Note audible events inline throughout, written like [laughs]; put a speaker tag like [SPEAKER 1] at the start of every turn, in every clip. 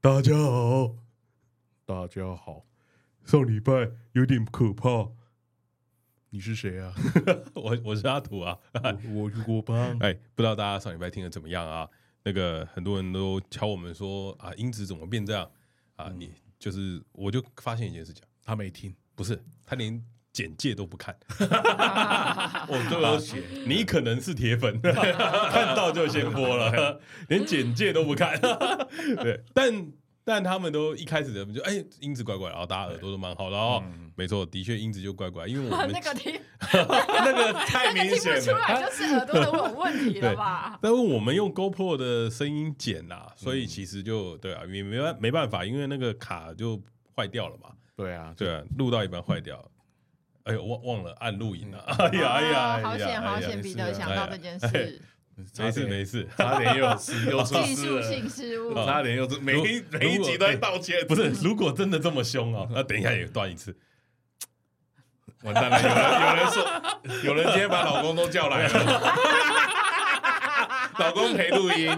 [SPEAKER 1] 大家好，
[SPEAKER 2] 大家好，
[SPEAKER 1] 上礼拜有点可怕，
[SPEAKER 2] 你是谁啊？ [laughs] 我我是阿土啊。 [laughs]
[SPEAKER 1] 我我是国邦，
[SPEAKER 2] 哎，不知道大家上礼拜听的怎么样啊？那个很多人都敲我们说啊，音质怎么变这样啊？你就是我就发现一件事情，
[SPEAKER 1] 他没听，
[SPEAKER 2] 不是他连简介都不
[SPEAKER 3] [laughs]
[SPEAKER 2] 看，我都有写，你可能是铁
[SPEAKER 3] [laughs]
[SPEAKER 2] 粉，看到就先播了，连简介都不看。 [laughs] 对，但但他们都一开始的就哎音质怪怪，然后大家耳朵都蛮好的哦。没错，的确音质就怪怪，因为我们
[SPEAKER 3] 嗯 [laughs] 那
[SPEAKER 2] [laughs]
[SPEAKER 3] 个听
[SPEAKER 2] 那个太
[SPEAKER 3] 那个
[SPEAKER 2] 明
[SPEAKER 3] 听
[SPEAKER 2] 显
[SPEAKER 3] 不
[SPEAKER 2] 了
[SPEAKER 3] 出。来，就是耳朵的有问题了吧？
[SPEAKER 2] 但是我们用 GoPro 的声音剪啦、所以其实就对啊，也没办没办法，因为那个卡就坏掉了嘛，
[SPEAKER 1] 对啊，
[SPEAKER 2] 对啊，录到一半坏掉，哎呦忘忘了按录影了，[laughs]
[SPEAKER 1] 嗯
[SPEAKER 2] 哎呀哎呀，哎呀
[SPEAKER 3] 啊好险好
[SPEAKER 2] 哎呀
[SPEAKER 3] 险，彼得想到这件
[SPEAKER 2] 哎呀
[SPEAKER 3] 事，
[SPEAKER 2] 没事没事，
[SPEAKER 1] 差点又失又出
[SPEAKER 3] 技
[SPEAKER 1] 事
[SPEAKER 3] 术
[SPEAKER 1] 了，
[SPEAKER 2] [laughs]
[SPEAKER 3] 性失误。
[SPEAKER 1] 差点又出每一
[SPEAKER 2] 如
[SPEAKER 1] 每一集都在道歉，
[SPEAKER 2] 不是，如果真的这么凶哦，那等一下也断一次，
[SPEAKER 1] 完蛋了，有人有人说，有人今天把老公都叫来了， [laughs] 老公陪录 [laughs] 音，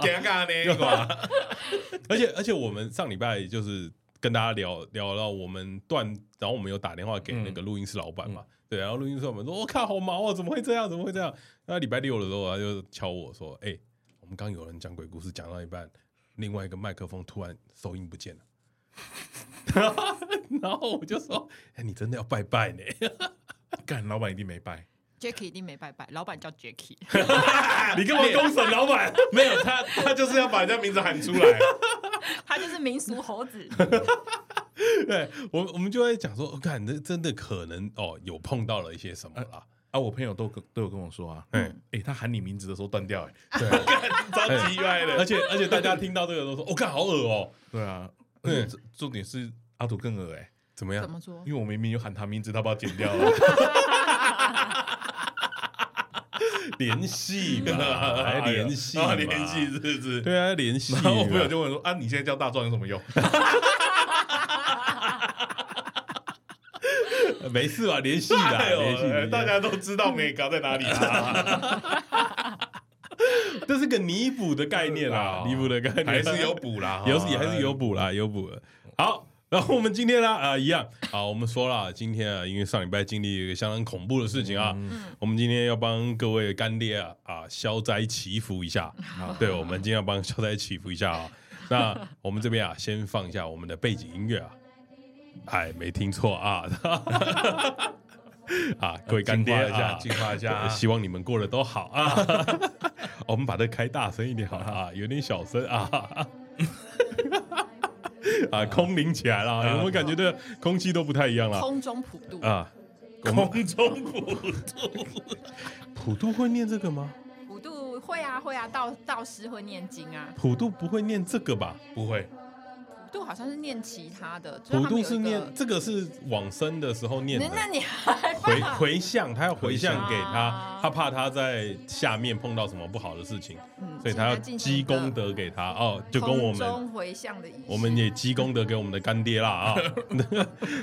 [SPEAKER 1] 尴尬呢，你管
[SPEAKER 2] [laughs] 而且而且我们上礼拜就是跟大家聊聊到我们断，然后我们有打电话给那个录音室老板嘛，对，然后录音室老板说：“我、靠，好忙哦，怎么会这样？怎么会这样？”那礼拜六的时候，他就敲我说：“哎、我们刚有人讲鬼故事讲到一半，另外一个麦克风突然收音不见了。” [laughs] 然后我就说：“哎、你真的要拜拜呢？
[SPEAKER 1] [laughs] 干老板一定没拜。
[SPEAKER 3] Jacky 一定没拜拜，老板叫 Jacky，
[SPEAKER 2] [laughs] 你干嘛公审老板？
[SPEAKER 1] 啊哎 [laughs] 没有他，他就是要把人家名字喊出来。
[SPEAKER 3] 他就是民俗
[SPEAKER 2] [laughs]
[SPEAKER 3] 猴子。
[SPEAKER 2] 对我，我们就在讲说，看、这真的可能哦，有碰到了一些什么啦。
[SPEAKER 1] 啊，我朋友都跟都有跟我说啊，哎、
[SPEAKER 2] 嗯
[SPEAKER 1] 欸，他喊你名字的时候断掉、欸， [laughs]
[SPEAKER 2] 对，哎
[SPEAKER 1] 超级歪
[SPEAKER 2] 而
[SPEAKER 1] 的。
[SPEAKER 2] 且而且大家听到这个都说：“我、哦、看好恶哦。”
[SPEAKER 1] 对啊，而
[SPEAKER 2] 对
[SPEAKER 1] 且重重点是阿土更恶哎、欸，
[SPEAKER 2] 怎么样
[SPEAKER 3] 怎？么说？
[SPEAKER 1] 因为我明明有喊他名字，他把我剪
[SPEAKER 2] [laughs]
[SPEAKER 1] 掉了，
[SPEAKER 2] 联系
[SPEAKER 1] [laughs]
[SPEAKER 2] 嘛，嗯还联系
[SPEAKER 1] 啊，
[SPEAKER 2] 嘛，
[SPEAKER 1] 联系是不是？
[SPEAKER 2] 对啊，联系嘛。
[SPEAKER 1] 然后我朋友就问说啊，你现在叫大壮有什
[SPEAKER 2] [laughs]
[SPEAKER 1] 么用？
[SPEAKER 2] 没事吧，联系
[SPEAKER 1] 哎
[SPEAKER 2] 的，
[SPEAKER 1] 呦
[SPEAKER 2] 联系啊
[SPEAKER 1] 哎
[SPEAKER 2] 联系。
[SPEAKER 1] 大家都知道美嘎在哪里啊，
[SPEAKER 2] 这是个弥补的概念啦
[SPEAKER 1] 哦，
[SPEAKER 2] 弥补的概念
[SPEAKER 1] [laughs] 还是有补啦，
[SPEAKER 2] [laughs] 有也还是有补啦，有补的。好，然后我们今天呢，啊，一样啊，我们说了，今天啊，因为上礼拜经历一个相当恐怖的事情啊，
[SPEAKER 1] 嗯
[SPEAKER 2] 我们今天要帮各位干爹啊啊消灾祈福一下。对，我们今天要帮消灾祈福一下啊。那我们这边啊，先放一下我们的背景音乐啊。哎，没听错啊。 [laughs] 啊，各位干爹
[SPEAKER 1] 净化一下
[SPEAKER 2] 啊，
[SPEAKER 1] 净化一下啊
[SPEAKER 2] 希望你们过得都好
[SPEAKER 3] [laughs]
[SPEAKER 2] 啊。我们把这开大声一点好了啊，有点小声
[SPEAKER 3] [laughs]
[SPEAKER 2] 啊。啊，空灵起来了，有没有感觉这空气都不太一样了
[SPEAKER 3] 啊空中普渡，
[SPEAKER 2] 啊？
[SPEAKER 1] 空中补 [laughs]
[SPEAKER 2] 普渡会念这个吗？
[SPEAKER 3] 普渡会啊会啊，道道师会念经啊，
[SPEAKER 2] 普渡不会念这个吧？
[SPEAKER 1] 不会，
[SPEAKER 2] 啊
[SPEAKER 3] 普渡好像是念其他的，就是他
[SPEAKER 2] 普渡
[SPEAKER 3] 们有一个
[SPEAKER 2] 是念这个是往生的时候念
[SPEAKER 3] 那
[SPEAKER 2] 的，
[SPEAKER 3] 那你还
[SPEAKER 2] 回回向，他要回向
[SPEAKER 3] 回向
[SPEAKER 2] 给他
[SPEAKER 3] 啊，
[SPEAKER 2] 他怕他在下面碰到什么不好的事情，
[SPEAKER 3] 嗯
[SPEAKER 2] 所以他要
[SPEAKER 3] 进
[SPEAKER 2] 积
[SPEAKER 3] 行
[SPEAKER 2] 功
[SPEAKER 3] 一个
[SPEAKER 2] 德给他哦，就跟我
[SPEAKER 3] 空
[SPEAKER 2] 们
[SPEAKER 3] 中回向的仪式，
[SPEAKER 2] 我们也积功德给我们的干爹啦
[SPEAKER 4] [laughs]
[SPEAKER 2] 啊。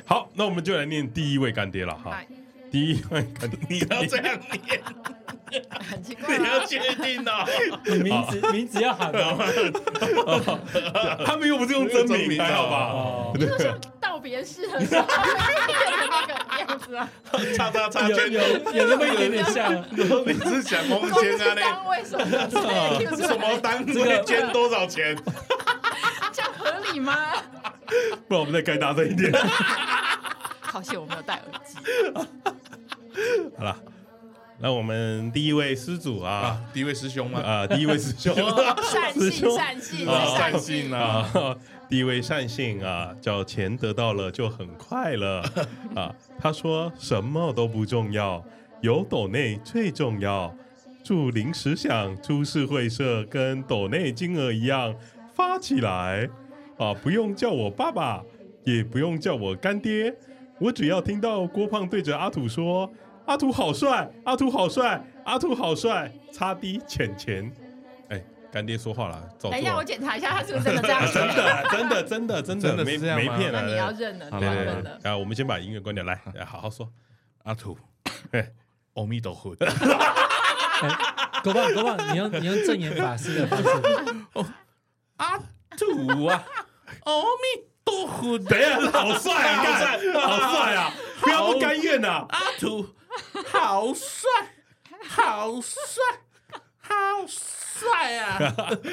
[SPEAKER 2] 好，那我们就来念第一位干爹了哈
[SPEAKER 3] 哎，
[SPEAKER 2] 第一位干爹，
[SPEAKER 1] 你要这样念，
[SPEAKER 2] [laughs]
[SPEAKER 3] 很奇怪
[SPEAKER 1] 你
[SPEAKER 3] 啊
[SPEAKER 1] 要，确定哦。
[SPEAKER 4] 你名字名字要喊吗？
[SPEAKER 2] [laughs] 他们又不是用真名，还好吧？
[SPEAKER 4] 哦，
[SPEAKER 3] 就是像道别式的
[SPEAKER 2] [laughs]
[SPEAKER 3] 时候变成那个样子啊。
[SPEAKER 1] 叉叉叉
[SPEAKER 4] 有
[SPEAKER 1] 圈
[SPEAKER 4] 有有那么有点像啊，
[SPEAKER 1] 你是想蒙
[SPEAKER 3] 公
[SPEAKER 1] 圈
[SPEAKER 3] 司
[SPEAKER 1] 啊？那
[SPEAKER 3] 单位什么的，这
[SPEAKER 1] 什么单位捐多少钱？
[SPEAKER 3] 这样合理吗？
[SPEAKER 2] 不然我们再开大声一
[SPEAKER 4] [laughs]
[SPEAKER 2] 点。
[SPEAKER 3] 好险我没有戴耳机。
[SPEAKER 2] 好了，那我们第一位施主啊，
[SPEAKER 1] [laughs] 啊，第一位师兄吗？
[SPEAKER 2] 啊，第一位师兄，
[SPEAKER 3] 哦
[SPEAKER 2] [laughs]
[SPEAKER 3] 善
[SPEAKER 2] 师兄
[SPEAKER 3] 信善信
[SPEAKER 2] 啊
[SPEAKER 3] 是
[SPEAKER 1] 善
[SPEAKER 3] 善
[SPEAKER 1] 信
[SPEAKER 3] 信
[SPEAKER 1] 啊
[SPEAKER 2] 啊， [laughs] 第一位善信啊，叫钱得到了就很快乐啊。他说什么都不重要，有斗内最重要。祝临时想株式会社跟斗内金额一样发起来啊！不用叫我爸爸，也不用叫我干爹，我只要听到郭胖对着阿土说：“阿土好帅，阿土好帅，阿土好帅。”擦滴浅浅，哎，干爹说话了，照
[SPEAKER 3] 等一
[SPEAKER 2] 做
[SPEAKER 3] 下，
[SPEAKER 2] 啊
[SPEAKER 3] 我检查一下他是不是真的这样
[SPEAKER 2] [laughs]
[SPEAKER 3] 写
[SPEAKER 2] 真。的，真的，真的，真
[SPEAKER 1] 真
[SPEAKER 2] 的，
[SPEAKER 1] 的
[SPEAKER 2] 没
[SPEAKER 1] 是这样
[SPEAKER 2] 没
[SPEAKER 1] 吗
[SPEAKER 2] 骗
[SPEAKER 3] 那你要
[SPEAKER 2] 了。
[SPEAKER 3] 认了，你
[SPEAKER 1] 好
[SPEAKER 2] 对
[SPEAKER 3] 要
[SPEAKER 2] 对
[SPEAKER 3] 认
[SPEAKER 2] 对，
[SPEAKER 3] 了。
[SPEAKER 2] 对啊，我们先把音乐关掉，来，来好好说。
[SPEAKER 1] 阿土
[SPEAKER 2] 嘿，
[SPEAKER 1] 阿弥陀佛，
[SPEAKER 4] 狗棒狗棒，你用你用正言法师的方式，
[SPEAKER 1] 阿
[SPEAKER 4] 土啊！
[SPEAKER 1] 阿弥陀佛，
[SPEAKER 2] 等一下，好帅啊，
[SPEAKER 1] 好
[SPEAKER 2] 好帅，好
[SPEAKER 1] 帅
[SPEAKER 2] 帅啊！不要不甘愿啊呐！
[SPEAKER 1] 阿土，好帅，好帅，好帅啊！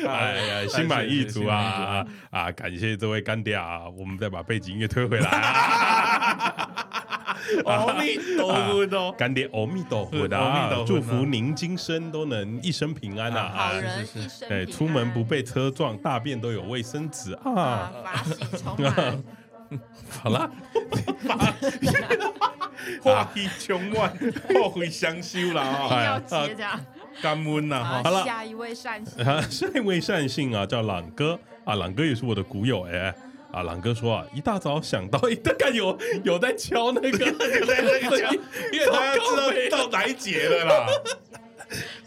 [SPEAKER 2] 哎呀，心满意足啊啊！感谢这位干爹啊，我们再把背景音乐推回来啊！
[SPEAKER 1] [laughs] 阿弥陀佛 [laughs] 哦，
[SPEAKER 2] 干爹，阿弥陀佛的
[SPEAKER 1] 阿弥陀
[SPEAKER 2] 啊，
[SPEAKER 1] 佛
[SPEAKER 2] 祝福您今生都能一生平安 [laughs] 啊！
[SPEAKER 3] 好
[SPEAKER 2] 啊
[SPEAKER 3] 人
[SPEAKER 1] 是是
[SPEAKER 3] 一生
[SPEAKER 2] 哎，
[SPEAKER 3] 平
[SPEAKER 2] 出门
[SPEAKER 3] 安
[SPEAKER 2] 不被车撞，大便都有卫生纸啊
[SPEAKER 3] 啊！，法喜
[SPEAKER 2] [laughs]
[SPEAKER 3] 充满。
[SPEAKER 2] 好啦，
[SPEAKER 1] 话题穷万，后悔相修啦
[SPEAKER 3] 一
[SPEAKER 1] 啊！
[SPEAKER 3] 定要接这样。
[SPEAKER 1] 感恩哦啦哈， [laughs]
[SPEAKER 2] 好了
[SPEAKER 3] 好，下一位善行。
[SPEAKER 2] 啊， [laughs] 下一位善信啊，叫朗哥啊，朗哥也是我的股友哎、啊，朗哥说啊，一大早想到一，大概有有在敲那个，
[SPEAKER 1] 对那个讲，因为他要知道到哪一节了啦。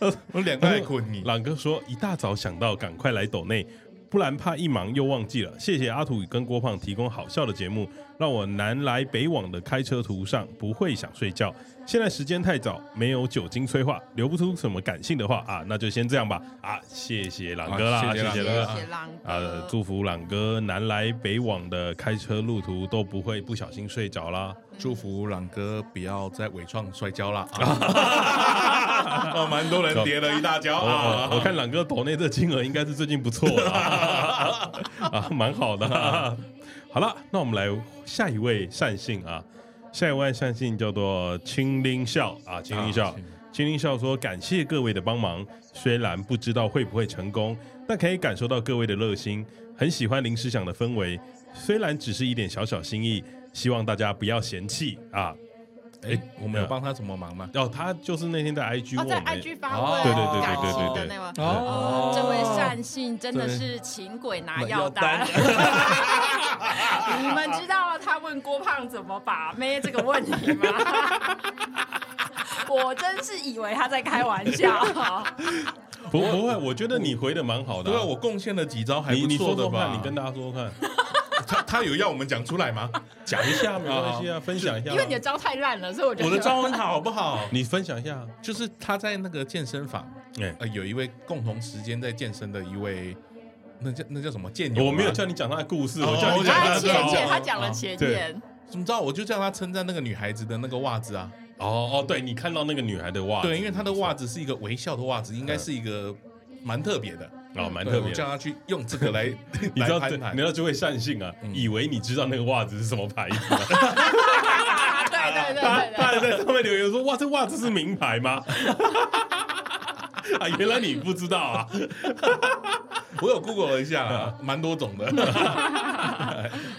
[SPEAKER 1] [laughs] 我两个在困你，
[SPEAKER 2] 朗哥说一大早想到赶快来抖内，不然怕一忙又忘记了。谢谢阿土与跟郭胖提供好笑的节目，让我南来北往的开车途上不会想睡觉。现在时间太早，没有酒精催化，留不出什么感性的话啊，那就先这样吧啊，谢谢朗哥啦，
[SPEAKER 1] 啊谢谢
[SPEAKER 2] 谢
[SPEAKER 1] 朗
[SPEAKER 2] 谢
[SPEAKER 1] 哥
[SPEAKER 2] 朗哥。
[SPEAKER 3] 谢谢狼哥。
[SPEAKER 2] 啊，祝福朗哥南来北往的开车路途都不会不小心睡着啦。
[SPEAKER 1] 祝福朗哥不要再伪创摔跤啦！ [laughs] 哦，蛮多人跌了一
[SPEAKER 2] [laughs]
[SPEAKER 1] 大跤
[SPEAKER 2] 哦哦
[SPEAKER 1] 啊！
[SPEAKER 2] 我看朗哥抖内这金额应该是最近不错了， [laughs] 啊，蛮好的。 [laughs] 好了，那我们来下一位善信啊，下一位善信叫做青林笑啊，青林笑
[SPEAKER 1] 啊，
[SPEAKER 2] 青林笑说感谢各位的帮忙，虽然不知道会不会成功，但可以感受到各位的热心，很喜欢林思想的氛围，虽然只是一点小小心意，希望大家不要嫌弃啊。
[SPEAKER 1] 哎，我们有帮他什么忙吗？
[SPEAKER 2] 然后他就是那天在 IG
[SPEAKER 3] 哦，
[SPEAKER 2] 问我
[SPEAKER 3] 在
[SPEAKER 2] 们啊
[SPEAKER 3] IG 发
[SPEAKER 1] 哦
[SPEAKER 3] 问，
[SPEAKER 1] 对
[SPEAKER 2] 对对对
[SPEAKER 3] 感
[SPEAKER 2] 对对
[SPEAKER 3] 情
[SPEAKER 2] 对
[SPEAKER 3] 的那位。
[SPEAKER 1] 哦
[SPEAKER 3] 哦， [laughs] 这位善信真的是请鬼拿药单。 [laughs] 你们知道他问郭胖怎么把妹这个问题吗？
[SPEAKER 1] [laughs]
[SPEAKER 3] 我真是以为他在开玩笑。
[SPEAKER 1] [laughs]
[SPEAKER 2] [laughs] 不不会，我觉得你回的蛮好的
[SPEAKER 1] 不
[SPEAKER 2] 啊、
[SPEAKER 1] 过我贡献了几招还
[SPEAKER 2] 你
[SPEAKER 1] 不
[SPEAKER 2] 你
[SPEAKER 1] 错
[SPEAKER 2] 说
[SPEAKER 1] 的
[SPEAKER 2] 说
[SPEAKER 1] 吧
[SPEAKER 2] 看，？你跟大家说说看，
[SPEAKER 1] 他他有要我们讲出来吗？
[SPEAKER 2] [laughs] 讲一下没关 [laughs] 系啊，分享一下啊。
[SPEAKER 3] 因为你的招太烂了，所以我觉得
[SPEAKER 1] [laughs] 我的招很好，好不好？
[SPEAKER 2] 你分享一下啊，
[SPEAKER 1] 就是他在那个健身房，
[SPEAKER 2] 哎、
[SPEAKER 1] 呃，有一位共同时间在健身的一位，那叫那叫什么健友吗？啊
[SPEAKER 2] 我没有叫你讲他的故事，
[SPEAKER 1] 哦
[SPEAKER 2] 我叫你
[SPEAKER 1] 我
[SPEAKER 2] 讲
[SPEAKER 1] 讲
[SPEAKER 2] 他
[SPEAKER 3] 他
[SPEAKER 2] 的
[SPEAKER 1] 知
[SPEAKER 3] 前
[SPEAKER 1] 道
[SPEAKER 3] 言，
[SPEAKER 1] 哦
[SPEAKER 3] 他讲了
[SPEAKER 1] 哦
[SPEAKER 3] 前
[SPEAKER 2] 对
[SPEAKER 3] 言。
[SPEAKER 1] 怎么知道？我就叫他称赞那个女孩子的那个袜子啊，
[SPEAKER 2] 哦哦，对你看到那个女孩的袜子，
[SPEAKER 1] 对，因为她的袜子是一个微笑的袜子，应该是一个蛮特别的，
[SPEAKER 2] 哦蛮
[SPEAKER 1] 对
[SPEAKER 2] 特别
[SPEAKER 1] 我
[SPEAKER 2] 的
[SPEAKER 1] 叫。她去用这个
[SPEAKER 2] [laughs]
[SPEAKER 1] 来，
[SPEAKER 2] 你知道
[SPEAKER 1] 来
[SPEAKER 2] 这，
[SPEAKER 1] 攀谈
[SPEAKER 2] 你知道这位善信啊，
[SPEAKER 1] 嗯
[SPEAKER 2] 以为你知道那个袜子是什么牌 [laughs] 子吗，
[SPEAKER 3] 对对对
[SPEAKER 2] 他
[SPEAKER 3] 对对
[SPEAKER 1] 啊
[SPEAKER 2] 他。还在上面留言说：“哇，这袜子是名牌吗？” [laughs] 啊，原来你不知道啊！
[SPEAKER 1] 我有 Google 了一下
[SPEAKER 2] [laughs]
[SPEAKER 1] 啦，蛮多种的。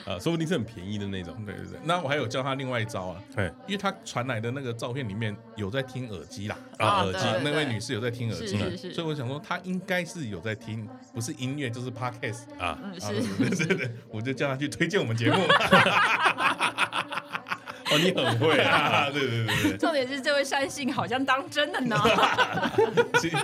[SPEAKER 2] 啊，说不定是很便宜的那种。
[SPEAKER 1] 对对对，那我还有教她另外一招啊，
[SPEAKER 2] 哎
[SPEAKER 1] 因为她传来的那个照片里面有在听耳机啦，
[SPEAKER 2] 啊，
[SPEAKER 3] 啊
[SPEAKER 2] 耳
[SPEAKER 3] 对
[SPEAKER 2] 机
[SPEAKER 1] 啊，那位女士有在听耳机
[SPEAKER 3] 是是，是
[SPEAKER 1] 所以我想说她应该是有在听，不是音乐就是 podcast。
[SPEAKER 2] 啊，
[SPEAKER 3] 嗯，
[SPEAKER 1] 啊
[SPEAKER 3] 是，
[SPEAKER 1] 对对对，对我就叫她去推荐我们节
[SPEAKER 3] [laughs]
[SPEAKER 1] 目。
[SPEAKER 2] 哦，你很会啊！
[SPEAKER 1] 对对对对
[SPEAKER 3] 重点是这位善信好像当真的呢。
[SPEAKER 1] 啊对，希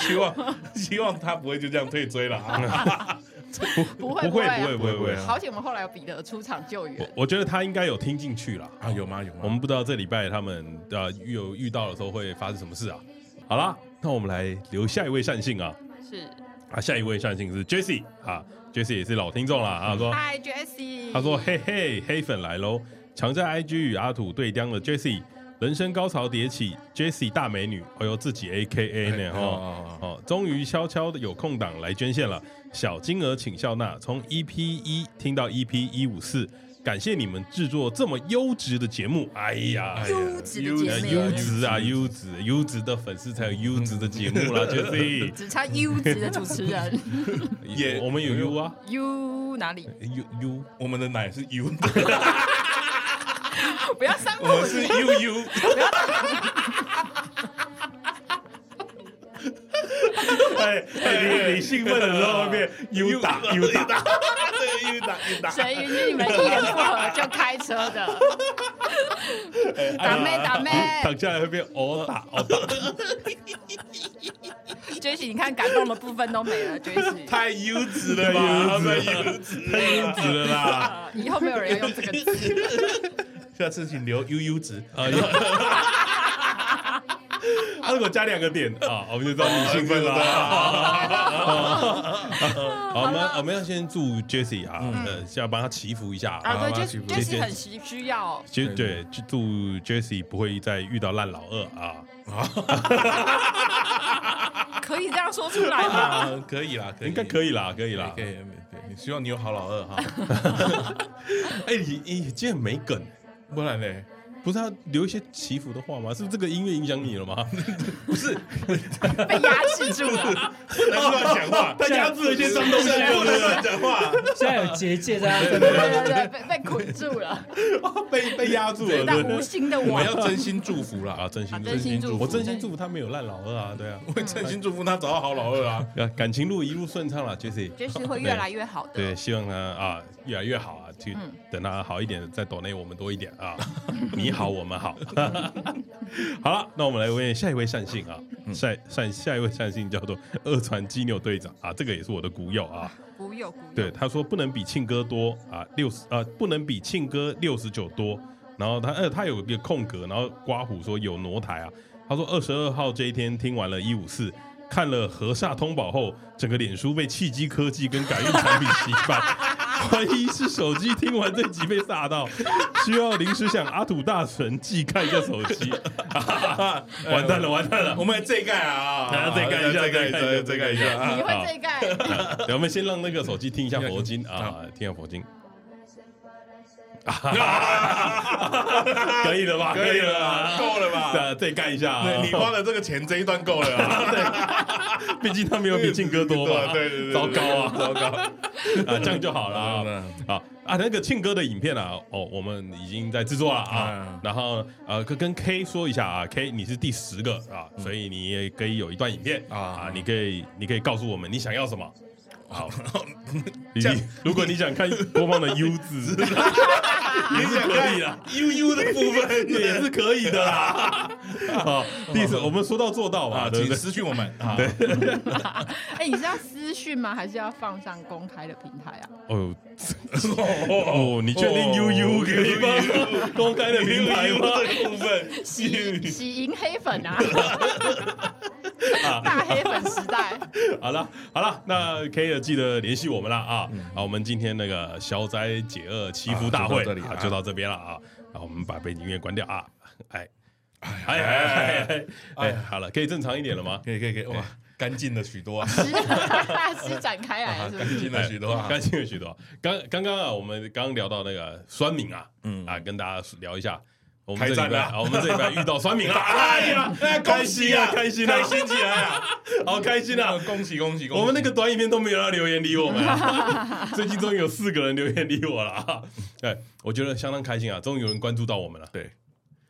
[SPEAKER 1] 希望希望她不会就这样退追了啊。
[SPEAKER 3] [laughs] 不
[SPEAKER 2] 不
[SPEAKER 3] 会
[SPEAKER 2] 会
[SPEAKER 3] 会啊
[SPEAKER 2] 不会不会不会，
[SPEAKER 3] 好险，我们后来有彼得出场救援
[SPEAKER 2] 我。我觉得他应该有听进去了。
[SPEAKER 1] 啊，有吗？有吗？
[SPEAKER 2] 我们不知道这礼拜他们呃遇有遇到的时候会发生什么事啊。好啦，那我们来留下一位善信啊
[SPEAKER 3] 是，
[SPEAKER 2] 啊，下一位善信是 Jesse 啊，Jesse 也是老听众了啊，说
[SPEAKER 3] 嗨，Jesse。
[SPEAKER 2] 他说嘿嘿黑粉来喽，常在 IG 与阿土对将的 Jesse 人生高潮迭起，Jesse 大美女，哎呦自己 AKA 呢哦。
[SPEAKER 1] 哦
[SPEAKER 2] 哦，终于悄悄的有空档来捐献了，小金额请笑纳。从 EP 一听到 EP 一五四，感谢你们制作这么优质的节目。哎呀，
[SPEAKER 1] 哎呀
[SPEAKER 3] 优质的
[SPEAKER 1] 优
[SPEAKER 3] 姐
[SPEAKER 2] 呃
[SPEAKER 3] 妹，
[SPEAKER 2] 优质啊，优质优质的粉丝才有优质的节目啦，Jesse。
[SPEAKER 3] 只差优质的主持
[SPEAKER 1] [laughs]
[SPEAKER 3] 人
[SPEAKER 1] 也
[SPEAKER 2] 我们有 U 啊
[SPEAKER 3] ，U 哪
[SPEAKER 1] [laughs]
[SPEAKER 3] 里？
[SPEAKER 2] ，U U
[SPEAKER 1] 我们的奶是
[SPEAKER 3] [laughs]
[SPEAKER 1] U，
[SPEAKER 3] 哦不要三不
[SPEAKER 1] 我
[SPEAKER 3] 五
[SPEAKER 1] 们是
[SPEAKER 3] 时，
[SPEAKER 1] U
[SPEAKER 3] [laughs]
[SPEAKER 1] U，
[SPEAKER 2] 哎哎，你你兴奋的时候会变 U 打 U 打，
[SPEAKER 1] 啊打，对 U 打 U 打。
[SPEAKER 3] 谁允许你们一言不合就开车的？ [laughs] 打妹打妹
[SPEAKER 2] 躺下来会变哦打哦打，
[SPEAKER 3] ，Jesse，你看感动的部分都没了，Jesse。
[SPEAKER 1] 太优质了吧，太优质了，太优质了啦！
[SPEAKER 3] 呃以后没有人要用这个
[SPEAKER 1] [laughs]
[SPEAKER 3] 字，
[SPEAKER 1] 下次请留 U U 值，
[SPEAKER 2] 啊，
[SPEAKER 1] [laughs]
[SPEAKER 2] 有啊啊如果加两个点啊，我们就知道你兴奋了。好，我们我们要先祝 Jesse 啊，呃，要帮他祈福一下
[SPEAKER 3] 嗯啊，
[SPEAKER 1] 好
[SPEAKER 3] 对
[SPEAKER 1] 吧
[SPEAKER 3] 就
[SPEAKER 1] 媳妇
[SPEAKER 3] 就
[SPEAKER 2] 今
[SPEAKER 3] 是
[SPEAKER 2] 天
[SPEAKER 3] 很需需要，
[SPEAKER 2] 其实对，就祝 Jesse 不会再遇到烂老二啊！
[SPEAKER 3] 可以这样说出来
[SPEAKER 1] [laughs]
[SPEAKER 3] 吗？
[SPEAKER 1] 啊，可以啦，可以，
[SPEAKER 2] 应该可以啦，可以啦。
[SPEAKER 1] 可以，可以，希望你有好老二哈，
[SPEAKER 2] 哎，你你今天很没梗，
[SPEAKER 1] 不然嘞，
[SPEAKER 2] 不是要留一些祈福的话吗？是不是这个音乐影响你了吗？
[SPEAKER 3] 被压制住
[SPEAKER 1] [laughs]
[SPEAKER 3] 了，
[SPEAKER 1] 不能乱讲 [laughs] 话，
[SPEAKER 2] 大家制了一些脏东西，
[SPEAKER 1] 不能乱讲话，
[SPEAKER 4] 现在有结界在他身
[SPEAKER 3] 对
[SPEAKER 4] 边，
[SPEAKER 3] 对对，被被捆住了，
[SPEAKER 2] [laughs] 被被压住了，
[SPEAKER 3] 那
[SPEAKER 2] 对
[SPEAKER 3] 无形的
[SPEAKER 1] 我
[SPEAKER 3] 网
[SPEAKER 1] 们。要真心祝福啦， [laughs]
[SPEAKER 2] 啊，真心
[SPEAKER 3] 啊真心祝福
[SPEAKER 2] 我真心祝福他没有烂老二啊，对啊，
[SPEAKER 1] 我会真心祝福他找到好老二啊，
[SPEAKER 2] 啊感情路一路顺畅了，Jesse，
[SPEAKER 3] 就是会越来越好的。
[SPEAKER 2] 对，希望他啊越来越好啊，就
[SPEAKER 3] 嗯
[SPEAKER 2] 等他好一点，再抖内我们多一点啊， [laughs] 你好我们好。 [laughs] 好了，那我们来问下一位善信啊，善善下一位善信叫做二传基牛队长啊，这个也是我的股友啊。
[SPEAKER 3] 古有古有，
[SPEAKER 2] 对，他说不能比庆哥多啊，六十啊不能比庆哥六十九多。然后他呃他有一个空格，然后刮胡说有挪台啊。他说二十二号这一天听完了一五四，看了河煞通宝后，整个脸书被气机科技跟感应产品洗版， [laughs] 怀疑是手机听完这集被吓到，需要临时想阿土大神祭看一下手机。 [laughs] 完蛋了，完蛋
[SPEAKER 1] [laughs]
[SPEAKER 2] 了
[SPEAKER 1] 哎我！们这一盖啊，这盖一下，这盖一下
[SPEAKER 3] 你
[SPEAKER 1] 啊，
[SPEAKER 3] 会这一盖，
[SPEAKER 2] 对我们先让那个手机听一下佛经啊，听一下佛经。可以了吧？
[SPEAKER 1] 可以了
[SPEAKER 2] 吧
[SPEAKER 1] 吧，够了吧
[SPEAKER 2] 再再干一下啊！
[SPEAKER 1] 对你花了这个钱，这一段够了 [laughs] 啊，
[SPEAKER 2] 毕竟他没有比劲哥多嘛。
[SPEAKER 1] 对对对对
[SPEAKER 2] 糟糕啊！
[SPEAKER 1] 糟糕，
[SPEAKER 2] 啊，这样就好了啊。
[SPEAKER 1] 嗯
[SPEAKER 2] 好啊，那个庆哥的影片啊，哦，我们已经在制作了啊
[SPEAKER 1] 嗯。
[SPEAKER 2] 然后呃，跟跟 K 说一下啊，K 你是第十个啊，所以你也可以有一段影片
[SPEAKER 1] 啊
[SPEAKER 2] 啊，你可以你可以告诉我们你想要什么。好，
[SPEAKER 1] [laughs]
[SPEAKER 2] 你
[SPEAKER 1] 哦这样
[SPEAKER 2] 如果你想看播放的 U
[SPEAKER 1] [laughs]
[SPEAKER 2] 字，也是可以的，
[SPEAKER 1] 悠悠的部
[SPEAKER 2] [laughs]
[SPEAKER 1] 分
[SPEAKER 2] 也是可以的
[SPEAKER 1] [laughs]
[SPEAKER 2] 啦。啊，第十，我们说到做到嘛，
[SPEAKER 1] 啊，
[SPEAKER 2] 对
[SPEAKER 1] 请
[SPEAKER 2] 不对？
[SPEAKER 1] 私讯我们 [laughs] 啊，
[SPEAKER 3] [laughs] 哎，你是要私讯吗？还是要放上公开的平台啊？
[SPEAKER 2] 哦
[SPEAKER 1] 哦
[SPEAKER 2] 哦，你确定 U U 可以吗？公开的 [laughs] 平台吗？
[SPEAKER 1] 的部分，
[SPEAKER 3] 洗洗银黑粉啊，大黑粉时代，
[SPEAKER 2] 好了好了，那 K 也记得联系我们了啊！
[SPEAKER 1] 嗯
[SPEAKER 2] 啊，我们今天那个消灾解厄祈福大会
[SPEAKER 1] 啊就到这里
[SPEAKER 2] 啊，
[SPEAKER 1] 啊
[SPEAKER 2] 就到这边了啊！啊，我们把背景音乐关掉啊！哎哎哎哎哎哎，好了，可以正常一点了
[SPEAKER 1] [laughs]
[SPEAKER 2] 吗？
[SPEAKER 1] 可以可以可以，哇，干净了许多啊，
[SPEAKER 3] [laughs] 施施展开来
[SPEAKER 1] 啊
[SPEAKER 3] 了是不
[SPEAKER 1] 干
[SPEAKER 3] 是？
[SPEAKER 1] 净了许多啊，
[SPEAKER 2] 哎干净了许多。刚刚刚啊，我们刚聊到那个酸敏啊，
[SPEAKER 1] 嗯
[SPEAKER 2] 啊，跟大家聊一下。我们这
[SPEAKER 1] 开
[SPEAKER 2] 礼
[SPEAKER 1] 战
[SPEAKER 2] 拜，
[SPEAKER 1] 了
[SPEAKER 2] 啊我们这礼拜遇到酸敏了，
[SPEAKER 1] [laughs] 哎
[SPEAKER 2] 哎呀，
[SPEAKER 1] 呀，哎
[SPEAKER 2] 开
[SPEAKER 1] 恭
[SPEAKER 2] 心
[SPEAKER 1] 喜
[SPEAKER 2] 啊，
[SPEAKER 1] 啊，
[SPEAKER 2] 开心啊，
[SPEAKER 1] 开心起来 [laughs] 啊！
[SPEAKER 2] 好开心啊！
[SPEAKER 1] 恭喜恭喜恭
[SPEAKER 2] [laughs]
[SPEAKER 1] 喜！
[SPEAKER 2] 我们那个短影片都没有人留言理我们、最近终于有四个人留言理我了、 [laughs] 啊，对，我觉得相当开心啊，终于有人关注到我们了。
[SPEAKER 1] 对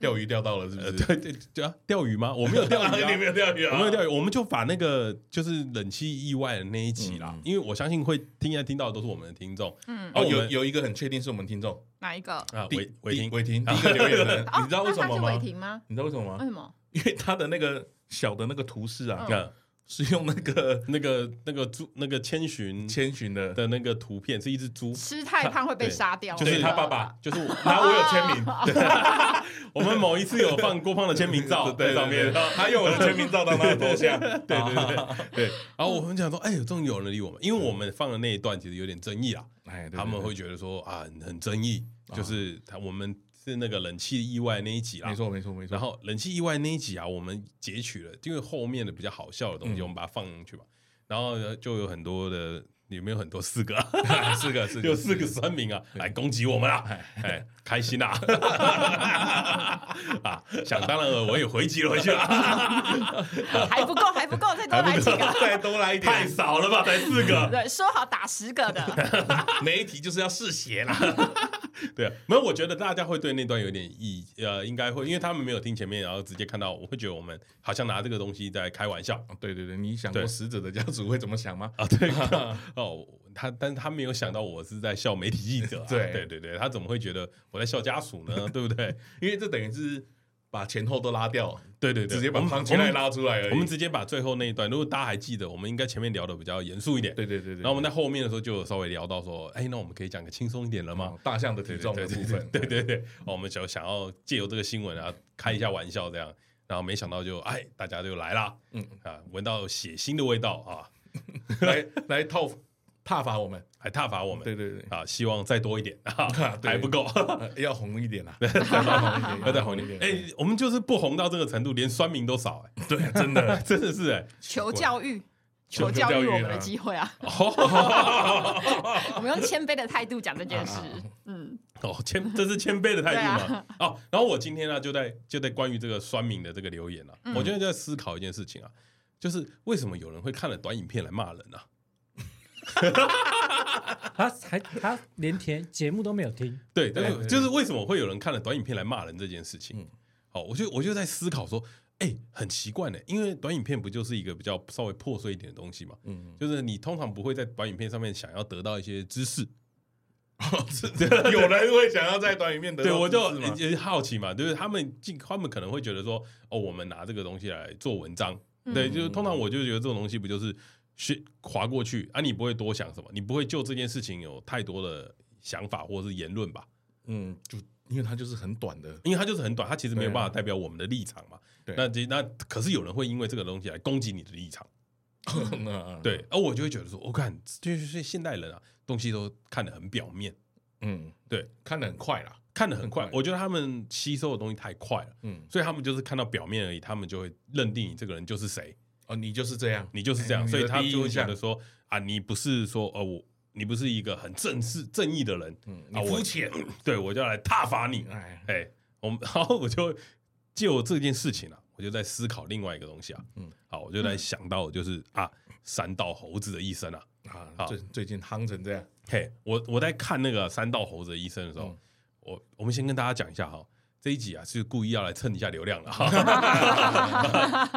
[SPEAKER 1] 钓鱼钓到了，是
[SPEAKER 2] 呃，
[SPEAKER 1] 不是？
[SPEAKER 2] 对对对啊，钓鱼
[SPEAKER 1] [laughs]
[SPEAKER 2] 吗？我没有钓鱼、啊，
[SPEAKER 1] 你没有钓鱼啊？
[SPEAKER 2] 我没有钓鱼，我们就把那个就是冷气意外的那一集啦，
[SPEAKER 1] 嗯嗯
[SPEAKER 2] 因为我相信会听来听到的都是我们的听众
[SPEAKER 3] 嗯，
[SPEAKER 1] 哦，有
[SPEAKER 2] 有
[SPEAKER 1] 有一个很确定是我们听众，
[SPEAKER 3] 哪一个？
[SPEAKER 2] 啊，
[SPEAKER 1] 第
[SPEAKER 2] 伟伟霆
[SPEAKER 1] 第，伟霆第一个留言的人，
[SPEAKER 3] [laughs] 哦
[SPEAKER 1] 你知道为什
[SPEAKER 3] 那
[SPEAKER 1] 么
[SPEAKER 3] 他是
[SPEAKER 1] 吗啊
[SPEAKER 3] 伟？霆吗？
[SPEAKER 1] 你知道为什么
[SPEAKER 3] 为
[SPEAKER 1] 吗？
[SPEAKER 3] 什么？
[SPEAKER 1] 因为他的那个小的那个图示啊，
[SPEAKER 2] 嗯，
[SPEAKER 1] 是用那个
[SPEAKER 2] 那个那个猪那个千寻
[SPEAKER 1] 千寻的，
[SPEAKER 2] 的那个图片是一只猪，
[SPEAKER 3] 吃太胖会被杀掉，
[SPEAKER 2] 就是
[SPEAKER 3] 对
[SPEAKER 1] 他爸爸，
[SPEAKER 2] 就是我 [laughs]
[SPEAKER 1] 然后我有签名， [laughs]
[SPEAKER 2] 我们某一次有放郭胖的签名照
[SPEAKER 1] [laughs] 对
[SPEAKER 2] 在上面，
[SPEAKER 1] 他用我的签名照当他的头像，
[SPEAKER 2] [laughs]
[SPEAKER 1] 对啊
[SPEAKER 2] 对对
[SPEAKER 1] 哦
[SPEAKER 2] 对
[SPEAKER 1] [laughs]
[SPEAKER 2] 对。然后我们讲说，哎、终于有人理我们，因为我们放的那一段其实有点争议啊，
[SPEAKER 1] 哎，嗯对啊
[SPEAKER 2] 他们会觉得说啊，很争议，就是他我们是那个冷气意外那一集啊，
[SPEAKER 1] 没。错没错没错
[SPEAKER 2] 然，后冷气意外那一集啊，我们截取了，因为后面的比较好笑的东西，
[SPEAKER 1] 嗯
[SPEAKER 2] 我们把它放进去嘛。然后呃就有很多的，有没有很多四个、啊？
[SPEAKER 1] [laughs] 四个四个
[SPEAKER 2] 有四个酸民啊，来攻击我们啦！哎，开心啦！ [laughs] 啊，想当然了，我也回击了回去
[SPEAKER 1] [laughs]
[SPEAKER 2] 了，
[SPEAKER 3] [laughs] 还不够，还不够，再多来几个。
[SPEAKER 1] 再多来一点，
[SPEAKER 2] 太少了吧，才四个。
[SPEAKER 3] [laughs] 对，说好打十个的，
[SPEAKER 1] 每一题就是要嗜血啦。
[SPEAKER 2] 对，啊没有，我觉得大家会对那段有点意，呃，应该会，因为他们没有听前面，然后直接看到，我会觉得我们好像拿这个东西在开玩笑
[SPEAKER 1] [laughs] 对对对，你想
[SPEAKER 2] 对
[SPEAKER 1] 过死者的家属会怎么想吗？
[SPEAKER 2] 啊，
[SPEAKER 1] [laughs]
[SPEAKER 2] 对，哦，他，但是他没有想到我是在笑媒体记
[SPEAKER 1] [laughs]
[SPEAKER 2] 者啊、
[SPEAKER 1] 对
[SPEAKER 2] 对对对，他怎么会觉得我在笑家属
[SPEAKER 1] [laughs]
[SPEAKER 2] 呢？对不对？
[SPEAKER 1] 因为这等于是把前后都拉掉，
[SPEAKER 2] 对对对，
[SPEAKER 1] 直接把
[SPEAKER 2] 我们
[SPEAKER 1] 胖起来拉出来而已。
[SPEAKER 2] 我们直接把最后那一段，如果大家还记得，我们应该前面聊的比较严肃一点，
[SPEAKER 1] 对对对对，
[SPEAKER 2] 然后我
[SPEAKER 1] [laughs]
[SPEAKER 2] 们在后面的时候就有稍微聊到说，哎，那我们可以讲个轻松一点了吗？
[SPEAKER 1] 哦大象的体重的部分，
[SPEAKER 2] 对对对，哦我们想想要借由这个新闻啊开一下玩笑这样，然后没想到就哎大家就来啦，
[SPEAKER 1] 嗯
[SPEAKER 2] 啊，闻到血腥的味道啊，
[SPEAKER 1] 来来套 [laughs] 踏伐我们。
[SPEAKER 2] 还挞伐我们
[SPEAKER 1] 对对对，
[SPEAKER 2] 啊，希望再多一点啊，
[SPEAKER 1] 对
[SPEAKER 2] 还不够，
[SPEAKER 1] 呃要红一 [laughs] 点啊，要再红一点，
[SPEAKER 2] 要再红一点。 [laughs] 哎、我们就是不红到这个程度，连酸民都少哎、 [laughs]
[SPEAKER 1] 对，啊真的，
[SPEAKER 2] 真的是
[SPEAKER 1] [laughs]
[SPEAKER 2] 哎、
[SPEAKER 3] 求教育，求
[SPEAKER 1] 求教
[SPEAKER 3] 教
[SPEAKER 1] 育
[SPEAKER 3] 育我们的
[SPEAKER 1] 啊
[SPEAKER 3] 机会啊！
[SPEAKER 2] 哦
[SPEAKER 3] 我们用谦卑的态度讲这件事。嗯，
[SPEAKER 2] 哦，谦，这是谦卑的态度
[SPEAKER 3] 对啊
[SPEAKER 2] 嘛？哦，然后我今天呢、就在就在关于这个酸民的这个留言啊，
[SPEAKER 3] 嗯
[SPEAKER 2] 我现在就在思考一件事情啊，就是为什么有人会看了短影片来骂人啊？
[SPEAKER 4] 他还他连听节目都没有听，
[SPEAKER 2] 对，
[SPEAKER 1] 对
[SPEAKER 2] 就是
[SPEAKER 1] 对
[SPEAKER 2] 就是为什么会有人看了短影片来骂人这件事情
[SPEAKER 1] 嗯？
[SPEAKER 2] 好，我就我就在思考说，哎、很奇怪呢、因为短影片不就是一个比较稍微破碎一点的东西嘛，
[SPEAKER 1] 嗯，
[SPEAKER 2] 就是你通常不会在短影片上面想要得到一些知
[SPEAKER 1] [laughs]
[SPEAKER 2] 识，
[SPEAKER 1] [laughs] 哦
[SPEAKER 2] [laughs]
[SPEAKER 1] 有人会想要在短影片得到
[SPEAKER 2] 对我就
[SPEAKER 1] 知识吗
[SPEAKER 2] 也也好奇嘛，就是他们进他们可能会觉得说，哦，我们拿这个东西来做文章，
[SPEAKER 3] 嗯
[SPEAKER 2] 对，就是通常我就觉得这种东西不就是是划过去啊，你不会多想什么，你不会就这件事情有太多的想法或者是言论吧，
[SPEAKER 1] 嗯，就因为它就是很短的，
[SPEAKER 2] 因为它就是很短，它其实没有
[SPEAKER 1] 对啊
[SPEAKER 2] 办法代表我们的立场嘛。
[SPEAKER 1] 对
[SPEAKER 2] 那这那可是有人会因为这个东西来攻击你的立场，
[SPEAKER 1] [laughs] 嗯，
[SPEAKER 2] 对，而我就会觉得说，我、看就是现代人啊，东西都看得很表面，
[SPEAKER 1] 嗯，
[SPEAKER 2] 对，
[SPEAKER 1] 看得很快啦，
[SPEAKER 2] 看得很快，
[SPEAKER 1] 很快
[SPEAKER 2] 我觉得他们吸收的东西太快了。
[SPEAKER 1] 嗯，
[SPEAKER 2] 所以他们就是看到表面而已，他们就会认定你这个人就是谁，
[SPEAKER 1] 哦，你就是这样，
[SPEAKER 2] 嗯你就是这样，
[SPEAKER 1] 哎
[SPEAKER 2] 所以他
[SPEAKER 1] 你的第
[SPEAKER 2] 就
[SPEAKER 1] 一
[SPEAKER 2] 会
[SPEAKER 1] 印
[SPEAKER 2] 觉
[SPEAKER 1] 象
[SPEAKER 2] 得说啊，你不是说呃我，你不是一个很正式正义的人，
[SPEAKER 1] 嗯，
[SPEAKER 2] 啊
[SPEAKER 1] 你
[SPEAKER 2] 我
[SPEAKER 1] 肤浅，
[SPEAKER 2] 对我就要来挞伐你。
[SPEAKER 1] 哎，
[SPEAKER 2] 哎，我们 [laughs] 然后我就就这件事情啊，我就在思考另外一个东西啊，嗯
[SPEAKER 1] 嗯，
[SPEAKER 2] 好，我就在想到就是啊，三道猴子的一生啊，好
[SPEAKER 1] 啊，最最近夯成这样，
[SPEAKER 2] 嘿，我我在看那个三道猴子的医生的时候，
[SPEAKER 1] 嗯
[SPEAKER 2] 我我们先跟大家讲一下哈，这一集啊是故意要来蹭一下流量的哈，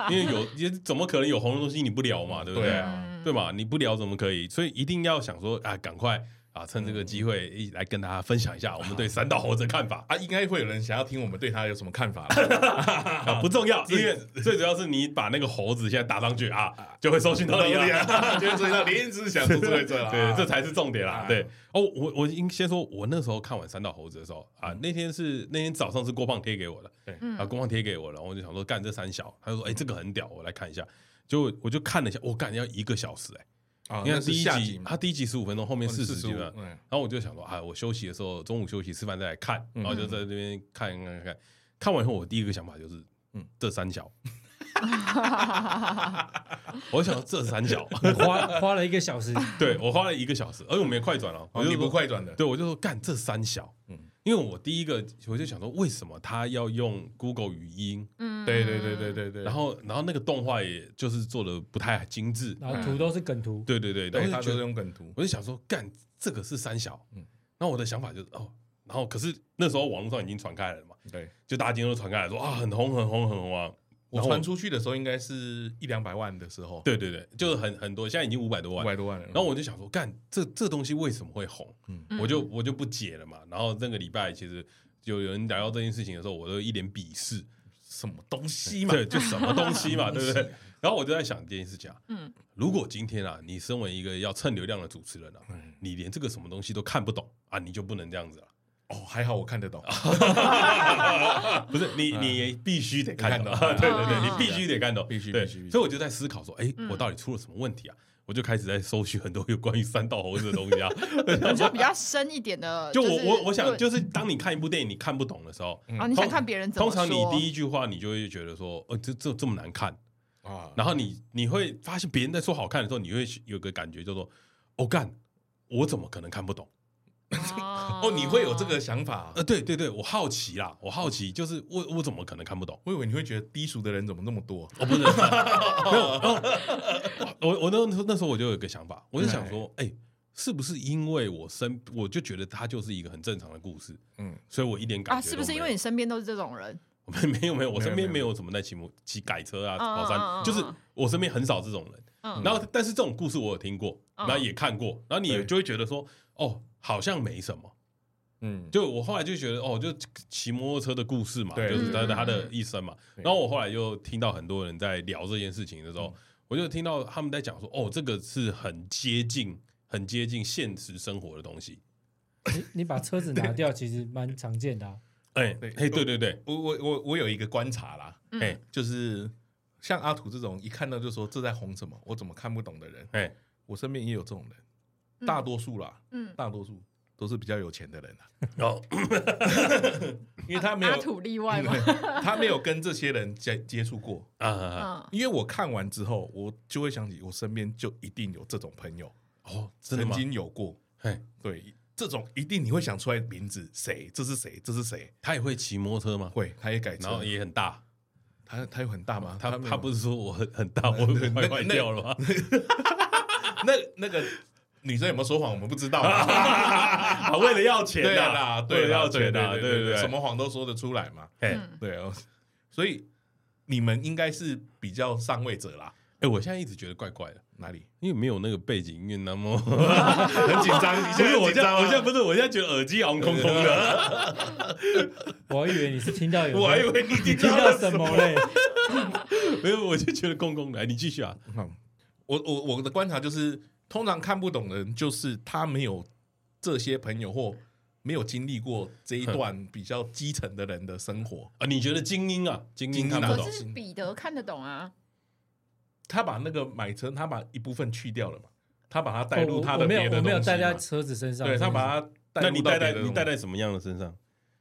[SPEAKER 2] 因为有也怎么可能有红的东西你不聊嘛，对不对？
[SPEAKER 1] 对
[SPEAKER 2] 对,、
[SPEAKER 1] 啊
[SPEAKER 3] 嗯
[SPEAKER 2] 嘛，你不聊怎么可以？所以一定要想说啊，赶快啊，趁这个机
[SPEAKER 1] 嗯
[SPEAKER 2] 会一起来跟大家分享一下我们对三道猴子的看法
[SPEAKER 1] 啊，应该会有人想要听我们对他有什么看
[SPEAKER 2] [laughs]
[SPEAKER 1] 法啦
[SPEAKER 2] 啊，不重要，因为最主要是你把那个猴子现在打上去啊，就会搜寻到你了。
[SPEAKER 1] [laughs] 就是知道
[SPEAKER 2] [laughs]
[SPEAKER 1] 林志祥是对这啦，
[SPEAKER 2] 对，这才是重点啦。
[SPEAKER 1] 啊
[SPEAKER 2] 对，哦，我我应先说，我那时候看完《三道猴子》的时候啊，那天是那天早上是郭胖贴给我的，
[SPEAKER 1] 嗯对
[SPEAKER 2] 啊，郭胖贴给我了，然后我就想说干这三小，他就说哎、这个很屌，我来看一下，就我就看了一下，我、干要一个小时哎、
[SPEAKER 1] 啊，
[SPEAKER 2] 你看
[SPEAKER 1] 那是
[SPEAKER 2] 第一
[SPEAKER 1] 下
[SPEAKER 2] 集
[SPEAKER 1] 集，嘛
[SPEAKER 2] 他第一集十五分钟，后面
[SPEAKER 1] 哦
[SPEAKER 2] 四十
[SPEAKER 1] 45
[SPEAKER 2] 集嘛，
[SPEAKER 1] 嗯
[SPEAKER 2] 然后我就想说啊，我休息的时候中午休息吃饭再来看，
[SPEAKER 1] 嗯
[SPEAKER 2] 然后就在那边看看看看，看完以后我第一个想法就是，嗯
[SPEAKER 1] 嗯，
[SPEAKER 2] 这三
[SPEAKER 1] [laughs]
[SPEAKER 2] 小。我想这三
[SPEAKER 1] [laughs]
[SPEAKER 2] 小，
[SPEAKER 4] 花花了一个小时，
[SPEAKER 2] 对我花了一个小时，而且我没快转哦，我
[SPEAKER 1] 哦，
[SPEAKER 2] 就
[SPEAKER 1] 你
[SPEAKER 2] 说
[SPEAKER 1] 不快转的，
[SPEAKER 2] 对，我就说干这三小，嗯
[SPEAKER 1] 嗯，
[SPEAKER 2] 因为我第一个我就想说，为什么他要用 Google 语音，
[SPEAKER 3] 嗯
[SPEAKER 1] 对对对对对对，
[SPEAKER 2] 然后然后那个动画也就是做的不太精致，
[SPEAKER 4] 然后图都是梗图，
[SPEAKER 2] 对对对，
[SPEAKER 1] 对
[SPEAKER 2] 然
[SPEAKER 1] 他
[SPEAKER 2] 后
[SPEAKER 1] 都
[SPEAKER 2] 就是觉得
[SPEAKER 1] 用梗图，
[SPEAKER 2] 我就想说干这个是三小，嗯
[SPEAKER 1] 嗯，
[SPEAKER 2] 然后我的想法就是哦，然后可是那时候网络上已经传开来了嘛，
[SPEAKER 1] 对
[SPEAKER 2] 就大家今天都传开来说啊很红很红很红啊，
[SPEAKER 1] 我
[SPEAKER 2] 然后
[SPEAKER 1] 传出去的时候应该是一两百万的时候，
[SPEAKER 2] 对对对，就是很很多，现在已经五百多
[SPEAKER 1] 五
[SPEAKER 2] 万，
[SPEAKER 1] 百多万了，
[SPEAKER 2] 然后我就想说干这这东西为什么会红？
[SPEAKER 3] 嗯
[SPEAKER 2] 我就我就不解了嘛。然后那个礼拜其实就有人聊到这件事情的时候，我都一脸鄙视，
[SPEAKER 1] 什么东西嘛，
[SPEAKER 2] 对，就什么东西
[SPEAKER 1] [laughs]
[SPEAKER 2] 嘛，
[SPEAKER 1] 什么东
[SPEAKER 2] 对
[SPEAKER 1] 西
[SPEAKER 2] 不对？然后我就在想这件事情啊，
[SPEAKER 3] 嗯
[SPEAKER 2] 如果今天啊，你身为一个要蹭流量的主持人啊，
[SPEAKER 1] 嗯
[SPEAKER 2] 你连这个什么东西都看不懂啊，你就不能这样子了。
[SPEAKER 1] 哦，还好我看得懂，
[SPEAKER 2] [laughs] 不是你，你也必须得看懂，
[SPEAKER 1] 嗯看懂
[SPEAKER 2] [laughs]
[SPEAKER 1] 哦
[SPEAKER 2] 对对对，
[SPEAKER 3] 嗯
[SPEAKER 2] 你必须得看懂，
[SPEAKER 1] 必须
[SPEAKER 2] 对。
[SPEAKER 1] 必须必须
[SPEAKER 2] 所以我就在思考说，哎，
[SPEAKER 3] 嗯
[SPEAKER 2] 我到底出了什么问题啊？我就开始在搜寻很多有关于三道猴子的东
[SPEAKER 3] [laughs]
[SPEAKER 2] 西啊。
[SPEAKER 3] 就比较深一点的。
[SPEAKER 2] 就我
[SPEAKER 3] 是
[SPEAKER 2] 我我想，
[SPEAKER 3] 论
[SPEAKER 2] 就是当你看一部电影你看不懂的时候，
[SPEAKER 3] 哦，你想
[SPEAKER 2] 通
[SPEAKER 3] 看别人怎
[SPEAKER 2] 通
[SPEAKER 3] 么
[SPEAKER 2] 常你
[SPEAKER 3] 说
[SPEAKER 2] 第一句话你就会觉得说，哦，这这这么难看。
[SPEAKER 1] 啊，
[SPEAKER 2] 然后你你会发现别人在说好看的时候，你会有个感觉叫做“哦干”，我怎么可能看不懂？
[SPEAKER 1] [laughs] 哦，
[SPEAKER 3] 哦
[SPEAKER 1] 你会有这个想法
[SPEAKER 2] 呃，，对对对，我好奇啦，我好奇，就是我我怎么可能看不懂？
[SPEAKER 1] 我以为你会觉得低俗的人怎么那么多，
[SPEAKER 2] 哦，不 [laughs] 是，没有，哦、我我那那时候我就有一个想法，我就想说，哎、是不是因为我身我就觉得它就是一个很正常的故事，
[SPEAKER 1] 嗯，
[SPEAKER 2] 所以我一点感
[SPEAKER 3] 啊？
[SPEAKER 2] 觉
[SPEAKER 3] 是
[SPEAKER 2] 都
[SPEAKER 3] 不是
[SPEAKER 2] 没
[SPEAKER 3] 因
[SPEAKER 2] 有
[SPEAKER 3] 为你身边都是这种人？
[SPEAKER 2] 我们没有没有，我身边没
[SPEAKER 1] 没有
[SPEAKER 2] 有什么在骑摩骑改车啊、
[SPEAKER 3] 嗯嗯
[SPEAKER 2] 跑山，
[SPEAKER 3] 嗯嗯
[SPEAKER 2] 就是
[SPEAKER 3] 嗯
[SPEAKER 2] 我身边很少这种人。
[SPEAKER 3] 嗯
[SPEAKER 2] 然后，但是这种故事我有听过，
[SPEAKER 3] 嗯
[SPEAKER 2] 然后也看过，然后你
[SPEAKER 1] 对
[SPEAKER 2] 就会觉得说，哦，好像没什么。
[SPEAKER 1] 嗯，
[SPEAKER 2] 就我后来就觉得，哦，就骑摩托车的故事嘛，
[SPEAKER 1] 对
[SPEAKER 2] 就是他
[SPEAKER 3] 嗯嗯嗯
[SPEAKER 2] 他的一生嘛。
[SPEAKER 1] 对嗯
[SPEAKER 2] 然后我后来就听到很多人在聊这件事情的时候，我就听到他们在讲说，哦，这个是很接近、很接近现实生活的东西。
[SPEAKER 4] 你你把车子拿掉，其实蛮常见的啊。
[SPEAKER 2] 哎，
[SPEAKER 1] 对
[SPEAKER 2] 哎，对对对，
[SPEAKER 1] 我我我我有一个观察啦，
[SPEAKER 3] 嗯
[SPEAKER 2] 哎，
[SPEAKER 1] 就是像阿土这种一看到就说这在红什么，我怎么看不懂的人，
[SPEAKER 2] 哎，
[SPEAKER 1] 我身边也有这种人，
[SPEAKER 3] 嗯
[SPEAKER 1] 大多数啦，
[SPEAKER 3] 嗯，
[SPEAKER 1] 大多数都是比较有钱的人啊，
[SPEAKER 2] 然后
[SPEAKER 1] 因为他没有嗯
[SPEAKER 3] 阿啊土例外吗？
[SPEAKER 1] [laughs] 他没有跟这些人接接触过。
[SPEAKER 2] 啊，
[SPEAKER 3] 嗯，
[SPEAKER 1] 因为我看完之后，我就会想起我身边就一定有这种朋友，
[SPEAKER 2] 哦，真的
[SPEAKER 1] 曾
[SPEAKER 2] 吗？
[SPEAKER 1] 经有过，
[SPEAKER 2] 哎，
[SPEAKER 1] 对，这种一定你会想出来名字，谁？这是谁？这是谁？
[SPEAKER 2] 他也会骑摩托车吗？
[SPEAKER 1] 会，他也改
[SPEAKER 2] 然后
[SPEAKER 1] 车，
[SPEAKER 2] 也很大，
[SPEAKER 1] 他他有很大吗？
[SPEAKER 2] 他
[SPEAKER 1] 没有
[SPEAKER 2] 他不是说我很很
[SPEAKER 1] [laughs]
[SPEAKER 2] 大，我会
[SPEAKER 1] 那
[SPEAKER 2] 坏坏掉了吗？
[SPEAKER 1] [laughs] 那那个女生有没有说谎？我们不知道
[SPEAKER 2] [laughs]
[SPEAKER 1] 啊。
[SPEAKER 2] 啊，为了要钱
[SPEAKER 1] 对
[SPEAKER 2] 的
[SPEAKER 1] 啦，
[SPEAKER 2] 啦，
[SPEAKER 1] [laughs] 对
[SPEAKER 2] 为了
[SPEAKER 1] 啦
[SPEAKER 2] 要钱的，
[SPEAKER 1] 啊对
[SPEAKER 2] 对对，
[SPEAKER 1] 什？么谎都说得出来嘛。
[SPEAKER 2] 哎
[SPEAKER 3] 嗯
[SPEAKER 1] 对哦，所以你们应该是比较上位者啦。
[SPEAKER 2] 哎，我现在一直觉得怪怪的，
[SPEAKER 1] 哪里？
[SPEAKER 2] 因为没有那个背景音乐，那么
[SPEAKER 1] 很 [laughs] 紧张，你
[SPEAKER 2] [laughs] 不
[SPEAKER 1] 现在
[SPEAKER 2] 是我现
[SPEAKER 1] 很紧
[SPEAKER 2] 在，
[SPEAKER 1] 张啊
[SPEAKER 2] 我现在
[SPEAKER 1] 吗？
[SPEAKER 2] 不是，我现在觉得耳机好像空空
[SPEAKER 1] [laughs]
[SPEAKER 2] 的， [laughs]
[SPEAKER 4] 我还以为你是听到有，
[SPEAKER 2] 我还以为你
[SPEAKER 4] 你听到什么嘞？
[SPEAKER 2] 没有，我就觉得空空的。哎你继续啊，
[SPEAKER 1] 嗯我我我的观察就是，通常看不懂的人，就是他没有这些朋友或没有经历过这一段比较基层的人的生活。
[SPEAKER 2] 啊，你觉得精英啊，精
[SPEAKER 1] 精
[SPEAKER 2] 英
[SPEAKER 1] 英
[SPEAKER 2] 看
[SPEAKER 1] 啊
[SPEAKER 2] 不懂
[SPEAKER 1] 懂
[SPEAKER 3] 可是彼得看得懂啊，
[SPEAKER 1] 他把那个买车，他把一部分去掉了嘛，他把它带
[SPEAKER 4] 哦我
[SPEAKER 1] 入他
[SPEAKER 4] 我
[SPEAKER 1] 的
[SPEAKER 4] 没
[SPEAKER 1] 别
[SPEAKER 4] 有
[SPEAKER 1] 的
[SPEAKER 4] 我没有
[SPEAKER 1] 东西
[SPEAKER 4] 带在
[SPEAKER 1] 嘛
[SPEAKER 4] 车子身上，
[SPEAKER 1] 对他把它带
[SPEAKER 2] 那
[SPEAKER 1] 入
[SPEAKER 2] 你
[SPEAKER 1] 到
[SPEAKER 2] 带
[SPEAKER 1] 别
[SPEAKER 2] 在
[SPEAKER 1] 的
[SPEAKER 2] 你
[SPEAKER 1] 东
[SPEAKER 2] 带
[SPEAKER 1] 西
[SPEAKER 2] 在什么样的身上？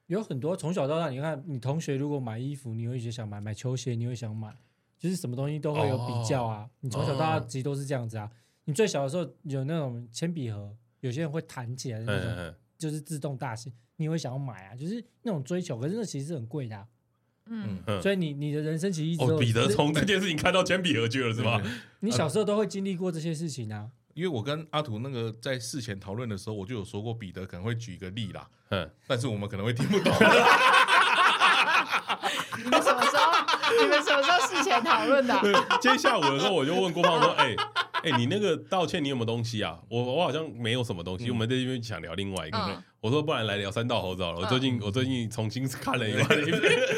[SPEAKER 4] 有很多从小到大，你看你同学如果买衣服，你会就想买；买球鞋，你会想买，就是什么东西都会有比较啊。
[SPEAKER 2] 哦
[SPEAKER 4] 你从小到大其实都是这样子啊。你最小的时候有那种铅笔盒，有些人会弹起来的
[SPEAKER 2] 嗯
[SPEAKER 4] 那种，
[SPEAKER 2] 嗯嗯，
[SPEAKER 4] 就是自动大型，你会想要买啊，就是那种追求，可是那其实是很贵的、啊。
[SPEAKER 3] 嗯，
[SPEAKER 2] 嗯
[SPEAKER 4] 所以你你的人生其实一直
[SPEAKER 2] 哦，
[SPEAKER 4] 都
[SPEAKER 2] 彼
[SPEAKER 1] [laughs]
[SPEAKER 2] 得
[SPEAKER 4] 是
[SPEAKER 2] 从这件事情看到铅笔盒去了是吗？
[SPEAKER 4] 你小时候都会经历过这些事情啊。
[SPEAKER 1] 因为我跟阿图那个在事前讨论的时候，我就有说过彼得可能会举一个例啦，
[SPEAKER 2] 嗯，
[SPEAKER 1] 但是我们可能会听不
[SPEAKER 4] [laughs]
[SPEAKER 1] 懂。
[SPEAKER 3] 你们什么时候？你们什么时候事前讨论的啊？
[SPEAKER 2] 对， [laughs] 今天下午的时候我就问郭胖说：“ [laughs] 哎、哎、你那个道歉你有没有东西啊？我我好像没有什么东西，
[SPEAKER 1] 嗯
[SPEAKER 2] 我们在这边想聊另外一个。
[SPEAKER 3] 嗯
[SPEAKER 2] 我说不然来聊三道猴子好了。我最近、我最近重新看了一遍，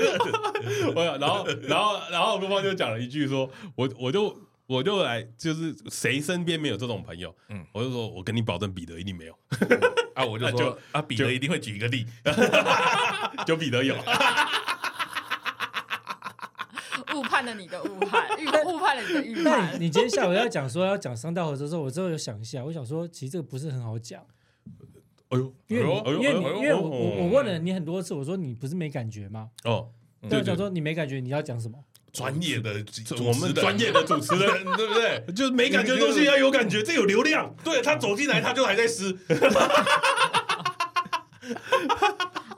[SPEAKER 2] [laughs] 我想然后然后然后郭胖就讲了一句说，我我就我就来就是谁身边没有这种朋友？
[SPEAKER 1] 嗯
[SPEAKER 2] 我就说我跟你保证，彼得一定没有，
[SPEAKER 1] 啊，我就
[SPEAKER 2] 那就
[SPEAKER 1] 说啊，彼得
[SPEAKER 2] 就
[SPEAKER 1] 一定会举一个例，
[SPEAKER 2] 就彼得有。
[SPEAKER 3] 误判了你的误 [laughs] 判，预误判了你的预
[SPEAKER 4] 那
[SPEAKER 3] 判
[SPEAKER 4] 你。你今天下午要讲说要讲三道合的时候，我之后有想一下，我想说其实这个不是很好讲，
[SPEAKER 2] 哎呦，嗯
[SPEAKER 4] 因为你、因为你、
[SPEAKER 1] 哎
[SPEAKER 4] 因为我我我
[SPEAKER 2] 问
[SPEAKER 4] 问了你很多次，我说你不是没感觉吗？
[SPEAKER 2] 哦，
[SPEAKER 1] 嗯
[SPEAKER 2] 对
[SPEAKER 4] 对，我
[SPEAKER 2] 对
[SPEAKER 4] 想说你没感觉，你要讲什么？
[SPEAKER 1] 专业的主持人
[SPEAKER 2] 我们专业的主持 [laughs] 人。”
[SPEAKER 1] 对不对？
[SPEAKER 2] 就是没感觉的东西要有感觉，这有流量。
[SPEAKER 1] 对他走进来，他就还在撕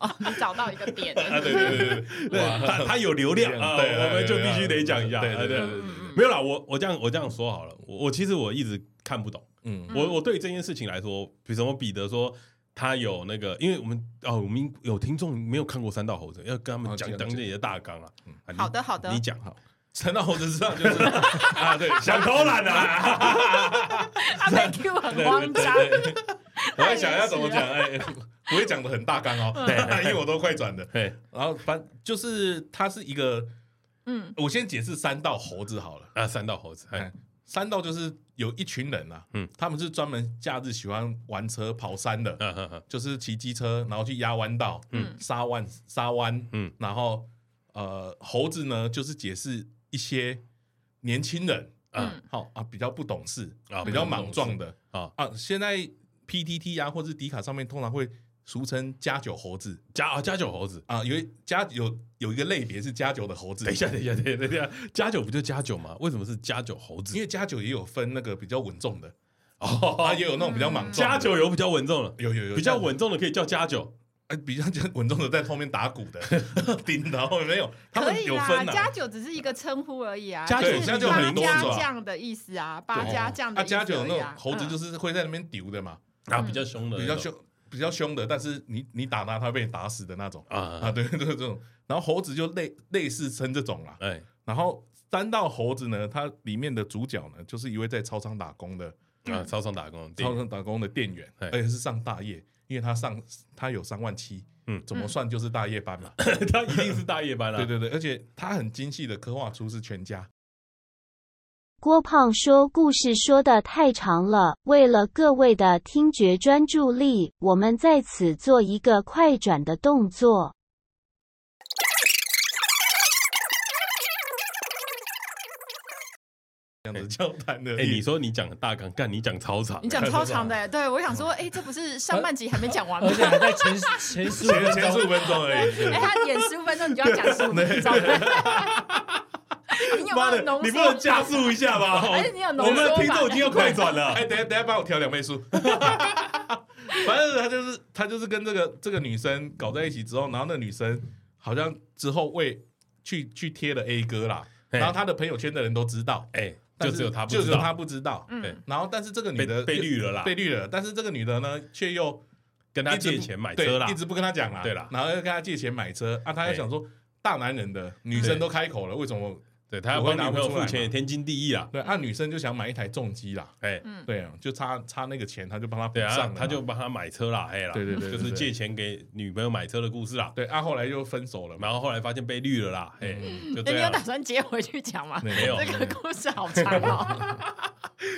[SPEAKER 3] 哦，你找到一个点了。
[SPEAKER 1] 啊！对对对对
[SPEAKER 2] [laughs] 对，他他有流量啊，
[SPEAKER 1] 对
[SPEAKER 2] 我们就必须得讲一下。
[SPEAKER 1] 对
[SPEAKER 2] 啊
[SPEAKER 1] 对对对
[SPEAKER 3] 嗯嗯嗯
[SPEAKER 2] 没有啦，我我这样我这样说好了，我我其实我一直看不懂，
[SPEAKER 1] 嗯
[SPEAKER 2] 我我对这件事情来说，比如什么彼得说。他有那个，因为我们哦，我们有听众没有看过《三道猴子》，要跟他们
[SPEAKER 1] 哦
[SPEAKER 2] 讲
[SPEAKER 1] 这样
[SPEAKER 2] 讲
[SPEAKER 1] 这样
[SPEAKER 2] 解你的大纲啊。啊你
[SPEAKER 3] 好的好的
[SPEAKER 2] 你讲好，
[SPEAKER 1] 陈到猴子身上就是啊，对，
[SPEAKER 2] 想偷懒 [laughs] 啊？
[SPEAKER 3] 他被 Q 很
[SPEAKER 1] 对
[SPEAKER 3] 慌
[SPEAKER 1] 对
[SPEAKER 3] 张，
[SPEAKER 1] 对对，我在想要怎么讲，哎，不会讲的很大纲哦，因为我都快转的。
[SPEAKER 2] 对，
[SPEAKER 1] 然后反就是它是一个，
[SPEAKER 3] 嗯
[SPEAKER 1] 我先解释三道猴子好了。
[SPEAKER 2] 啊，三道猴子，哎
[SPEAKER 1] 哎，三道就是有一群人啊，
[SPEAKER 2] 嗯
[SPEAKER 1] 嗯，他们是专门假日喜欢玩车跑山的，
[SPEAKER 2] 嗯嗯嗯
[SPEAKER 1] 就是骑机车，然后去压弯道，
[SPEAKER 3] 嗯
[SPEAKER 1] 嗯，沙弯沙弯，
[SPEAKER 2] 嗯
[SPEAKER 1] 嗯，然后呃，猴子呢就是解释一些年轻人，
[SPEAKER 2] 嗯
[SPEAKER 3] 嗯，
[SPEAKER 1] 好、啊，比较不懂事
[SPEAKER 2] 啊
[SPEAKER 1] 啊，比较
[SPEAKER 2] 不懂
[SPEAKER 1] 莽
[SPEAKER 2] 事
[SPEAKER 1] 撞的
[SPEAKER 2] 啊，
[SPEAKER 1] 啊，现在 PTT 啊或是迪卡上面通常会俗称加九猴子
[SPEAKER 2] 加啊加九猴子。
[SPEAKER 1] 啊，有一加有有一个类别是加九的猴子，
[SPEAKER 2] 等一下，等一下，等一下，等一下，加九不就加九吗？为什么是加九猴子
[SPEAKER 1] 因？为加九也有分那个比较稳重的，啊，
[SPEAKER 2] 哦，
[SPEAKER 1] 也有那种比较莽撞的
[SPEAKER 2] 加九有比较稳重了，
[SPEAKER 1] 有有有
[SPEAKER 2] 比较，稳重的可以叫加九。
[SPEAKER 1] 哎，比较稳重的在后面打鼓
[SPEAKER 2] [laughs]
[SPEAKER 1] 的，顶到后面没有，他
[SPEAKER 3] 可
[SPEAKER 1] 们
[SPEAKER 3] 以
[SPEAKER 1] 有
[SPEAKER 3] 啦，
[SPEAKER 1] 分的、
[SPEAKER 3] 加九只是一个称呼而已啊，
[SPEAKER 2] 加
[SPEAKER 1] 九
[SPEAKER 3] 就是
[SPEAKER 1] 加九很多
[SPEAKER 3] 八
[SPEAKER 1] 种
[SPEAKER 3] 家
[SPEAKER 1] 啊
[SPEAKER 3] 将的意思啊，八家将的
[SPEAKER 1] 啊，
[SPEAKER 3] 意思而
[SPEAKER 1] 加
[SPEAKER 3] 已
[SPEAKER 1] 九那种
[SPEAKER 3] 啊。
[SPEAKER 1] 猴子就是是会在那边丢的嘛，
[SPEAKER 2] 啊，比较凶的那
[SPEAKER 1] 比
[SPEAKER 2] 种，
[SPEAKER 1] 较凶、比较凶的，但是你你打他，他会被你打死的那种啊，
[SPEAKER 2] 啊，
[SPEAKER 1] 对对 [laughs] 对，这种。然后猴子就类类似称这种啦。
[SPEAKER 2] 哎，
[SPEAKER 1] 然后三道猴子呢，它里面的主角呢，就是一位在超商打工的
[SPEAKER 2] 啊，超商打工，对
[SPEAKER 1] 超，商打工的店员，
[SPEAKER 2] 哎
[SPEAKER 1] 而且是上大夜，因为他上他有三万七，
[SPEAKER 2] 嗯
[SPEAKER 1] 嗯，怎么算就是大夜班嘛。
[SPEAKER 2] 他一定是大夜班了，啊
[SPEAKER 1] [laughs] 对对对，而且他很精细的刻画出是全家，
[SPEAKER 5] 郭胖说故事说的太长了，为了各位的听觉专注力，我们在此做一个快转的动作。
[SPEAKER 1] 这样子交谈的。
[SPEAKER 2] 哎、你说你讲大纲，干你讲超长，
[SPEAKER 3] 你讲超长的、对我想说，哎、这不是上半集还没讲
[SPEAKER 1] [laughs]
[SPEAKER 3] 完吗
[SPEAKER 4] 而？且还在前前十五
[SPEAKER 1] 前
[SPEAKER 4] 分
[SPEAKER 1] 前十
[SPEAKER 4] 钟
[SPEAKER 1] 五。分钟而已，
[SPEAKER 3] 哎、
[SPEAKER 1] 对
[SPEAKER 3] 他演十五分钟，你就要讲十五分钟。 [laughs] 你
[SPEAKER 2] [laughs]
[SPEAKER 3] 有
[SPEAKER 2] 妈
[SPEAKER 3] 没有
[SPEAKER 2] 的，
[SPEAKER 3] 浓
[SPEAKER 2] 你不
[SPEAKER 3] 缩
[SPEAKER 2] 能？加速一下
[SPEAKER 3] [laughs]
[SPEAKER 2] 吧？
[SPEAKER 3] 而且你有浓
[SPEAKER 2] 我
[SPEAKER 3] 缩
[SPEAKER 2] 们的
[SPEAKER 3] 版
[SPEAKER 2] 听众已经要快转了
[SPEAKER 1] [laughs] 哎、。等一下等一下帮我调两倍速。 [laughs] 反正他就是他就是跟这个这个女生搞在一起之后，然后那女生好像之后为去去贴了 A 哥啦，
[SPEAKER 2] 嘿
[SPEAKER 1] 然后他的朋友圈的人都知道，
[SPEAKER 2] 哎、
[SPEAKER 1] 但
[SPEAKER 2] 就是只有他不知
[SPEAKER 1] 就
[SPEAKER 2] 道，
[SPEAKER 1] 只有他不知道。
[SPEAKER 2] 对
[SPEAKER 3] 嗯，
[SPEAKER 1] 然后但是这个女
[SPEAKER 2] 被
[SPEAKER 1] 的
[SPEAKER 2] 被绿了啦，
[SPEAKER 1] 被绿了，但是这个女的呢却又
[SPEAKER 2] 跟他
[SPEAKER 1] 一直
[SPEAKER 2] 借
[SPEAKER 1] 不
[SPEAKER 2] 钱买
[SPEAKER 1] 对
[SPEAKER 2] 车啦
[SPEAKER 1] 一。直不跟他讲啦，
[SPEAKER 2] 对啦
[SPEAKER 1] 然后又跟他借钱买车啊，他又
[SPEAKER 2] 哎
[SPEAKER 1] 想说大男人的女生
[SPEAKER 2] 对
[SPEAKER 1] 都开口了，为什么？
[SPEAKER 2] 对他要
[SPEAKER 1] 我会
[SPEAKER 2] 帮
[SPEAKER 1] 拿
[SPEAKER 2] 女
[SPEAKER 1] 不
[SPEAKER 2] 朋友
[SPEAKER 1] 出来
[SPEAKER 2] 付钱
[SPEAKER 1] 嘛
[SPEAKER 2] 也天经地义啊。
[SPEAKER 1] 对啊，女生就想买一台重机啦，
[SPEAKER 2] 哎、
[SPEAKER 1] 对啊，就差差那个钱，他就帮他补
[SPEAKER 2] 对
[SPEAKER 1] 上了
[SPEAKER 2] 啊
[SPEAKER 1] 嘛，，
[SPEAKER 2] 他就帮他买车啦，哎啦，
[SPEAKER 1] 对对对对
[SPEAKER 2] 就是
[SPEAKER 1] 对
[SPEAKER 2] 借钱给女朋友买车的故事啦。
[SPEAKER 1] 对啊，后来就分手了嘛。
[SPEAKER 2] 然后后来发现被绿了啦，哎、
[SPEAKER 1] 嗯
[SPEAKER 2] 就
[SPEAKER 3] 那
[SPEAKER 2] 这
[SPEAKER 3] 你
[SPEAKER 2] 样啦
[SPEAKER 3] 有打。算接回去讲吗？
[SPEAKER 1] 没
[SPEAKER 2] [laughs] 没有
[SPEAKER 3] 这个故事好长哦。
[SPEAKER 2] [laughs]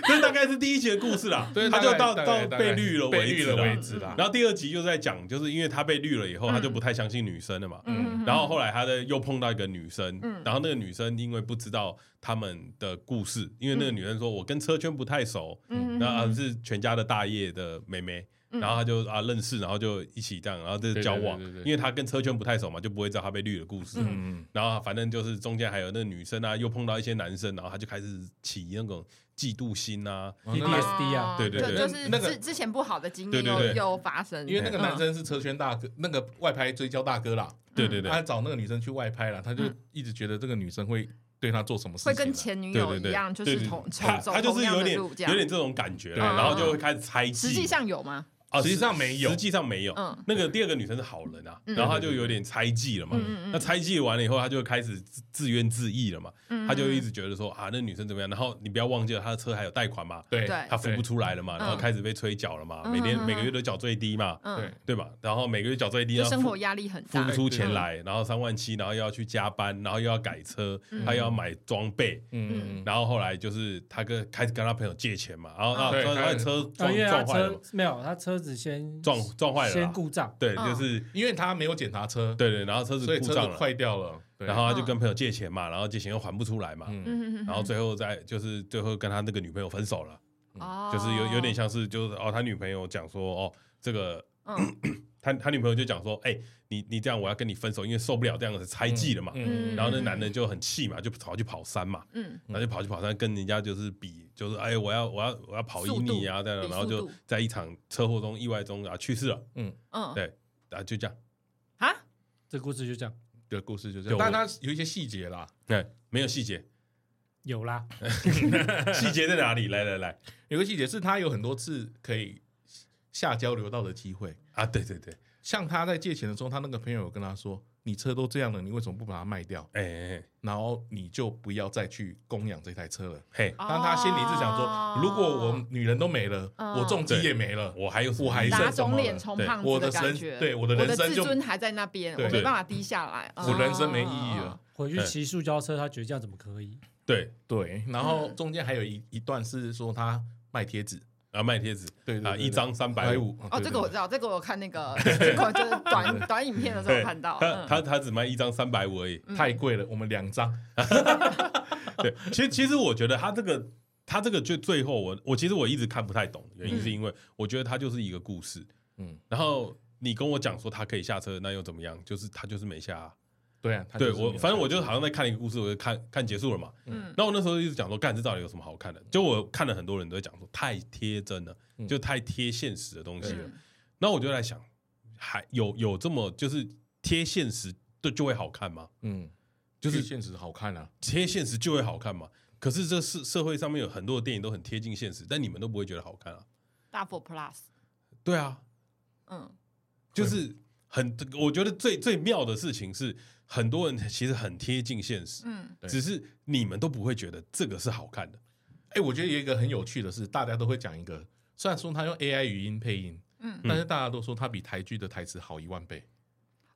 [SPEAKER 2] 这大概是第一集的故事啦，
[SPEAKER 1] 对
[SPEAKER 2] 他就到
[SPEAKER 1] 大概
[SPEAKER 2] 到
[SPEAKER 1] 大概
[SPEAKER 2] 被绿了
[SPEAKER 1] 被绿
[SPEAKER 2] 止
[SPEAKER 1] 了
[SPEAKER 2] 啦
[SPEAKER 1] 为止啦。
[SPEAKER 2] 然后第二集又在讲，就是因为他被绿了以后，
[SPEAKER 3] 嗯
[SPEAKER 2] 他就不太相信女生了嘛。
[SPEAKER 3] [laughs] 嗯，
[SPEAKER 2] 然后后来他的又碰到一个女生，
[SPEAKER 3] 嗯
[SPEAKER 2] 然后那个女生因为不知道他们的故事，因为那个女生说我跟车圈不太熟，
[SPEAKER 3] 嗯
[SPEAKER 2] 那、啊是全家的大业的妹妹，
[SPEAKER 3] 嗯
[SPEAKER 2] 然后他就啊认识，然后就一起这样，然后就交往，
[SPEAKER 1] 对对对对对
[SPEAKER 2] 因为他跟车圈不太熟嘛，就不会知道他被绿的故事。
[SPEAKER 1] 嗯，
[SPEAKER 2] 然后反正就是中间还有那个女生啊，又碰到一些男生，然后他就开始起那种嫉妒心啊，
[SPEAKER 3] 嗯
[SPEAKER 1] 哦那
[SPEAKER 4] PDSD 啊
[SPEAKER 2] 对对对
[SPEAKER 3] 就
[SPEAKER 1] 那
[SPEAKER 3] 是
[SPEAKER 1] 个
[SPEAKER 3] 之之前不好的经
[SPEAKER 2] 对
[SPEAKER 3] 历
[SPEAKER 2] 对
[SPEAKER 3] 又
[SPEAKER 2] 对
[SPEAKER 3] 又发生，
[SPEAKER 1] 因为那个男
[SPEAKER 3] 嗯
[SPEAKER 1] 生是车圈大哥，那个外拍追焦大哥啦，
[SPEAKER 2] 对对对，
[SPEAKER 3] 啊
[SPEAKER 1] 他找那个女生去外拍啦，他就
[SPEAKER 3] 嗯
[SPEAKER 1] 一直觉得这个女生会对他做什么事情
[SPEAKER 3] 会
[SPEAKER 1] 啦，
[SPEAKER 3] 跟前女
[SPEAKER 2] 对
[SPEAKER 3] 友
[SPEAKER 2] 对
[SPEAKER 3] 一
[SPEAKER 2] 对，
[SPEAKER 3] 样，就
[SPEAKER 2] 对
[SPEAKER 3] 是
[SPEAKER 2] 对
[SPEAKER 3] 同
[SPEAKER 2] 他
[SPEAKER 3] 同走
[SPEAKER 2] 他就
[SPEAKER 3] 同
[SPEAKER 2] 是
[SPEAKER 3] 样
[SPEAKER 2] 有
[SPEAKER 3] 的
[SPEAKER 2] 点
[SPEAKER 3] 路这
[SPEAKER 2] 有点
[SPEAKER 3] 样。嗯
[SPEAKER 2] 这种感觉
[SPEAKER 1] 对
[SPEAKER 2] 啦，然后就会开始猜忌。
[SPEAKER 3] 实际上有吗？
[SPEAKER 2] 啊，
[SPEAKER 1] 实际上没有
[SPEAKER 2] 实际上没有。
[SPEAKER 3] 嗯
[SPEAKER 2] 那个第二个女生是好人啊，
[SPEAKER 3] 嗯
[SPEAKER 2] 然后她就有点猜忌了嘛
[SPEAKER 3] 嗯嗯嗯。
[SPEAKER 2] 那猜忌完了以后，她就开始自自怨自艾了嘛。
[SPEAKER 3] 嗯
[SPEAKER 2] 她就一直觉得说啊，那女生怎么样？然后你不要忘记了，她的车还有贷款嘛，
[SPEAKER 1] 对
[SPEAKER 3] 对
[SPEAKER 2] 她付不出来了嘛，
[SPEAKER 3] 嗯
[SPEAKER 2] 然后开始被催缴了嘛，
[SPEAKER 3] 嗯
[SPEAKER 2] 每天
[SPEAKER 3] 嗯嗯
[SPEAKER 2] 每个月都缴最低嘛，
[SPEAKER 1] 对
[SPEAKER 3] 嗯，
[SPEAKER 2] 对吧？然后每个月缴最低，
[SPEAKER 3] 就
[SPEAKER 2] 然后
[SPEAKER 3] 生
[SPEAKER 2] 付
[SPEAKER 3] 活压力很
[SPEAKER 2] 付
[SPEAKER 3] 大
[SPEAKER 2] 不。出钱
[SPEAKER 3] 嗯
[SPEAKER 2] 来，然后三万七，然后又要去加班，然后又要改车，
[SPEAKER 3] 嗯
[SPEAKER 2] 她又要买装备，
[SPEAKER 1] 嗯，嗯
[SPEAKER 2] 然后后来就是他跟开始跟他朋友借钱嘛，然后
[SPEAKER 3] 啊
[SPEAKER 2] 啊，
[SPEAKER 1] 对
[SPEAKER 2] 他
[SPEAKER 1] 开
[SPEAKER 2] 他
[SPEAKER 1] 始哦
[SPEAKER 2] 车
[SPEAKER 4] 啊，
[SPEAKER 2] 撞
[SPEAKER 4] 因为他
[SPEAKER 2] 撞坏了嘛
[SPEAKER 4] 车，没有，他车子先
[SPEAKER 2] 撞撞坏了
[SPEAKER 4] 先
[SPEAKER 2] 啦，
[SPEAKER 4] 故障，
[SPEAKER 2] 对，
[SPEAKER 3] 嗯
[SPEAKER 2] 就是
[SPEAKER 1] 因为他没有检查车，
[SPEAKER 2] 对对，然后车
[SPEAKER 1] 所
[SPEAKER 2] 子
[SPEAKER 1] 以
[SPEAKER 2] 故
[SPEAKER 1] 车
[SPEAKER 2] 障
[SPEAKER 1] 子
[SPEAKER 2] 了，
[SPEAKER 1] 坏掉了，对
[SPEAKER 2] 然后他就跟朋友借钱嘛，然后借钱又还不出来嘛，
[SPEAKER 1] 嗯，
[SPEAKER 3] 嗯，
[SPEAKER 2] 然后最后再就是最后跟他那个女朋友分手了，
[SPEAKER 3] 哦
[SPEAKER 2] 就是有有点像是就是哦，他女朋友讲说哦，这个
[SPEAKER 3] 嗯
[SPEAKER 2] [clears throat] 他他女朋友就讲说，哎，你你这样我要跟你分手，因为受不了这样子猜忌了嘛，
[SPEAKER 1] 嗯
[SPEAKER 2] 然后那男的就很气嘛，就跑去跑山嘛，
[SPEAKER 3] 嗯
[SPEAKER 2] 然后就跑去跑山跟人家就是比，就是哎，我要我要我要跑一米啊，这样，
[SPEAKER 3] 比
[SPEAKER 2] 然后
[SPEAKER 3] 速
[SPEAKER 2] 就
[SPEAKER 3] 度
[SPEAKER 2] 在一场车祸中意外中啊去世了，
[SPEAKER 3] 嗯
[SPEAKER 2] 对，啊就这样，
[SPEAKER 3] 啊，
[SPEAKER 4] 这故事就这样
[SPEAKER 1] 的故事就这
[SPEAKER 2] 对
[SPEAKER 1] 样，
[SPEAKER 2] 我
[SPEAKER 1] 但他有一些细节啦，
[SPEAKER 2] 对， [laughs] 没有细节，
[SPEAKER 4] 有啦，
[SPEAKER 2] 细节在哪里？来来来，
[SPEAKER 1] 有个细节是他有很多次可以下交流到的机会，
[SPEAKER 2] 啊，对对对，
[SPEAKER 1] 像他在借钱的时候，他那个朋友有跟他说：“你车都这样了，你为什么不把它卖掉？
[SPEAKER 2] 哎哎哎
[SPEAKER 1] 然后你就不要再去供养这台车了。
[SPEAKER 2] 嘿”，
[SPEAKER 1] 但他心里是想
[SPEAKER 3] 哦
[SPEAKER 1] 说：“如果我女人都没了，
[SPEAKER 3] 哦
[SPEAKER 1] 我重疾也没了，
[SPEAKER 2] 我还有
[SPEAKER 1] 我还
[SPEAKER 2] 是
[SPEAKER 1] 剩
[SPEAKER 3] 打
[SPEAKER 1] 什
[SPEAKER 3] 肿
[SPEAKER 1] 么
[SPEAKER 3] 脸
[SPEAKER 1] 了？
[SPEAKER 3] 充
[SPEAKER 2] 对
[SPEAKER 3] 胖
[SPEAKER 1] 我
[SPEAKER 3] 子
[SPEAKER 1] 的
[SPEAKER 3] 感
[SPEAKER 1] 人
[SPEAKER 3] 觉，
[SPEAKER 1] 对我的
[SPEAKER 3] 我
[SPEAKER 1] 人生
[SPEAKER 3] 自
[SPEAKER 1] 就
[SPEAKER 3] 尊还在那边，
[SPEAKER 1] 对
[SPEAKER 3] 我没办法低下来，哦
[SPEAKER 1] 我人生没意义了。”
[SPEAKER 4] 回去骑塑胶车，他觉得这样怎么可以？
[SPEAKER 2] 对
[SPEAKER 1] 对，然后中间还有一一段是说他卖贴纸，
[SPEAKER 2] 啊，卖贴纸
[SPEAKER 1] 对对
[SPEAKER 2] 啊，
[SPEAKER 1] 对
[SPEAKER 2] 一张三百五，
[SPEAKER 1] 5
[SPEAKER 3] 哦，这个我知道，这个我看那
[SPEAKER 1] [laughs]
[SPEAKER 3] 个，这个就是短短影片的时候
[SPEAKER 2] 对，
[SPEAKER 3] 看到，嗯
[SPEAKER 2] 他他他只卖一张三百五而已，
[SPEAKER 1] 太贵了，我们两张。
[SPEAKER 2] 对，其实其实我觉得他这个他这个就最后我我其实我一直看不太懂，原
[SPEAKER 3] 嗯
[SPEAKER 2] 因是因为我觉得他就是一个故事，
[SPEAKER 1] 嗯，
[SPEAKER 2] 然后你跟我讲说他可以下车，那又怎么样？就是他就是没下啊、
[SPEAKER 1] 对啊，他
[SPEAKER 2] 对
[SPEAKER 1] 就是
[SPEAKER 2] 我
[SPEAKER 1] 没有
[SPEAKER 2] 反正我
[SPEAKER 1] 钱
[SPEAKER 2] 就好像在看一个故事，我就看看结束了嘛。
[SPEAKER 3] 嗯
[SPEAKER 2] 那我那时候一直讲说，干这到底有什么好看的？就我看了很多人都在讲说，太贴真了，
[SPEAKER 1] 嗯
[SPEAKER 2] 就太贴现实的东西了
[SPEAKER 3] 嗯。
[SPEAKER 2] 那、我就在想，还有有这么就是贴现实的就会好看吗？
[SPEAKER 1] 嗯，
[SPEAKER 2] 就
[SPEAKER 1] 就是
[SPEAKER 2] 是
[SPEAKER 1] 现实好看啊，
[SPEAKER 2] 贴现实就会好看吗？可是这社社会上面有很多的电影都很贴近现实，但你们都不会觉得好看啊？
[SPEAKER 3] 大 for plus，
[SPEAKER 2] 对啊，
[SPEAKER 3] 嗯
[SPEAKER 2] 就是很，我觉得最最妙的事情是，很多人其实很贴近现实，
[SPEAKER 3] 嗯
[SPEAKER 1] 对
[SPEAKER 2] 只是你们都不会觉得这个是好看的。
[SPEAKER 1] 哎、我觉得有一个很有趣的是，大家都会讲一个，虽然说他用 AI 语音配音，
[SPEAKER 3] 嗯，
[SPEAKER 1] 但是大家都说他比台剧的台词好一万倍。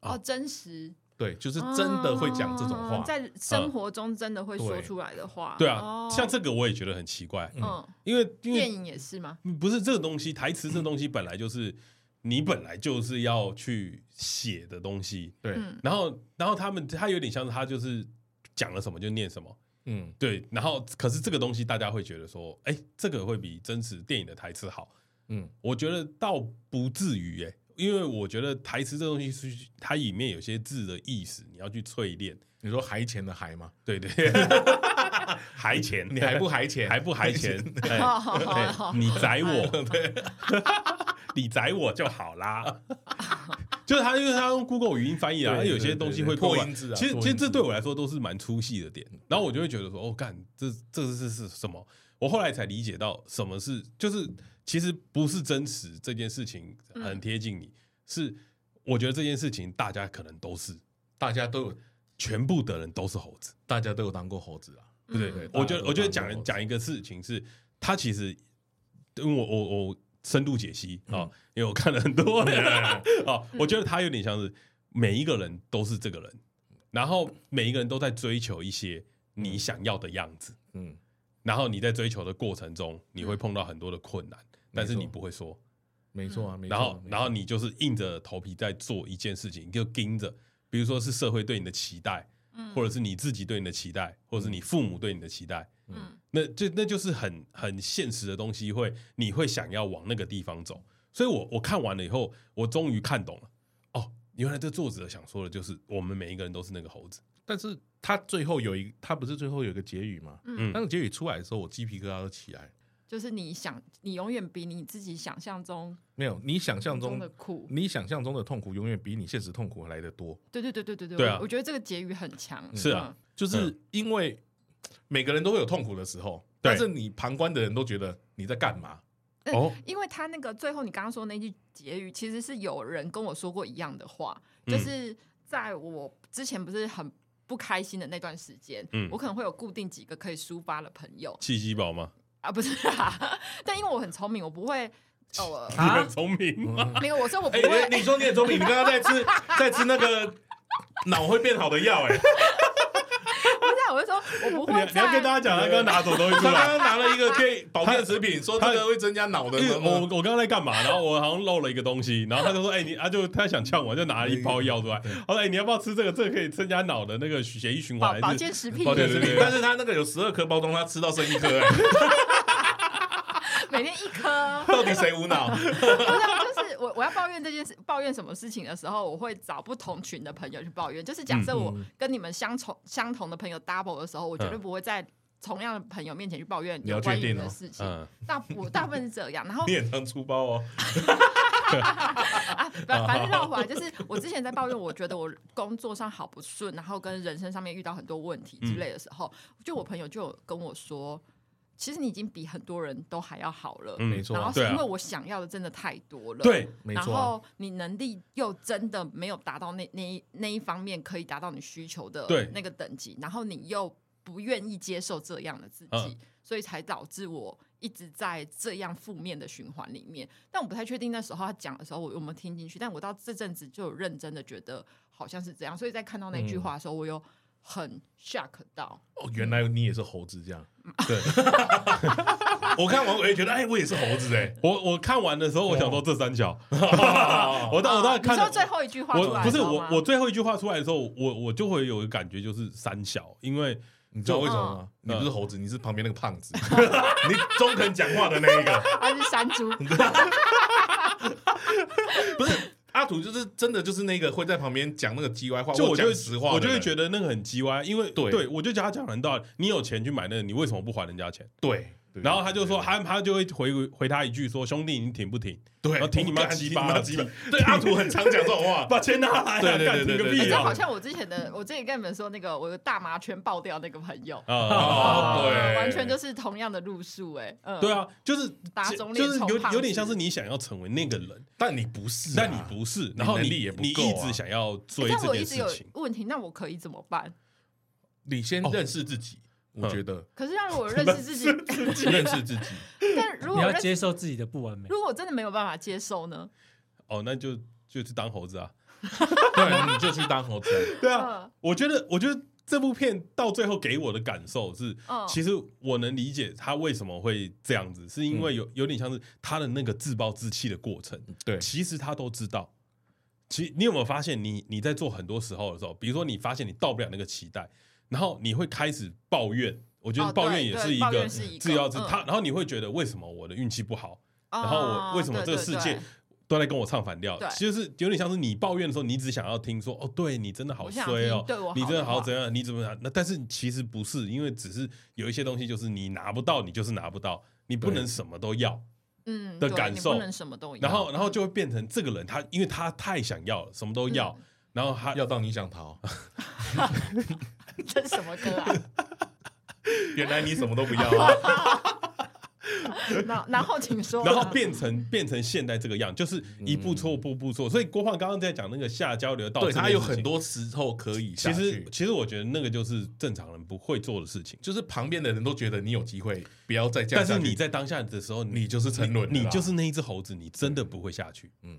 [SPEAKER 3] 哦，真实
[SPEAKER 1] 对，啊就是真的会讲这种话嗯
[SPEAKER 3] 哦。在生活中真的会说出来的话，
[SPEAKER 2] 对啊，
[SPEAKER 3] 哦
[SPEAKER 2] 像这个我也觉得很奇怪，
[SPEAKER 3] 嗯，
[SPEAKER 2] 因为因
[SPEAKER 3] 电
[SPEAKER 2] 为
[SPEAKER 3] 影也是吗？
[SPEAKER 2] 不是这个东西，台词这东西本来就是你本来就是要去写的东西，
[SPEAKER 1] 对，
[SPEAKER 3] 嗯
[SPEAKER 2] 然后然后他们他有点像是他就是讲了什么就念什么，
[SPEAKER 1] 嗯，
[SPEAKER 2] 对，然后可是这个东西大家会觉得说，哎，这个会比真实电影的台词好。
[SPEAKER 1] 嗯，
[SPEAKER 2] 我觉得倒不至于哎、因为我觉得台词这东西是它里面有些字的意思，你要去淬炼。
[SPEAKER 1] 你说还钱的还吗？
[SPEAKER 2] 对对， [laughs] 还钱
[SPEAKER 1] 你还不还
[SPEAKER 2] [laughs]
[SPEAKER 1] 钱，
[SPEAKER 2] 还不还钱？哎
[SPEAKER 3] 好好好
[SPEAKER 2] 对
[SPEAKER 3] 好，
[SPEAKER 2] 你宰我，对， [laughs] 你宰我就好啦。 [laughs] 就是他，因为他用 Google 语音翻译啊，
[SPEAKER 1] 对
[SPEAKER 2] 他
[SPEAKER 1] 对
[SPEAKER 2] 有些东西会
[SPEAKER 1] 对对
[SPEAKER 2] 过来
[SPEAKER 1] 破音字啊
[SPEAKER 2] 其实，
[SPEAKER 1] 破音
[SPEAKER 2] 其实
[SPEAKER 1] 字
[SPEAKER 2] 这对我来说都是蛮粗细的点。然后我就会觉得说，哦，干，这这是是什么？我后来才理解到什么是，就是其实不是真实这件事情很贴近你，是我觉得这件事情大家可能都是，
[SPEAKER 1] [laughs] 大家都有，
[SPEAKER 2] 全部的人都是猴子。
[SPEAKER 1] 大家都有当过猴子啊。
[SPEAKER 3] 嗯
[SPEAKER 2] 对对对，我觉得我觉得讲讲一个事情是，他其实因为我我我深度解析啊、
[SPEAKER 1] 嗯
[SPEAKER 2] 因为我看了很多啊、 [laughs] 我觉得他有点像是每一个人都是这个人，然后每一个人都在追求一些你想要的样子，
[SPEAKER 1] 嗯，
[SPEAKER 2] 然后你在追求的过程中，你会碰到很多的困难，但是
[SPEAKER 1] 没错
[SPEAKER 2] 你不会说，
[SPEAKER 1] 没错
[SPEAKER 3] 嗯
[SPEAKER 1] 啊，没错
[SPEAKER 2] 然
[SPEAKER 1] 啊。
[SPEAKER 2] 后
[SPEAKER 1] 没错
[SPEAKER 2] 然后你就是硬着头皮在做一件事情，你就盯着，比如说是社会对你的期待，
[SPEAKER 3] 嗯
[SPEAKER 2] 或者是你自己对你的期待，或者
[SPEAKER 1] 嗯
[SPEAKER 2] 是你父母对你的期待。
[SPEAKER 3] 嗯
[SPEAKER 2] 那就那就是很很现实的东西会，你会想要往那个地方走。所以我我看完了以后，我终于看懂了。哦，原来这作者想说的就是，我们每一个人都是那个猴子。
[SPEAKER 1] 但是他最后有一，他不是最后有一个结语吗？
[SPEAKER 2] 嗯
[SPEAKER 3] 嗯，
[SPEAKER 1] 那个结语出来的时候，我鸡皮疙瘩都起来。
[SPEAKER 3] [laughs] 就是你想，你永远比你自己想象中
[SPEAKER 1] 没有，你想象
[SPEAKER 3] 中
[SPEAKER 1] 中嗯
[SPEAKER 3] 的苦。
[SPEAKER 1] 你想象中的痛苦，永远比你现实痛苦来的多。
[SPEAKER 3] 对对对对对对，
[SPEAKER 2] 对啊
[SPEAKER 3] 我我觉得这个结语很强。
[SPEAKER 2] 是啊
[SPEAKER 3] 嗯，
[SPEAKER 1] 就是因为每个人都会有痛苦的时候，
[SPEAKER 2] 对
[SPEAKER 1] 但是你旁观的人都觉得你在干嘛？
[SPEAKER 2] 哦，
[SPEAKER 3] 因为他那个最后你刚刚说那句结语，其实是有人跟我说过一样的话，
[SPEAKER 2] 嗯
[SPEAKER 3] 就是在我之前不是很不开心的那段时间，
[SPEAKER 2] 嗯
[SPEAKER 3] 我可能会有固定几个可以抒发的朋友
[SPEAKER 2] 气息宝吗？
[SPEAKER 3] 啊，不是啊， [laughs] 但因为我很聪明，我不会
[SPEAKER 2] [laughs]
[SPEAKER 3] 呃，
[SPEAKER 2] 你
[SPEAKER 4] 啊
[SPEAKER 2] 很聪明
[SPEAKER 3] [laughs]
[SPEAKER 2] 吗？
[SPEAKER 3] 没有，我说我不
[SPEAKER 1] 哎、
[SPEAKER 3] 会，
[SPEAKER 1] 你说你也聪明，你刚刚在吃 [laughs] 在吃那个脑会变好的药、哎，
[SPEAKER 3] 不是啊，我就说我不
[SPEAKER 2] 你
[SPEAKER 3] 会
[SPEAKER 2] 要你要跟大家
[SPEAKER 3] 在。
[SPEAKER 2] 讲，他刚刚拿走东西出
[SPEAKER 1] 他
[SPEAKER 2] 来。
[SPEAKER 1] 刚刚拿了一个可以保健食品，说这个会增加脑的
[SPEAKER 2] 因为
[SPEAKER 1] 能
[SPEAKER 2] 我
[SPEAKER 1] 力。
[SPEAKER 2] 我刚刚在干嘛？然后我好像漏了一个东西，然后他就说：“哎、你啊就他想呛我，就拿了一包药出来。他说：‘哎、你要不要吃这个？这个可以增加脑的那个血液循环。
[SPEAKER 3] 保
[SPEAKER 2] 还是’
[SPEAKER 3] 保健食品，
[SPEAKER 2] 保健食品
[SPEAKER 1] 但是他那个有十二颗包装，他吃到剩一颗、哎，
[SPEAKER 2] [laughs]
[SPEAKER 3] 每天一颗。
[SPEAKER 1] 到底谁无脑？
[SPEAKER 3] 不是啊，就是我我要抱怨这件事，抱怨什么事情的时候，我会找不同群的朋友去抱怨。就是假设我跟你们相同相同的朋友 double 的时候，我绝对不会在同样的朋友面前去抱怨
[SPEAKER 1] 你要
[SPEAKER 3] 有关
[SPEAKER 1] 确
[SPEAKER 3] 于
[SPEAKER 1] 定
[SPEAKER 3] 你的
[SPEAKER 1] 哦
[SPEAKER 3] 事情。
[SPEAKER 2] 嗯，
[SPEAKER 3] 大我大部分是这样，然后
[SPEAKER 1] 你也常出包哦。
[SPEAKER 3] 啊，反反正绕回来就是，我之前在抱怨，我觉得我工作上好不顺，然后跟人生上面遇到很多问题之类的时候，就我朋友就有跟我说，其实你已经比很多人都还要好了。
[SPEAKER 2] 嗯
[SPEAKER 1] 没错
[SPEAKER 3] 然后
[SPEAKER 1] 啊，
[SPEAKER 3] 是
[SPEAKER 2] 对啊
[SPEAKER 3] 因为我想要的真的太多了，
[SPEAKER 2] 对，
[SPEAKER 1] 没
[SPEAKER 3] 然
[SPEAKER 1] 错啊。
[SPEAKER 3] 后你能力又真的没有达到那那一那一方面可以达到你需求的
[SPEAKER 2] 对
[SPEAKER 3] 那个等级，然后你又不愿意接受这样的自己，
[SPEAKER 2] 嗯
[SPEAKER 3] 所以才导致我一直在这样负面的循环里面。但我不太确定那时候他讲的时候我有没有听进去，但我到这阵子就有认真的觉得好像是这样，所以在看到那
[SPEAKER 2] 嗯
[SPEAKER 3] 句话的时候，我有很 shock 到。
[SPEAKER 1] 哦，原来你也是猴子这样。
[SPEAKER 2] 对。”
[SPEAKER 1] [laughs] 我看完我也觉得，哎，我也是猴子哎、
[SPEAKER 2] 我我看完的时候，我想说这三角，
[SPEAKER 1] 哦
[SPEAKER 2] [laughs] 我到我
[SPEAKER 3] 啊
[SPEAKER 2] 到
[SPEAKER 3] 你
[SPEAKER 2] 看
[SPEAKER 3] 说
[SPEAKER 2] 了
[SPEAKER 3] 最后一句话出
[SPEAKER 2] 我
[SPEAKER 3] 来
[SPEAKER 2] 不是
[SPEAKER 3] 的时候
[SPEAKER 2] 我
[SPEAKER 3] 吗
[SPEAKER 2] 我最后一句话出来的时候，我我就会有一个感觉就是三小，因为
[SPEAKER 1] 你知道为什么吗？
[SPEAKER 2] 嗯
[SPEAKER 1] 你不是猴子，你是旁边那个胖子， [laughs] 你中肯讲话的那一个。
[SPEAKER 3] 他是山猪，
[SPEAKER 1] 不是阿土，就是真的就是那个会在旁边讲那个叽歪话，
[SPEAKER 2] 就
[SPEAKER 1] 或
[SPEAKER 2] 我就
[SPEAKER 1] 讲
[SPEAKER 2] 会
[SPEAKER 1] 实话的人，
[SPEAKER 2] 我就会觉得那个很鸡歪，因为
[SPEAKER 1] 对
[SPEAKER 2] 对我就觉得他讲得很道理，你有钱去买那个，你为什么不还人家钱？
[SPEAKER 1] 对。对
[SPEAKER 2] 然后他就说
[SPEAKER 1] 对
[SPEAKER 2] 他他就会回回他一句说兄弟你挺不挺？
[SPEAKER 1] 对，
[SPEAKER 2] 然后听你妈
[SPEAKER 1] 我干
[SPEAKER 2] 鸡
[SPEAKER 1] 听
[SPEAKER 2] 巴
[SPEAKER 1] 你妈鸡巴，对阿土很常讲这种 [laughs] 话，
[SPEAKER 2] [laughs] 把钱拿来啊，
[SPEAKER 1] 对对
[SPEAKER 2] 干
[SPEAKER 1] 对对
[SPEAKER 2] 挺个
[SPEAKER 1] 对
[SPEAKER 2] 屁
[SPEAKER 1] 对
[SPEAKER 3] 这
[SPEAKER 2] 啊
[SPEAKER 3] 好！像我之前的我之前跟你们说那个我有大麻圈爆掉那个朋 [laughs] 友。
[SPEAKER 2] 啊
[SPEAKER 1] 哦对
[SPEAKER 3] 完全就是同样的路数，哎，嗯，
[SPEAKER 2] 对，啊，就是
[SPEAKER 3] 打肿脸
[SPEAKER 2] 就是有
[SPEAKER 3] 充胖
[SPEAKER 2] 有点
[SPEAKER 3] 子
[SPEAKER 2] 像是你想要成为那个人，
[SPEAKER 1] 但你不是啊，
[SPEAKER 2] 但你不是，然后
[SPEAKER 1] 能
[SPEAKER 2] 你
[SPEAKER 1] 力也不
[SPEAKER 2] 你
[SPEAKER 1] 够啊
[SPEAKER 2] 一直想要追
[SPEAKER 3] 哎但
[SPEAKER 2] 这
[SPEAKER 3] 欸我
[SPEAKER 2] 件
[SPEAKER 3] 一直有
[SPEAKER 2] 事情。哦
[SPEAKER 3] 问题，那我可以怎么办？
[SPEAKER 1] 你先认识自己，我觉得
[SPEAKER 3] 可是让我认
[SPEAKER 2] [laughs]
[SPEAKER 3] 识自己，
[SPEAKER 1] 认识自己，
[SPEAKER 3] [laughs] 但如
[SPEAKER 4] 你
[SPEAKER 3] 果
[SPEAKER 4] 要
[SPEAKER 3] 认识，
[SPEAKER 4] 接受自己的不完美。
[SPEAKER 3] 如果我真的没有办法接受呢？
[SPEAKER 2] 哦，那就就是当猴子啊。
[SPEAKER 1] [laughs] 对，你就去当猴子 [laughs] 啊。
[SPEAKER 2] 对啊，
[SPEAKER 3] 嗯
[SPEAKER 2] 我觉得，我觉得这部片到最后给我的感受是，
[SPEAKER 3] 嗯，
[SPEAKER 2] 其实我能理解他为什么会这样子，是因为
[SPEAKER 3] 嗯
[SPEAKER 2] 有有点像是他的那个自暴自弃的过程，
[SPEAKER 1] 对，
[SPEAKER 2] 其实他都知道。其你有没有发现你，你在做很多时候的时候，比如说你发现你到不了那个期待，然后你会开始抱怨。我觉得
[SPEAKER 3] 哦
[SPEAKER 2] 抱
[SPEAKER 3] 对
[SPEAKER 2] 怨也
[SPEAKER 3] 对
[SPEAKER 2] 是一
[SPEAKER 3] 抱
[SPEAKER 2] 个
[SPEAKER 3] 怨是一个
[SPEAKER 2] 自要自
[SPEAKER 3] 嗯啊
[SPEAKER 2] 他，然后你会觉得为什么我的运气不好，然
[SPEAKER 3] 然
[SPEAKER 2] 后我为什么这个世界都在跟我唱反调
[SPEAKER 3] 对，
[SPEAKER 2] 就是有点像是你抱怨的时候，你只想要听说哦，对你真的好
[SPEAKER 3] 我想
[SPEAKER 2] 衰哦
[SPEAKER 3] 听对我，好
[SPEAKER 2] 你真的
[SPEAKER 3] 的
[SPEAKER 2] 好
[SPEAKER 3] 话
[SPEAKER 2] 怎样，你怎么样？那但是其实不是，因为只是有一些东西就是你拿不到，你就是拿不到，你不
[SPEAKER 1] 对
[SPEAKER 2] 能什么都要。
[SPEAKER 3] 嗯
[SPEAKER 2] 的
[SPEAKER 3] 对
[SPEAKER 2] 感
[SPEAKER 3] 你
[SPEAKER 2] 受
[SPEAKER 3] 不能什么都一样
[SPEAKER 2] 然后，然后就会变成这个人，他因为他太想要了，什么
[SPEAKER 3] 嗯
[SPEAKER 2] 都要，然后他
[SPEAKER 1] 要到你想 [laughs] 逃，
[SPEAKER 3] [laughs] 这是什么歌
[SPEAKER 2] [laughs]
[SPEAKER 3] 啊？
[SPEAKER 1] 原来你什么都不 [laughs] 要啊！
[SPEAKER 3] 然后然后请说，
[SPEAKER 2] 然后变成变成现在这个样，就是一步错步步错。所以郭胖刚刚在讲那个下交流道，
[SPEAKER 1] 嗯对他有很。多时候可以下
[SPEAKER 2] 其实
[SPEAKER 1] 去，
[SPEAKER 2] 其实我觉得那个就是正常人不会做的事情，
[SPEAKER 1] 就是旁边的人都觉得你有机会，不要再这
[SPEAKER 2] 但
[SPEAKER 1] 样
[SPEAKER 2] 是
[SPEAKER 1] 下去。
[SPEAKER 2] 你在当下的时候，
[SPEAKER 1] 你就是沉沦了啦
[SPEAKER 2] 你就是那一只猴子，你真的不会下去。
[SPEAKER 3] 嗯，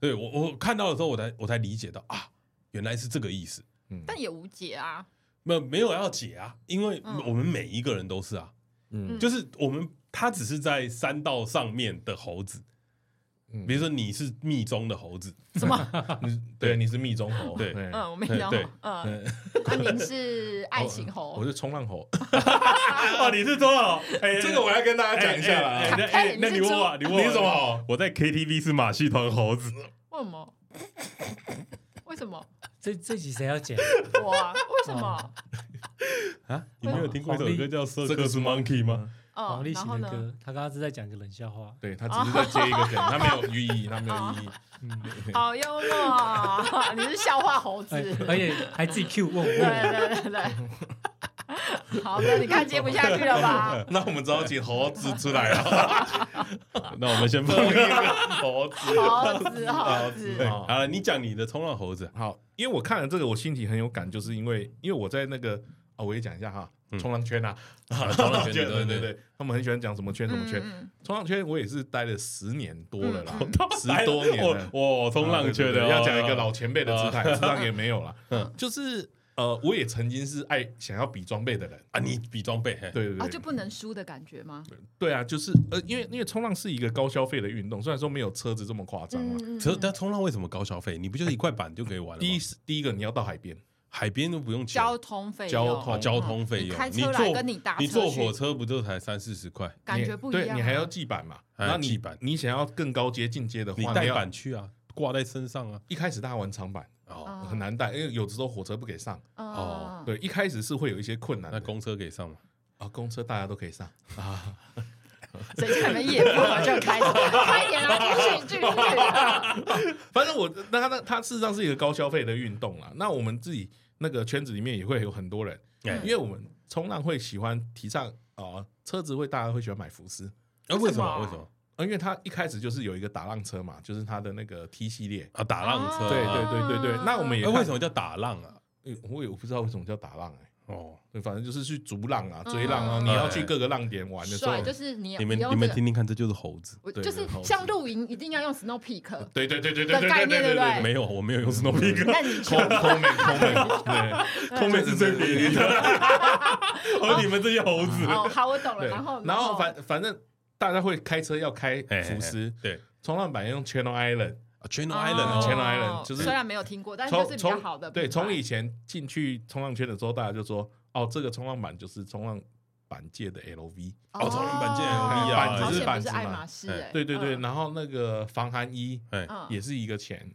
[SPEAKER 2] 对我我看到的时候，我才我才理解到啊，原来是这个意思。
[SPEAKER 1] 嗯，
[SPEAKER 3] 但也无解啊。
[SPEAKER 2] 没有没有要解啊，因为
[SPEAKER 3] 嗯
[SPEAKER 2] 我们每一个人都是啊，
[SPEAKER 1] 嗯
[SPEAKER 2] 就是我们他只是在山道上面的猴子，
[SPEAKER 1] 嗯
[SPEAKER 2] 比如说你是密宗的猴子，
[SPEAKER 3] 什么？
[SPEAKER 2] [laughs]
[SPEAKER 1] 你对你是密宗猴，
[SPEAKER 2] 对
[SPEAKER 3] 嗯，我没听到
[SPEAKER 2] 对。
[SPEAKER 3] 嗯，
[SPEAKER 1] 嗯
[SPEAKER 3] [laughs] 那您是爱
[SPEAKER 2] [laughs]
[SPEAKER 3] 情
[SPEAKER 1] 哦我
[SPEAKER 3] 猴，
[SPEAKER 1] 是冲浪猴，
[SPEAKER 2] 哦，你是多少？哎
[SPEAKER 1] [laughs] 这个我要跟大家讲一下啦。
[SPEAKER 2] 哎哎哎
[SPEAKER 3] 哎
[SPEAKER 2] 那
[SPEAKER 3] 你
[SPEAKER 2] 你
[SPEAKER 3] 是
[SPEAKER 2] 问我，你
[SPEAKER 3] 猪
[SPEAKER 2] 问我
[SPEAKER 1] 你是什么？猴？
[SPEAKER 2] 我在 KTV 是马戏团猴子，
[SPEAKER 3] 为什么？为什么？
[SPEAKER 4] 这这集谁要剪？
[SPEAKER 3] 我啊？为什
[SPEAKER 2] 哦
[SPEAKER 3] 么？
[SPEAKER 2] 啊，你没有听过一首歌叫《
[SPEAKER 1] 这个
[SPEAKER 2] Circus
[SPEAKER 1] 是
[SPEAKER 2] Monkey》吗？
[SPEAKER 4] 王
[SPEAKER 3] 嗯，
[SPEAKER 4] 力
[SPEAKER 3] 然
[SPEAKER 4] 行
[SPEAKER 3] 后
[SPEAKER 4] 的
[SPEAKER 3] 呢？
[SPEAKER 4] 歌，他刚刚是在讲一个冷笑话。
[SPEAKER 1] 对他只是在接一个梗，
[SPEAKER 3] 哦
[SPEAKER 1] 他没有寓意，他没有寓意。
[SPEAKER 4] 嗯，
[SPEAKER 3] 好幽默啊， [laughs] 你是笑话猴子
[SPEAKER 4] 哎。而且还自己 Q 问我
[SPEAKER 3] 对
[SPEAKER 4] 问我，
[SPEAKER 3] 对对对。好的，你看接不下去了吧？
[SPEAKER 1] [laughs] 那我们只好请猴子出来了，
[SPEAKER 2] 那我们 [laughs] 先放。
[SPEAKER 1] 猴子。
[SPEAKER 3] 猴子，嗯猴
[SPEAKER 2] 对
[SPEAKER 3] 子，
[SPEAKER 1] 好
[SPEAKER 2] 好了，你讲你的冲浪猴子，
[SPEAKER 1] [laughs]
[SPEAKER 2] 啊
[SPEAKER 1] 好，因为我看了这个，我心里很有感，就是因为因为我在那个啊，我也讲一下哈，
[SPEAKER 2] 嗯
[SPEAKER 1] 冲浪圈啊， [laughs]
[SPEAKER 2] 冲浪圈
[SPEAKER 1] 对
[SPEAKER 2] 对
[SPEAKER 1] 对
[SPEAKER 2] 对
[SPEAKER 1] 对对，他们很喜欢讲什么圈什么圈，
[SPEAKER 3] 嗯
[SPEAKER 1] 冲浪圈我也是待了十年多了哦啦， [laughs]
[SPEAKER 3] 嗯
[SPEAKER 1] 十多年了。
[SPEAKER 2] 啊我我冲浪圈
[SPEAKER 1] 对
[SPEAKER 2] 的，
[SPEAKER 1] 对对要讲一个
[SPEAKER 2] 哦
[SPEAKER 1] 老前辈的姿态，实际上也没有啦。
[SPEAKER 2] 嗯
[SPEAKER 1] 就是呃，我也曾经是爱想要比装备的人，
[SPEAKER 2] 啊，你比装备，嘿
[SPEAKER 1] 对对
[SPEAKER 3] 嗯啊，
[SPEAKER 1] 对，
[SPEAKER 3] 就不能输的感觉吗？
[SPEAKER 1] 对啊，就是呃，因为因为冲浪是一个高消费的运动，虽然说没有车子这么夸张啊。
[SPEAKER 3] 嗯
[SPEAKER 2] 可是但冲浪为什么高消费？你不就是一块板就可以玩了
[SPEAKER 1] 第
[SPEAKER 2] 吗？
[SPEAKER 1] 一是，第一个你要到海边，
[SPEAKER 2] 海边都不用钱，
[SPEAKER 3] 交通费
[SPEAKER 1] 交
[SPEAKER 3] 用
[SPEAKER 2] 啊
[SPEAKER 1] 通
[SPEAKER 2] 交通费
[SPEAKER 3] 你
[SPEAKER 2] 用，
[SPEAKER 3] 开
[SPEAKER 2] 你
[SPEAKER 3] 车来
[SPEAKER 2] 坐
[SPEAKER 3] 跟你搭
[SPEAKER 2] 你
[SPEAKER 3] 车
[SPEAKER 2] 坐火
[SPEAKER 3] 去，
[SPEAKER 2] 车不就才三四十块？
[SPEAKER 3] 感
[SPEAKER 1] 你
[SPEAKER 3] 觉不一样啊。
[SPEAKER 1] 对你还要记板嘛，
[SPEAKER 2] 还要
[SPEAKER 1] 然后你
[SPEAKER 2] 记板
[SPEAKER 1] 你想要更高阶进阶的话，
[SPEAKER 2] 你
[SPEAKER 1] 你
[SPEAKER 2] 带
[SPEAKER 1] 要
[SPEAKER 2] 板去啊，挂在身上啊。
[SPEAKER 1] 一开始大家玩长板
[SPEAKER 2] 哦，
[SPEAKER 3] 啊
[SPEAKER 1] 很难带，因为有的时候火车不给上，
[SPEAKER 3] 哦，
[SPEAKER 1] 对，一开始是会有一些困难
[SPEAKER 2] 那
[SPEAKER 1] 的。
[SPEAKER 2] 公车可以上吗？
[SPEAKER 1] 啊，公车大家都可
[SPEAKER 3] [laughs]
[SPEAKER 1] 以上啊，
[SPEAKER 3] 所以你们也不好就开始，快点啊，继
[SPEAKER 1] [laughs]
[SPEAKER 3] 续继续。
[SPEAKER 1] 反正我那它那它事实上是一个高消费的运动啦。那我们自己那个圈子里面也会有很多人，
[SPEAKER 2] 哎
[SPEAKER 3] 嗯
[SPEAKER 1] 因为我们冲浪会喜欢提倡啊，车子会大家会喜欢买福斯。
[SPEAKER 2] 啊为什么？
[SPEAKER 3] 为
[SPEAKER 2] 为
[SPEAKER 3] 什么
[SPEAKER 2] 什么？
[SPEAKER 1] 啊，因为它一开始就是有一个打浪车嘛，就是它的那个 T 系列。
[SPEAKER 2] 啊，打浪车啊。
[SPEAKER 1] 对对对对对，那我们也
[SPEAKER 2] 哎为
[SPEAKER 1] 看
[SPEAKER 2] 什么叫打浪啊？
[SPEAKER 1] 哎我也不知道为什么叫打浪哎、
[SPEAKER 2] 哦，
[SPEAKER 1] 对，反正就是去逐浪啊、追浪啊，
[SPEAKER 3] 嗯
[SPEAKER 1] 你要去各个浪点玩的时候
[SPEAKER 3] 帅，，就是你
[SPEAKER 2] 你们
[SPEAKER 3] 用
[SPEAKER 2] 你们
[SPEAKER 3] 这个
[SPEAKER 2] 听听看，这就是猴子。
[SPEAKER 3] 我
[SPEAKER 1] 对
[SPEAKER 3] 就是
[SPEAKER 1] 对猴子
[SPEAKER 3] 像露营一定要用 Snow Peak，
[SPEAKER 1] 对对对对
[SPEAKER 3] 的
[SPEAKER 1] 对对
[SPEAKER 3] 概
[SPEAKER 1] 对
[SPEAKER 3] 念
[SPEAKER 1] 对
[SPEAKER 3] 对不对
[SPEAKER 2] 没有，我没有用 Snow Peak，
[SPEAKER 3] 那你去
[SPEAKER 1] 抠抠美抠美，
[SPEAKER 3] [laughs]
[SPEAKER 1] 对，
[SPEAKER 2] 后面是最便宜的。 [laughs] 而你们这些猴子，
[SPEAKER 3] [laughs] 哦，好，我懂了。
[SPEAKER 1] 嗯对，
[SPEAKER 3] 然后
[SPEAKER 1] 然后反反正大家会开车要开福斯，
[SPEAKER 2] 对
[SPEAKER 1] 冲浪板用 Channel Island，
[SPEAKER 2] 啊，Channel
[SPEAKER 3] 哦
[SPEAKER 2] Island
[SPEAKER 1] 前
[SPEAKER 2] 哦，
[SPEAKER 1] 来人就是
[SPEAKER 3] 虽然没有听过，但是就是
[SPEAKER 1] 从
[SPEAKER 3] 比较
[SPEAKER 1] 从
[SPEAKER 3] 好的品牌。
[SPEAKER 1] 对，从以前进去冲浪圈的时候，大家就说哦，这个冲浪板就是冲浪板界的 LV，
[SPEAKER 2] 哦从日本进 LV 啊
[SPEAKER 3] 好
[SPEAKER 1] 板子
[SPEAKER 3] 险
[SPEAKER 1] 是
[SPEAKER 3] 不
[SPEAKER 1] 板
[SPEAKER 3] 是
[SPEAKER 1] 子
[SPEAKER 3] 爱
[SPEAKER 1] 嘛
[SPEAKER 3] 马，仕，哎
[SPEAKER 1] 对对对，
[SPEAKER 3] 嗯
[SPEAKER 1] 然后那个防寒衣
[SPEAKER 2] 哎，
[SPEAKER 3] 嗯
[SPEAKER 1] 也是一个钱，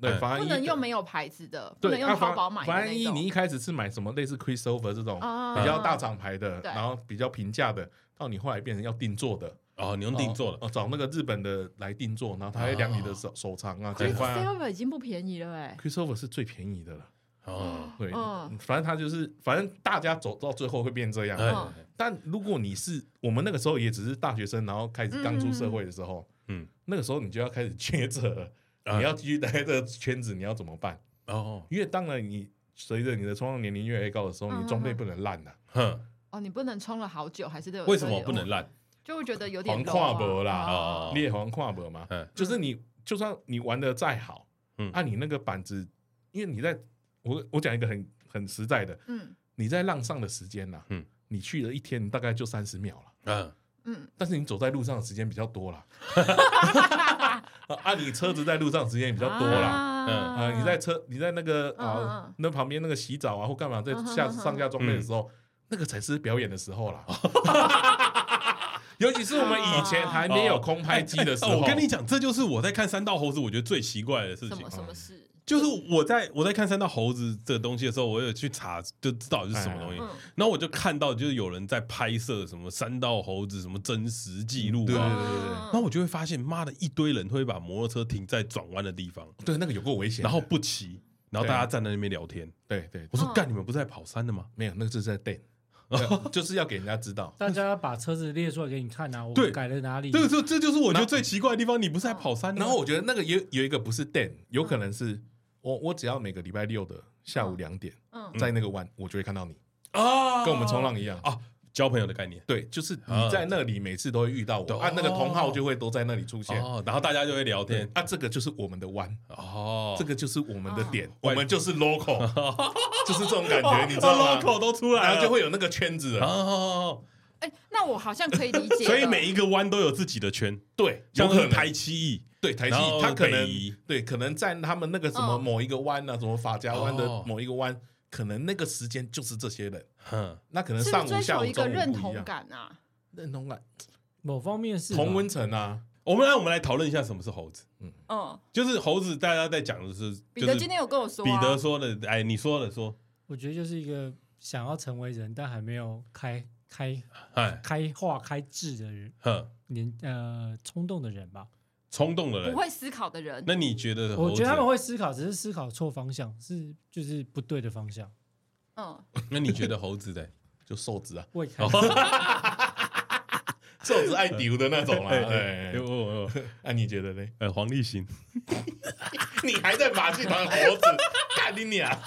[SPEAKER 1] 对，
[SPEAKER 2] 哎
[SPEAKER 1] 防寒
[SPEAKER 3] 不
[SPEAKER 1] 衣
[SPEAKER 3] 能用没有牌子的，不能
[SPEAKER 1] 对，啊
[SPEAKER 3] 用
[SPEAKER 1] 那
[SPEAKER 3] 淘
[SPEAKER 1] 防
[SPEAKER 3] 宝买的
[SPEAKER 1] 防寒
[SPEAKER 3] 那
[SPEAKER 1] 衣你
[SPEAKER 3] 种
[SPEAKER 1] 一开始是买什么类似 Quicksilver 这种
[SPEAKER 3] 啊
[SPEAKER 1] 比较大厂牌的，
[SPEAKER 3] 对
[SPEAKER 1] 然后比较平价的，到你后来变成要定做的，
[SPEAKER 2] 哦，你用定做了，
[SPEAKER 1] 哦，找那个日本的来定做，然后他会量你的手手长啊、
[SPEAKER 2] 对
[SPEAKER 1] 肩宽啊。
[SPEAKER 3] Quicksilver 已经不便宜了哎，
[SPEAKER 1] Quicksilver 是最便宜的了，
[SPEAKER 2] 哦，
[SPEAKER 1] 对
[SPEAKER 3] 嗯，
[SPEAKER 1] 反正他就是，反正大家走到最后会变这样。
[SPEAKER 2] 哎
[SPEAKER 3] 嗯，
[SPEAKER 1] 但如果你是我们那个时候也只是大学生，然后开始刚出社会的时候，
[SPEAKER 2] 嗯，啊
[SPEAKER 1] 那个时候你就要开始抉择了，你要继续待在这个圈子，你要怎么办？
[SPEAKER 2] 哦，
[SPEAKER 1] 因为当然你随着你的冲浪年龄越来越高的时候，
[SPEAKER 3] 嗯
[SPEAKER 1] 你装备不能烂的、
[SPEAKER 2] 哼，
[SPEAKER 3] 哦，你不能冲了好久，还是都有
[SPEAKER 2] 为什么不能？烂？
[SPEAKER 3] 就会觉得有点
[SPEAKER 1] 狂跨
[SPEAKER 3] 楼
[SPEAKER 1] 博啦
[SPEAKER 3] 啊
[SPEAKER 2] 哦
[SPEAKER 1] 你也很跨博嘛，
[SPEAKER 2] 嗯，
[SPEAKER 1] 就是你就算你玩的再好，
[SPEAKER 2] 嗯
[SPEAKER 1] 啊，你那个板子，因为你在我我讲一个很很实在的，
[SPEAKER 3] 嗯
[SPEAKER 1] 你在浪上的时间呐、
[SPEAKER 2] 嗯
[SPEAKER 1] 你去了一天，你大概就三十秒了。
[SPEAKER 2] 嗯，
[SPEAKER 3] 嗯，
[SPEAKER 1] 但是你走在路
[SPEAKER 3] [laughs]
[SPEAKER 1] 上的时间比较多啦，啊，你车子在路上的时间比较多啦，嗯啊，你在车，你在那个
[SPEAKER 3] 嗯嗯
[SPEAKER 1] 啊
[SPEAKER 3] 嗯，
[SPEAKER 1] 那旁边那个洗澡啊或干嘛，在
[SPEAKER 3] 嗯哼
[SPEAKER 1] 下
[SPEAKER 3] 哼哼
[SPEAKER 1] 上下装备的时候，那个才是表演的
[SPEAKER 3] [laughs]
[SPEAKER 1] 时候啦。尤其是我们以前还没有空拍机的时
[SPEAKER 2] 哦
[SPEAKER 1] 候，
[SPEAKER 2] 我跟你讲，这就是我在看三道猴子，我觉得最奇怪的事
[SPEAKER 3] 什
[SPEAKER 2] 情
[SPEAKER 3] 么。什么事？
[SPEAKER 2] 就是我在我在看三道猴子这个东西的时候，我有去查，就知道是什么东西。
[SPEAKER 3] 嗯，
[SPEAKER 2] 然后我就看到，就是有人在拍摄什么三道猴子什么真实记录
[SPEAKER 1] 对对
[SPEAKER 2] 啊，
[SPEAKER 1] 对对对
[SPEAKER 2] 然
[SPEAKER 3] 嗯
[SPEAKER 2] 后我就会发现，妈的，一堆人会把摩托车停在转弯的地方，
[SPEAKER 1] 对，那个有够危险的。
[SPEAKER 2] 然后不骑，然后大家站在那边聊天。
[SPEAKER 1] 对对，
[SPEAKER 2] 我说
[SPEAKER 3] 嗯：“
[SPEAKER 2] 干，你们不是在跑山的吗
[SPEAKER 1] 没有，那个就是在
[SPEAKER 2] [laughs]
[SPEAKER 1] d 对就是要给人家知道。
[SPEAKER 4] 大家把车子列出来给你看啊，我
[SPEAKER 2] 对
[SPEAKER 4] 们改了哪？”里？
[SPEAKER 2] 这个就这就是我觉得最奇怪的地方，你不是在跑山的吗。
[SPEAKER 1] 然后我觉嗯得那个有有一个不是 d 有可能是我我只要每个礼拜六的下午两点
[SPEAKER 3] 嗯，
[SPEAKER 1] 在那个湾，我就会看到你，
[SPEAKER 2] 啊，
[SPEAKER 1] 跟我们冲浪一样。
[SPEAKER 2] 啊，交朋友的概念。
[SPEAKER 1] 哦对，就是你在那里每次都会遇到
[SPEAKER 2] 嗯对
[SPEAKER 1] 我，啊，
[SPEAKER 3] 哦
[SPEAKER 1] 那个同号就会都在那里出现。
[SPEAKER 2] 哦，然后大家就会聊
[SPEAKER 1] 对
[SPEAKER 2] 天。
[SPEAKER 1] 啊，这个就是我们的湾，
[SPEAKER 2] 哦，
[SPEAKER 1] 这个就是我们的点，
[SPEAKER 2] 外
[SPEAKER 1] 我们就
[SPEAKER 2] [laughs]
[SPEAKER 1] 是 local，就是这种感
[SPEAKER 2] 哦
[SPEAKER 1] 觉，你知道吗
[SPEAKER 2] logo 都出来
[SPEAKER 1] 然
[SPEAKER 2] 了，
[SPEAKER 1] 后就会有那个圈子了，
[SPEAKER 2] 哦，
[SPEAKER 3] 哎，那我好像可以
[SPEAKER 1] [laughs]
[SPEAKER 3] 理解了。
[SPEAKER 2] 所以每一个弯都有自己的圈，
[SPEAKER 1] 对，有
[SPEAKER 2] 像
[SPEAKER 1] 可
[SPEAKER 2] 是
[SPEAKER 1] 能
[SPEAKER 2] 台七翼，
[SPEAKER 1] 对台
[SPEAKER 2] 然后
[SPEAKER 1] 西，他可
[SPEAKER 2] 北
[SPEAKER 1] 能
[SPEAKER 2] 宜
[SPEAKER 1] 对，可能在他们那个什么
[SPEAKER 3] 嗯
[SPEAKER 1] 某一个湾啊，什么法家湾的
[SPEAKER 2] 哦
[SPEAKER 1] 某一个湾，可能那个时间就是这些人，
[SPEAKER 2] 嗯，
[SPEAKER 1] 那可能
[SPEAKER 3] 是
[SPEAKER 1] 上
[SPEAKER 3] 不是
[SPEAKER 1] 午、
[SPEAKER 3] 追
[SPEAKER 1] 下
[SPEAKER 3] 求
[SPEAKER 1] 午、
[SPEAKER 3] 一
[SPEAKER 1] 中
[SPEAKER 3] 个
[SPEAKER 1] 午
[SPEAKER 3] 认
[SPEAKER 1] 不一
[SPEAKER 3] 同
[SPEAKER 1] 样，
[SPEAKER 3] 感啊？
[SPEAKER 1] 认同感，
[SPEAKER 4] 某方面是吧
[SPEAKER 1] 同温层啊，
[SPEAKER 2] 我们来我们来讨论一下什么是猴子，
[SPEAKER 3] 嗯，
[SPEAKER 2] 就是猴子，大家在讲的是，
[SPEAKER 3] 彼
[SPEAKER 2] 就
[SPEAKER 3] 得
[SPEAKER 2] 是
[SPEAKER 3] 今天有跟我说啊，
[SPEAKER 2] 彼得说的，哎，你说的说，
[SPEAKER 4] 我觉得就是一个想要成为人但还没有开开
[SPEAKER 2] 哎，
[SPEAKER 4] 开化开智的人，
[SPEAKER 2] 哼，
[SPEAKER 4] 年呃冲动的人吧。
[SPEAKER 2] 冲动的
[SPEAKER 3] 不
[SPEAKER 2] 人，
[SPEAKER 3] 会思考的人，
[SPEAKER 2] 那你觉得猴
[SPEAKER 4] 我
[SPEAKER 2] 子？
[SPEAKER 4] 觉得他们会思考，只是思考错方向，是就是不对的方向。
[SPEAKER 3] 嗯，
[SPEAKER 2] 那你觉得猴子的？
[SPEAKER 1] 就瘦子啊，
[SPEAKER 4] 我也
[SPEAKER 2] 哦
[SPEAKER 4] 看
[SPEAKER 1] 瘦子爱 [laughs] 丢的那种啦，
[SPEAKER 2] 哎
[SPEAKER 1] 哎
[SPEAKER 2] 哎，我，我我
[SPEAKER 1] 那你觉得呢？
[SPEAKER 2] 哎，黄立行，
[SPEAKER 1] [laughs] 你还在马戏团猴子，干你娘！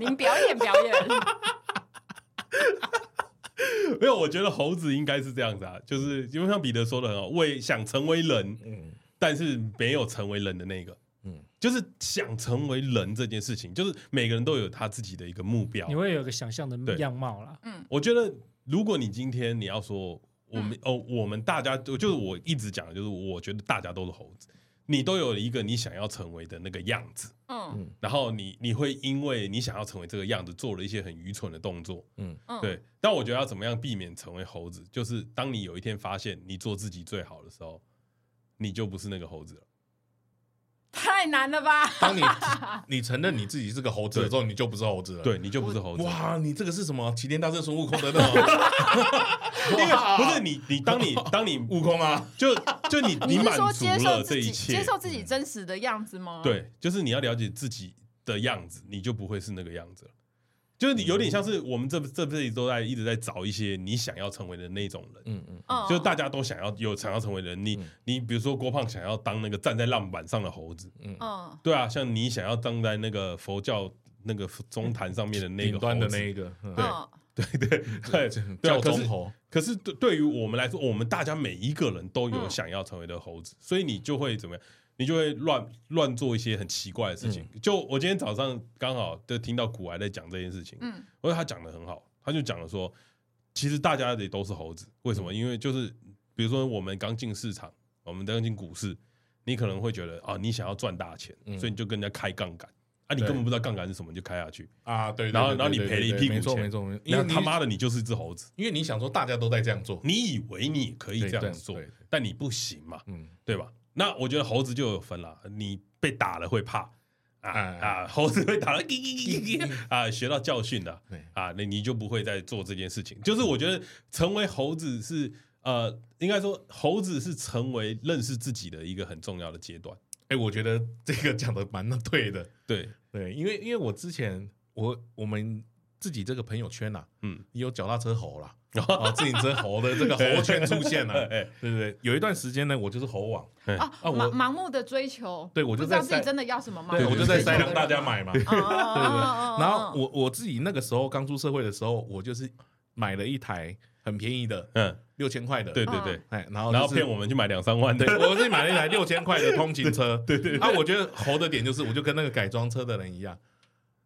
[SPEAKER 3] 您表演表演，
[SPEAKER 2] [laughs] 没有，我觉得猴子应该是这样子啊，就是因为像彼得说的很好，为想成为人，
[SPEAKER 1] 嗯
[SPEAKER 2] 但是没有成为人的那个，
[SPEAKER 1] 嗯，
[SPEAKER 2] 就是想成为人这件事情，就是每个人都有他自己的一个目标
[SPEAKER 4] 你。会有一个想象的
[SPEAKER 2] 对
[SPEAKER 4] 样貌啦。
[SPEAKER 2] 我觉得，如果你今天你要说我
[SPEAKER 4] 嗯
[SPEAKER 2] 们、哦，我们大家就就是我一直讲的，就是我觉得大家都是猴子，你都有一个你想要成为的那个样子，
[SPEAKER 3] 嗯
[SPEAKER 2] 然后你你会因为你想要成为这个样子，做了一些很愚蠢的动作，
[SPEAKER 1] 嗯
[SPEAKER 3] 嗯，
[SPEAKER 2] 对。但我觉得要怎么样避免成为猴子，就是当你有一天发现你做自己最好的时候，你就不是那个猴子了。
[SPEAKER 3] 太难了吧？
[SPEAKER 1] 当你 [laughs] 你承认你自己是个猴子的时候，你就不是猴子了。，
[SPEAKER 2] 对，你就不是猴子了。
[SPEAKER 1] 哇，你这个是什么？齐天大圣孙悟空的那种 [laughs]
[SPEAKER 2] 因为不是你，你当你当你
[SPEAKER 1] 悟空啊？
[SPEAKER 2] 就就
[SPEAKER 3] [laughs]
[SPEAKER 2] 你
[SPEAKER 3] 你是
[SPEAKER 2] 满
[SPEAKER 3] 说
[SPEAKER 2] 足
[SPEAKER 3] 接受
[SPEAKER 2] 了
[SPEAKER 3] 自
[SPEAKER 2] 这一
[SPEAKER 3] 己
[SPEAKER 2] 切，
[SPEAKER 3] 接受
[SPEAKER 1] 嗯
[SPEAKER 3] 自己真实的样子吗？，
[SPEAKER 2] 对，就是你要了解自己的样子，你就不会是那个样子了。就是你有点像是我们这这辈子都在一直在找一些你想要成为的那种人，
[SPEAKER 1] 嗯嗯，
[SPEAKER 3] 嗯，
[SPEAKER 2] 就是大家都想要有想要成为人。你你比如说郭胖想要当那个站在浪板上的猴子，
[SPEAKER 3] 嗯，
[SPEAKER 2] 对啊，像你想要站在那个佛教那个中坛上面的那
[SPEAKER 1] 顶
[SPEAKER 2] 个
[SPEAKER 1] 端的
[SPEAKER 2] 猴子
[SPEAKER 1] 那一个，嗯
[SPEAKER 2] 对
[SPEAKER 3] 嗯
[SPEAKER 2] 对对对
[SPEAKER 1] [laughs]
[SPEAKER 2] 对啊，
[SPEAKER 1] 教
[SPEAKER 2] 可
[SPEAKER 1] 宗
[SPEAKER 2] 是
[SPEAKER 1] 猴。
[SPEAKER 2] 可是对对于我们来说，我们大家每一个人都有
[SPEAKER 3] 嗯
[SPEAKER 2] 想要成为的猴子，所以你就会怎么样？你就会乱乱做一些很奇怪的事
[SPEAKER 1] 嗯
[SPEAKER 2] 情。就我今天早上刚好就听到古癌在讲这件事情，
[SPEAKER 3] 嗯
[SPEAKER 2] 我觉得他讲的很好，他就讲了说，其实大家也都是猴子，为
[SPEAKER 1] 嗯
[SPEAKER 2] 什么？因为就是比如说我们刚进市场，我们刚进股市，你可能会觉得啊，你想要赚大钱，
[SPEAKER 1] 嗯
[SPEAKER 2] 所以你就跟人家开杠杆。啊！你
[SPEAKER 1] 对
[SPEAKER 2] 根本不知道杠杆是什么，你就开下去，
[SPEAKER 1] 啊，对，对
[SPEAKER 2] 然后
[SPEAKER 1] 对
[SPEAKER 2] 然后你
[SPEAKER 1] 对
[SPEAKER 2] 赔了一
[SPEAKER 1] 对
[SPEAKER 2] 屁
[SPEAKER 1] 对没
[SPEAKER 2] 股
[SPEAKER 1] 错
[SPEAKER 2] 钱
[SPEAKER 1] 没错，没错因
[SPEAKER 2] 因
[SPEAKER 1] 为
[SPEAKER 2] 为
[SPEAKER 1] 你
[SPEAKER 2] 他妈的你就是一只猴子。
[SPEAKER 1] 因为你想说大家都在这样做，
[SPEAKER 2] 你以为你可以
[SPEAKER 1] 对
[SPEAKER 2] 这样
[SPEAKER 1] 对
[SPEAKER 2] 做
[SPEAKER 1] 对对，
[SPEAKER 2] 但你不行嘛，
[SPEAKER 1] 嗯，
[SPEAKER 2] 对吧？那我觉得猴子就有分了，你被打了会怕啊
[SPEAKER 1] 哎嗯
[SPEAKER 2] 啊，猴子被打了，叽叽叽叽叽啊，学到教训了
[SPEAKER 1] 对
[SPEAKER 2] 啊，那你就不会再做这件事情。就是我觉得成为猴子是呃，应该说猴子是成为认识自己的一个很重要的阶段。
[SPEAKER 1] 哎，我觉得这个讲的蛮对的，
[SPEAKER 2] 对，
[SPEAKER 1] 对，因为因为我之前我我们自己这个朋友圈啊呐，
[SPEAKER 2] 嗯，
[SPEAKER 1] 有脚踏车猴啦，啊，自行车猴的这个猴圈
[SPEAKER 2] [laughs]
[SPEAKER 1] 出现了，
[SPEAKER 2] 哎
[SPEAKER 1] 对对对，有一段时间呢，我就是猴王，
[SPEAKER 3] 啊，盲盲目的追求，
[SPEAKER 1] 对我就
[SPEAKER 3] 不知道
[SPEAKER 1] 在
[SPEAKER 3] 自己
[SPEAKER 1] 塞
[SPEAKER 3] 真的要什么吗？
[SPEAKER 1] 对我就在塞
[SPEAKER 3] 塞
[SPEAKER 1] 让大家买嘛， [laughs] 哦对
[SPEAKER 3] 嗯，
[SPEAKER 1] 对。
[SPEAKER 3] 嗯嗯嗯嗯
[SPEAKER 1] 然后我我自己那个时候刚出社会的时候，我就是买了一台很便宜
[SPEAKER 2] [laughs]
[SPEAKER 1] 的
[SPEAKER 2] 嗯，
[SPEAKER 1] 六千块的，
[SPEAKER 2] 对对
[SPEAKER 3] 嗯
[SPEAKER 2] 对，
[SPEAKER 1] 哎，然后
[SPEAKER 2] 然后
[SPEAKER 1] 就是
[SPEAKER 2] 骗我们去买两三万的
[SPEAKER 1] 对，我自己买了一台
[SPEAKER 2] [laughs]
[SPEAKER 1] 六千块的通勤车。对对，啊，我觉得猴的点就是，我就跟那个改装车的人一样，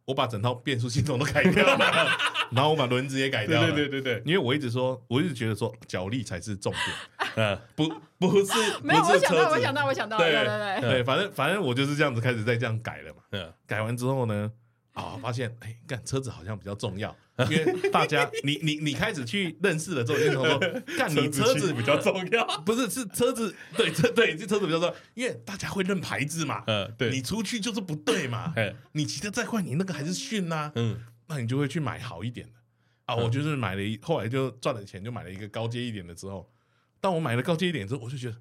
[SPEAKER 1] 我把整套变速系统都改
[SPEAKER 2] [laughs]
[SPEAKER 1] 掉了，然后我把轮子也改
[SPEAKER 2] 对
[SPEAKER 1] 掉了。
[SPEAKER 2] 对对对对，
[SPEAKER 1] 因为我一直说，我一直觉得说脚力才是重点，
[SPEAKER 2] 嗯，
[SPEAKER 1] 不不是
[SPEAKER 3] [laughs] 没有，
[SPEAKER 1] 不
[SPEAKER 3] 我
[SPEAKER 1] 是
[SPEAKER 3] 想
[SPEAKER 1] 车
[SPEAKER 3] 到，
[SPEAKER 1] 子
[SPEAKER 3] 我想到，我想到，
[SPEAKER 1] 对
[SPEAKER 3] 对对
[SPEAKER 1] [laughs]
[SPEAKER 3] 对，
[SPEAKER 1] 对，反正反正我就是这样子开始在这样改了嘛。
[SPEAKER 2] 嗯
[SPEAKER 1] 改完之后呢，啊、发现哎，干车子好像比较重要，因为
[SPEAKER 3] [laughs]
[SPEAKER 1] 大家你你你开始去认识了之后，你就
[SPEAKER 2] [laughs]
[SPEAKER 1] 想说，干你车
[SPEAKER 2] 去
[SPEAKER 1] 子
[SPEAKER 2] 比较重要。
[SPEAKER 1] [laughs] 不是是车子对车对这车子比较重要，因为大家会认牌子嘛，
[SPEAKER 2] 嗯，对，
[SPEAKER 1] 你出去就是不对嘛，
[SPEAKER 2] 哎，
[SPEAKER 1] 你骑得再快，你那个还是逊啊呐、
[SPEAKER 2] 嗯
[SPEAKER 1] 那你就会去买好一点的啊。
[SPEAKER 2] 嗯
[SPEAKER 1] 我就是买了一，后来就赚了钱，就买了一个高阶一点的。之后，当我买了高阶一点之后，我就觉得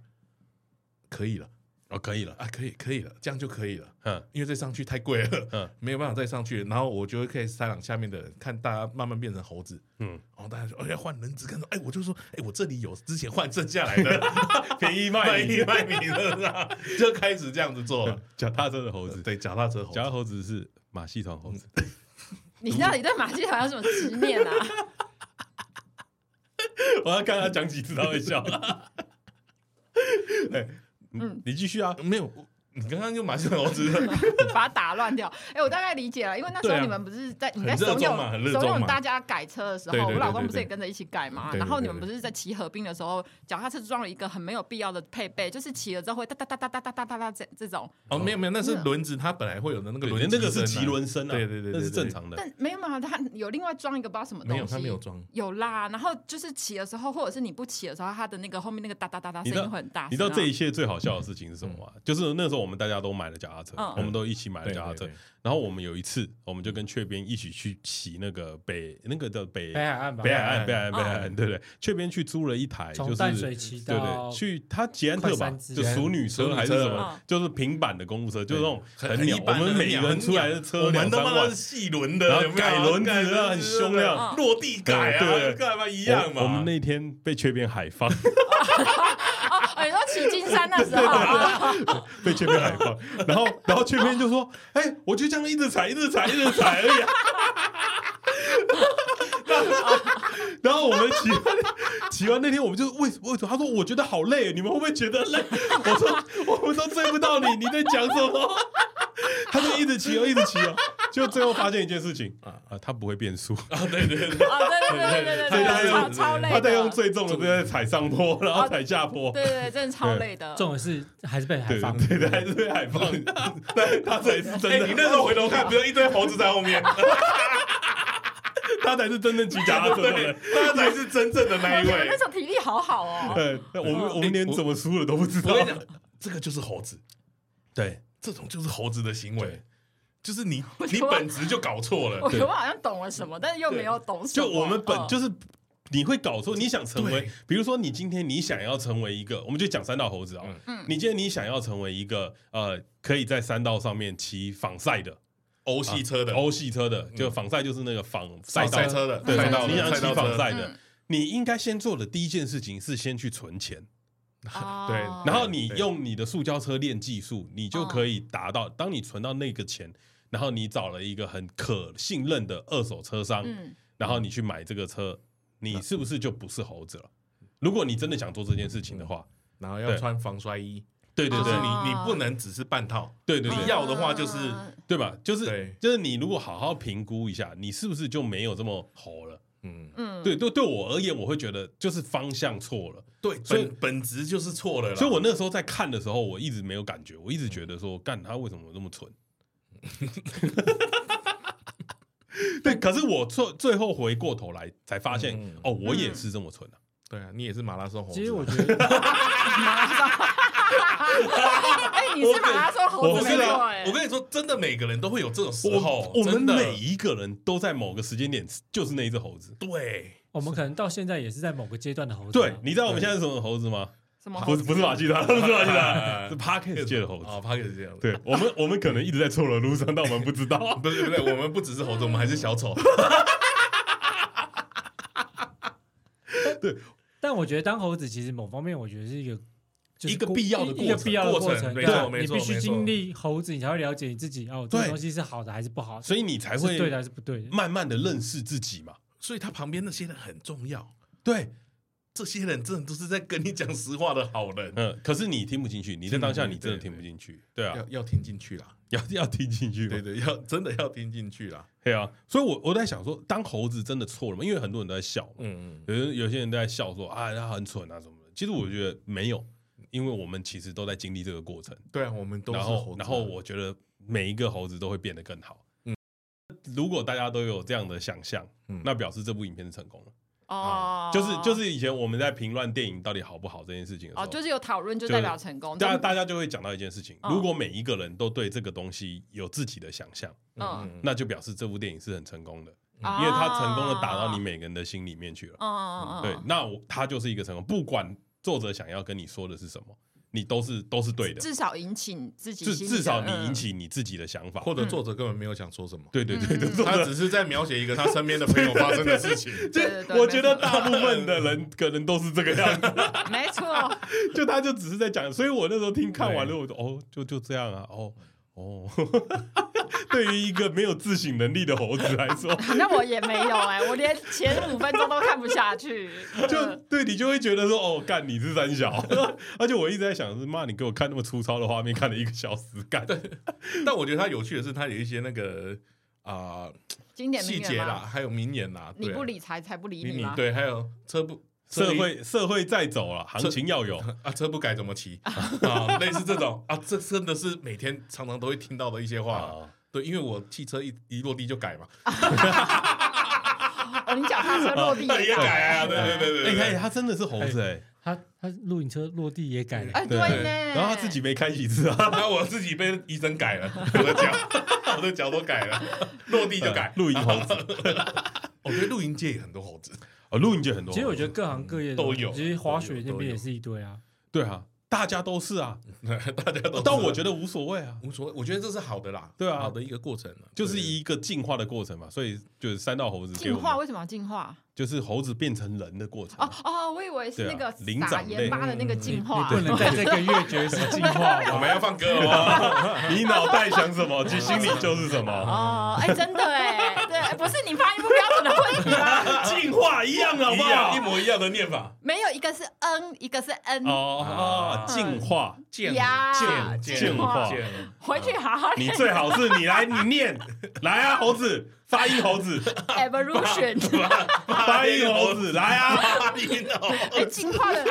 [SPEAKER 1] 可以了
[SPEAKER 2] 哦，可以了，
[SPEAKER 1] 啊，可以可以了，这样就可以了，
[SPEAKER 2] 嗯
[SPEAKER 1] 因为再上去太贵了，
[SPEAKER 2] 嗯
[SPEAKER 1] [laughs] 没有办法再上去。然后我就会开始采访下面的人，看大家慢慢变成猴子。
[SPEAKER 2] 嗯，
[SPEAKER 1] 然后大家说：“哎、要换轮子，看到哎，我就说，哎，我这里有之前换剩下来的，
[SPEAKER 2] [laughs] 便宜卖
[SPEAKER 1] [laughs] 卖
[SPEAKER 2] 你
[SPEAKER 1] 你卖你的，就开始这样子
[SPEAKER 2] 哦
[SPEAKER 1] 做了。
[SPEAKER 2] 脚踏车的猴子，
[SPEAKER 1] 对，脚踏车猴
[SPEAKER 2] 嗯脚
[SPEAKER 1] 子
[SPEAKER 2] 踏猴子是马戏团猴子，
[SPEAKER 3] 你到底对马戏团有什么执念啊？
[SPEAKER 2] [laughs] 我要看他讲几次他会 [laughs] 笑。哎，嗯
[SPEAKER 3] 嗯，
[SPEAKER 2] 你继续啊，
[SPEAKER 1] 没有，我你刚刚就马上猴子了，
[SPEAKER 3] 把它打乱掉。哎、我大概理解了，因为那时
[SPEAKER 1] 对
[SPEAKER 3] 候
[SPEAKER 1] 啊
[SPEAKER 3] 你们不是在、你在
[SPEAKER 1] 很热
[SPEAKER 3] 怂
[SPEAKER 1] 衷嘛很
[SPEAKER 3] 恿
[SPEAKER 1] 热
[SPEAKER 3] 怂
[SPEAKER 1] 衷
[SPEAKER 3] 恿
[SPEAKER 1] 嘛
[SPEAKER 3] 大家改车的时候，
[SPEAKER 1] 对对对
[SPEAKER 3] 我老公
[SPEAKER 1] 对
[SPEAKER 3] 不是
[SPEAKER 1] 对
[SPEAKER 3] 也跟着一起改嘛？
[SPEAKER 1] 对对
[SPEAKER 3] 然后你
[SPEAKER 1] 对
[SPEAKER 3] 们
[SPEAKER 1] 对
[SPEAKER 3] 不是在骑河滨的时候，脚踏车装了一个很没有必要的配备，就是骑了之后会哒哒哒哒哒哒哒哒哒这这种，
[SPEAKER 1] 哦，没有没有，那是
[SPEAKER 3] 那
[SPEAKER 1] 轮子，它本来会有的那个
[SPEAKER 2] 对
[SPEAKER 1] 轮，
[SPEAKER 2] 那个是棘
[SPEAKER 1] 急
[SPEAKER 2] 轮声啊，
[SPEAKER 1] 对对对，对
[SPEAKER 2] 那是
[SPEAKER 1] 对
[SPEAKER 2] 正常的。
[SPEAKER 3] 但没有嘛，他有另外装一个不知道什么东西，
[SPEAKER 1] 没有，它没有装。
[SPEAKER 3] 有啦，然后就是骑的时候，或者是你不骑的时候，它的那个后面那个哒哒哒哒
[SPEAKER 2] 你
[SPEAKER 3] 声
[SPEAKER 2] 知道
[SPEAKER 3] 音会很大声啊。
[SPEAKER 2] 你知道这一切最好笑的事情是什么吗？就是那时候我们大家都买了脚踏车，
[SPEAKER 3] 嗯
[SPEAKER 2] 我们都一起买了
[SPEAKER 1] 对
[SPEAKER 2] 脚踏车
[SPEAKER 1] 对对。
[SPEAKER 2] 然后我们有一次，我们就跟雀边一起去骑那个北那个叫北
[SPEAKER 4] 北海岸吧
[SPEAKER 2] 北，海岸北海岸
[SPEAKER 3] 嗯
[SPEAKER 2] 北海岸，对对，雀边去租了一台，就
[SPEAKER 4] 从淡水
[SPEAKER 2] 是。
[SPEAKER 4] 骑
[SPEAKER 2] 对
[SPEAKER 4] 到
[SPEAKER 2] 对，去他捷安特
[SPEAKER 4] 快
[SPEAKER 2] 吧，
[SPEAKER 4] 三支
[SPEAKER 2] 就熟女车还是什么
[SPEAKER 3] 嗯，
[SPEAKER 2] 就是平板的公路车，就是那种
[SPEAKER 1] 很
[SPEAKER 2] 很鸟。
[SPEAKER 1] 一
[SPEAKER 2] 我
[SPEAKER 1] 般的
[SPEAKER 2] 们每
[SPEAKER 1] 鸟
[SPEAKER 2] 个人
[SPEAKER 1] 很
[SPEAKER 2] 出来
[SPEAKER 1] 鸟
[SPEAKER 2] 的车
[SPEAKER 1] 我
[SPEAKER 2] 两
[SPEAKER 1] 们他
[SPEAKER 2] 三
[SPEAKER 1] 妈
[SPEAKER 2] 万
[SPEAKER 1] 是，细轮的，
[SPEAKER 2] 然后
[SPEAKER 1] 有没有
[SPEAKER 2] 改轮子啊
[SPEAKER 1] 改轮
[SPEAKER 2] 很凶亮
[SPEAKER 3] 嗯
[SPEAKER 1] 落地改啊，
[SPEAKER 2] 对对
[SPEAKER 1] 干嘛一样嘛？
[SPEAKER 2] 我我们那天被雀边海放，
[SPEAKER 3] 哦，哦你说骑金山那时候啊，
[SPEAKER 2] 被雀边海放，然后然后雀边就说：“哎、我就这样一直踩，一直踩，一直踩而已、啊。 [laughs] 然后”然后我们骑完骑完那天，我们就为什么为什么？他说：“我觉得好累，你们会不会觉得累？”我说：“我们都追不到你，你在讲什么？”他就一直骑哦，一直骑哦，就最后发现一件事情啊啊，他不会变速，
[SPEAKER 1] 啊，对对对，
[SPEAKER 3] 哦，对对对对
[SPEAKER 2] 所以
[SPEAKER 3] 对
[SPEAKER 2] 他
[SPEAKER 3] 对，超
[SPEAKER 2] 用
[SPEAKER 3] 超累的，
[SPEAKER 2] 他在用最重的在踩上坡，然后踩下坡。
[SPEAKER 3] 对对，对真的超累的。
[SPEAKER 4] 重点是还是被海
[SPEAKER 2] 对
[SPEAKER 4] 放。
[SPEAKER 2] 对对，还是被海放，
[SPEAKER 4] [laughs]
[SPEAKER 2] 但他才是真
[SPEAKER 1] 哎，
[SPEAKER 2] 的。
[SPEAKER 1] 你那时候回头看，不是一堆猴子在后面，
[SPEAKER 2] [laughs] 他才是真正骑脚踏车的
[SPEAKER 1] 对
[SPEAKER 2] 人。，
[SPEAKER 1] 他才是真正的那一
[SPEAKER 3] 你们
[SPEAKER 1] 位
[SPEAKER 3] 那。时候体力好好哦，
[SPEAKER 2] [laughs] 对，那我们我们连怎么输了都不知
[SPEAKER 1] 哎我
[SPEAKER 2] 道
[SPEAKER 1] 跟你。讲，这个就是猴子，
[SPEAKER 2] 对，
[SPEAKER 1] 这种就是猴子的行
[SPEAKER 2] 对
[SPEAKER 1] 为，就是你你
[SPEAKER 3] 觉得
[SPEAKER 1] 本质就搞错了
[SPEAKER 3] 我。觉得我好像懂了什么，但是又没有懂什
[SPEAKER 2] 就
[SPEAKER 3] 么。
[SPEAKER 2] 我们本
[SPEAKER 3] 嗯
[SPEAKER 2] 就是你会搞错，你想成为
[SPEAKER 1] 哦对，
[SPEAKER 2] 比如说你今天你想要成为一个，我们就讲三道猴子啊、哦。
[SPEAKER 3] 嗯
[SPEAKER 2] 你今天你想要成为一个呃，可以在山道上面骑仿赛的
[SPEAKER 1] 啊欧系车的，
[SPEAKER 2] 欧系车的，就仿赛就是那个仿赛
[SPEAKER 1] 赛
[SPEAKER 2] 道
[SPEAKER 1] 赛车的，
[SPEAKER 2] 对，
[SPEAKER 1] 赛道
[SPEAKER 2] 你想
[SPEAKER 1] 的，
[SPEAKER 2] 骑
[SPEAKER 1] 赛道
[SPEAKER 2] 仿
[SPEAKER 1] 车。
[SPEAKER 2] 赛的
[SPEAKER 3] 嗯，
[SPEAKER 2] 你应该先做的第一件事情是先去存钱。
[SPEAKER 3] 哦
[SPEAKER 1] 对
[SPEAKER 2] 然后你用你的塑胶车练技术，你就
[SPEAKER 3] 嗯
[SPEAKER 2] 可以达到，当你存到那个钱，然后你找了一个很可信任的二手车商，
[SPEAKER 3] 嗯，
[SPEAKER 2] 然后你去买这个车，你是不是就不是猴子了？如果你真的想做这件事情的话，
[SPEAKER 1] 然后要
[SPEAKER 2] 对
[SPEAKER 1] 穿防摔衣，
[SPEAKER 2] 对对
[SPEAKER 1] 就是
[SPEAKER 2] 对
[SPEAKER 1] 你
[SPEAKER 3] 哦
[SPEAKER 1] 你不能只是半套，
[SPEAKER 2] 对对
[SPEAKER 1] 你
[SPEAKER 2] 对
[SPEAKER 1] 要的话就是
[SPEAKER 2] 对吧？就是
[SPEAKER 1] 对
[SPEAKER 2] 就是你如果好好评估一下，你是不是就没有这么猴了？
[SPEAKER 1] 嗯，
[SPEAKER 3] 嗯，
[SPEAKER 2] 对对，对我而言，我会觉得就是方向错了。
[SPEAKER 1] 对，
[SPEAKER 2] 所以
[SPEAKER 1] 本本质就是错了啦，
[SPEAKER 2] 所以我那时候在看的时候，我一直没有感觉，我一直觉得说，干他为什么那么蠢？对，可是我最最后回过头来才发现，
[SPEAKER 1] 嗯
[SPEAKER 2] 哦，我也是这么蠢啊！
[SPEAKER 1] 对啊，你也是马拉松猴子啊，
[SPEAKER 4] 其实我觉得，
[SPEAKER 3] [laughs] 哎，你是马拉松猴
[SPEAKER 1] 我
[SPEAKER 3] 子没
[SPEAKER 1] 跟你
[SPEAKER 3] 错
[SPEAKER 2] 啊
[SPEAKER 1] 讲
[SPEAKER 3] 哎，
[SPEAKER 1] 我跟你说，真的每个人都会有这种时候
[SPEAKER 2] 我，我们
[SPEAKER 1] 真的
[SPEAKER 2] 每一个人都在某个时间点就是那一只猴子。
[SPEAKER 1] 对
[SPEAKER 4] 我们可能到现在也是在某个阶段的猴子。啊
[SPEAKER 2] 对，，你知道我们现在是什么猴子吗？
[SPEAKER 3] 什么
[SPEAKER 2] 不
[SPEAKER 3] 猴
[SPEAKER 2] 是
[SPEAKER 3] 子？
[SPEAKER 2] 不是马戏团，不是马戏团，
[SPEAKER 1] 啊
[SPEAKER 2] 是 Parkes 界的猴子。
[SPEAKER 1] 啊，他也是这样的。
[SPEAKER 2] 对我们，我们可能一直在错的路上，但我们不知道。
[SPEAKER 1] 不是不是，我们不只是猴子，我们还是小丑。
[SPEAKER 4] 但我觉得当猴子其实某方面，我觉得是一个。就是
[SPEAKER 1] 一个
[SPEAKER 4] 过
[SPEAKER 1] 必要的
[SPEAKER 4] 一个
[SPEAKER 1] 过程
[SPEAKER 4] 必要的
[SPEAKER 1] 过
[SPEAKER 4] 过
[SPEAKER 1] 程
[SPEAKER 4] 程，
[SPEAKER 1] 没
[SPEAKER 4] 对
[SPEAKER 1] 错没
[SPEAKER 4] 你
[SPEAKER 1] 错
[SPEAKER 4] 必须
[SPEAKER 1] 没错
[SPEAKER 4] 经历猴子，你才会了解你自己哦，这
[SPEAKER 2] 对
[SPEAKER 4] 个东西是好的还是不好的，
[SPEAKER 2] 所以你才
[SPEAKER 4] 是
[SPEAKER 2] 会嗯
[SPEAKER 4] 对的还是不对的。
[SPEAKER 2] 慢慢的认识自己嘛。
[SPEAKER 1] 所以他旁边那些人很重要，
[SPEAKER 2] 对，
[SPEAKER 1] 这些人真的都是在跟你讲实话的好人，
[SPEAKER 2] 嗯，可是你听不进去，你在当下你真的听
[SPEAKER 1] 听
[SPEAKER 2] 不
[SPEAKER 1] 不
[SPEAKER 2] 进去，对啊
[SPEAKER 1] 要，要听进去啦，
[SPEAKER 2] [laughs] 要要听进去嘛，
[SPEAKER 1] 对对，要真的要听进去啦，
[SPEAKER 2] 对啊，所以我我在想说，当猴子真的错了吗？因为很多人都在笑嘛，
[SPEAKER 1] 嗯
[SPEAKER 2] 有人有些人都在笑说啊，他很蠢啊什么的。其实我觉得没有，因为我们其实都在经历这个过程。
[SPEAKER 1] 对啊，我们都是
[SPEAKER 2] 然后
[SPEAKER 1] 猴，子啊
[SPEAKER 2] 然后我觉得每一个猴子都会变得更好。如果大家都有这样的想象，
[SPEAKER 1] 嗯
[SPEAKER 2] 那表示这部影片是成功了。
[SPEAKER 3] 哦，
[SPEAKER 2] 就是就是以前我们在评论电影到底好不好这件事情的时候，
[SPEAKER 3] 哦，就是有讨论就
[SPEAKER 2] 就啊
[SPEAKER 3] 代表成功，
[SPEAKER 2] 大
[SPEAKER 3] 这
[SPEAKER 2] 家
[SPEAKER 3] 样
[SPEAKER 2] 大家就会讲到一件事情：
[SPEAKER 3] 嗯
[SPEAKER 2] 如果每一个人都对这个东西有自己的想象，
[SPEAKER 3] 嗯，
[SPEAKER 2] 那就表示这部电影是很成功的，
[SPEAKER 3] 因
[SPEAKER 2] 嗯因为它成功的打到你，每个人的心里面去了。
[SPEAKER 3] 嗯嗯嗯，嗯
[SPEAKER 2] 对，，那我它就是一个成功，不管作者想要跟你说的是什么，你都是都是对的，
[SPEAKER 3] 至少引起你自己
[SPEAKER 2] 至
[SPEAKER 3] 心里
[SPEAKER 2] 至少
[SPEAKER 3] 的嗯
[SPEAKER 2] 你引，起你自己的想法。
[SPEAKER 1] 或者作者根本没有想说什么，
[SPEAKER 2] 对对对
[SPEAKER 3] 嗯
[SPEAKER 2] 对，
[SPEAKER 3] 嗯
[SPEAKER 2] 作
[SPEAKER 1] [laughs] 他
[SPEAKER 2] 者
[SPEAKER 1] 只是在描写一个他身边的朋友发生的
[SPEAKER 3] [laughs]
[SPEAKER 1] 事情，
[SPEAKER 3] 对对对
[SPEAKER 2] 我觉得
[SPEAKER 3] 没错
[SPEAKER 2] 大部分的人可能都是这个样子，
[SPEAKER 3] 嗯没错，
[SPEAKER 2] [laughs] 就他就只是在讲，所以我那时候听看完了，
[SPEAKER 1] 对
[SPEAKER 2] 我就哦，就就这样啊，哦哦， [laughs] 对于一个没有自省能力的猴子来说， [laughs]
[SPEAKER 3] 那我也没有哎，我连前五分钟都看不下去，
[SPEAKER 2] 就对你就会觉得说，哦，干你是三小， [laughs] 而且我一直在想，是妈，你给我看那么粗糙的画面，看了一个小时，干，
[SPEAKER 1] 但我觉得他有趣的是，他有一些那个啊
[SPEAKER 3] 经典
[SPEAKER 1] 细
[SPEAKER 3] 名
[SPEAKER 1] 节
[SPEAKER 3] 言
[SPEAKER 1] 啦，
[SPEAKER 3] 嘛，
[SPEAKER 1] 还有名言啦，
[SPEAKER 3] 你
[SPEAKER 1] 对啊
[SPEAKER 3] 不理财，财不理
[SPEAKER 1] 你
[SPEAKER 3] 嘛，
[SPEAKER 1] 对，还有车不车
[SPEAKER 2] 社
[SPEAKER 1] 一
[SPEAKER 2] 会社会在走了，行情要有，
[SPEAKER 1] 啊，车不改怎么
[SPEAKER 3] [laughs]
[SPEAKER 1] 骑啊？类似这种啊，这真的是每天常常都会听到的一些话。
[SPEAKER 2] 啊
[SPEAKER 1] 对，因为我汽车一一落地就
[SPEAKER 3] [laughs]
[SPEAKER 1] 改嘛，
[SPEAKER 3] 哦，你脚踏车落地
[SPEAKER 1] 也改啊，对对对
[SPEAKER 2] 哎
[SPEAKER 1] 对
[SPEAKER 2] 哎，
[SPEAKER 1] 对。
[SPEAKER 2] 他真的是猴子哎，
[SPEAKER 4] 他他录影车落地也
[SPEAKER 2] 嗯
[SPEAKER 4] 改了，
[SPEAKER 3] 哎，对呢，
[SPEAKER 2] 然后他自己没开几次 [laughs] 啊，
[SPEAKER 1] 那我自己被医生改
[SPEAKER 3] [laughs]
[SPEAKER 1] 了，我的脚， [laughs] 我的脚都改了，落地就改。
[SPEAKER 2] 露营猴子，
[SPEAKER 1] 我觉得露营界也很多猴子，
[SPEAKER 2] 哦，露营就很多猴子，
[SPEAKER 4] 其实我觉得各行各业的
[SPEAKER 1] 都有
[SPEAKER 4] 其实滑雪那
[SPEAKER 1] 都有
[SPEAKER 4] 边也是一
[SPEAKER 1] [laughs]
[SPEAKER 4] 堆啊，
[SPEAKER 2] 对啊，大家都是啊，
[SPEAKER 1] 大家都。
[SPEAKER 2] 但我觉得无所谓啊，
[SPEAKER 1] 无所谓，我觉得这是好的啦，
[SPEAKER 2] 对啊
[SPEAKER 1] 好的一个过程啊
[SPEAKER 2] 就是一个进化的过程嘛，所以就是三道猴子给
[SPEAKER 3] 进
[SPEAKER 2] 我
[SPEAKER 3] 化
[SPEAKER 2] 们，
[SPEAKER 3] 为什么要进化？
[SPEAKER 2] 就是猴子变成人的过程
[SPEAKER 3] 哦
[SPEAKER 2] 啊。
[SPEAKER 3] 哦，我以为是那
[SPEAKER 2] 对
[SPEAKER 3] 个
[SPEAKER 2] 啊灵
[SPEAKER 3] 撒
[SPEAKER 2] 长类
[SPEAKER 3] 盐巴的那个进化，
[SPEAKER 4] 不能在这个月绝食进化
[SPEAKER 1] [laughs] [laughs] 对我
[SPEAKER 4] 吧。
[SPEAKER 1] 们要放歌哦了吗？
[SPEAKER 2] 你脑袋想什么，其实心里就是什么，
[SPEAKER 3] 哦，哎，真的哎，对，不是你发音不标准的问题
[SPEAKER 2] [laughs]
[SPEAKER 3] 啦，
[SPEAKER 2] 进化一样 [laughs] 好
[SPEAKER 1] 一
[SPEAKER 2] 不
[SPEAKER 1] 样一
[SPEAKER 2] 好？
[SPEAKER 1] 模一样的念法，
[SPEAKER 3] 没有一个是 n，一个是 n，
[SPEAKER 2] 哦哦，进化，
[SPEAKER 1] 见
[SPEAKER 3] 呀
[SPEAKER 1] 见
[SPEAKER 2] 进化
[SPEAKER 1] 见
[SPEAKER 3] 回去好好
[SPEAKER 2] 你最好是你来你念， [laughs] 来啊猴子，发音猴 [laughs] 子，
[SPEAKER 3] evolution，
[SPEAKER 2] 发音猴子，来啊，
[SPEAKER 1] [laughs] 八哦音猴，
[SPEAKER 3] 哎，进化的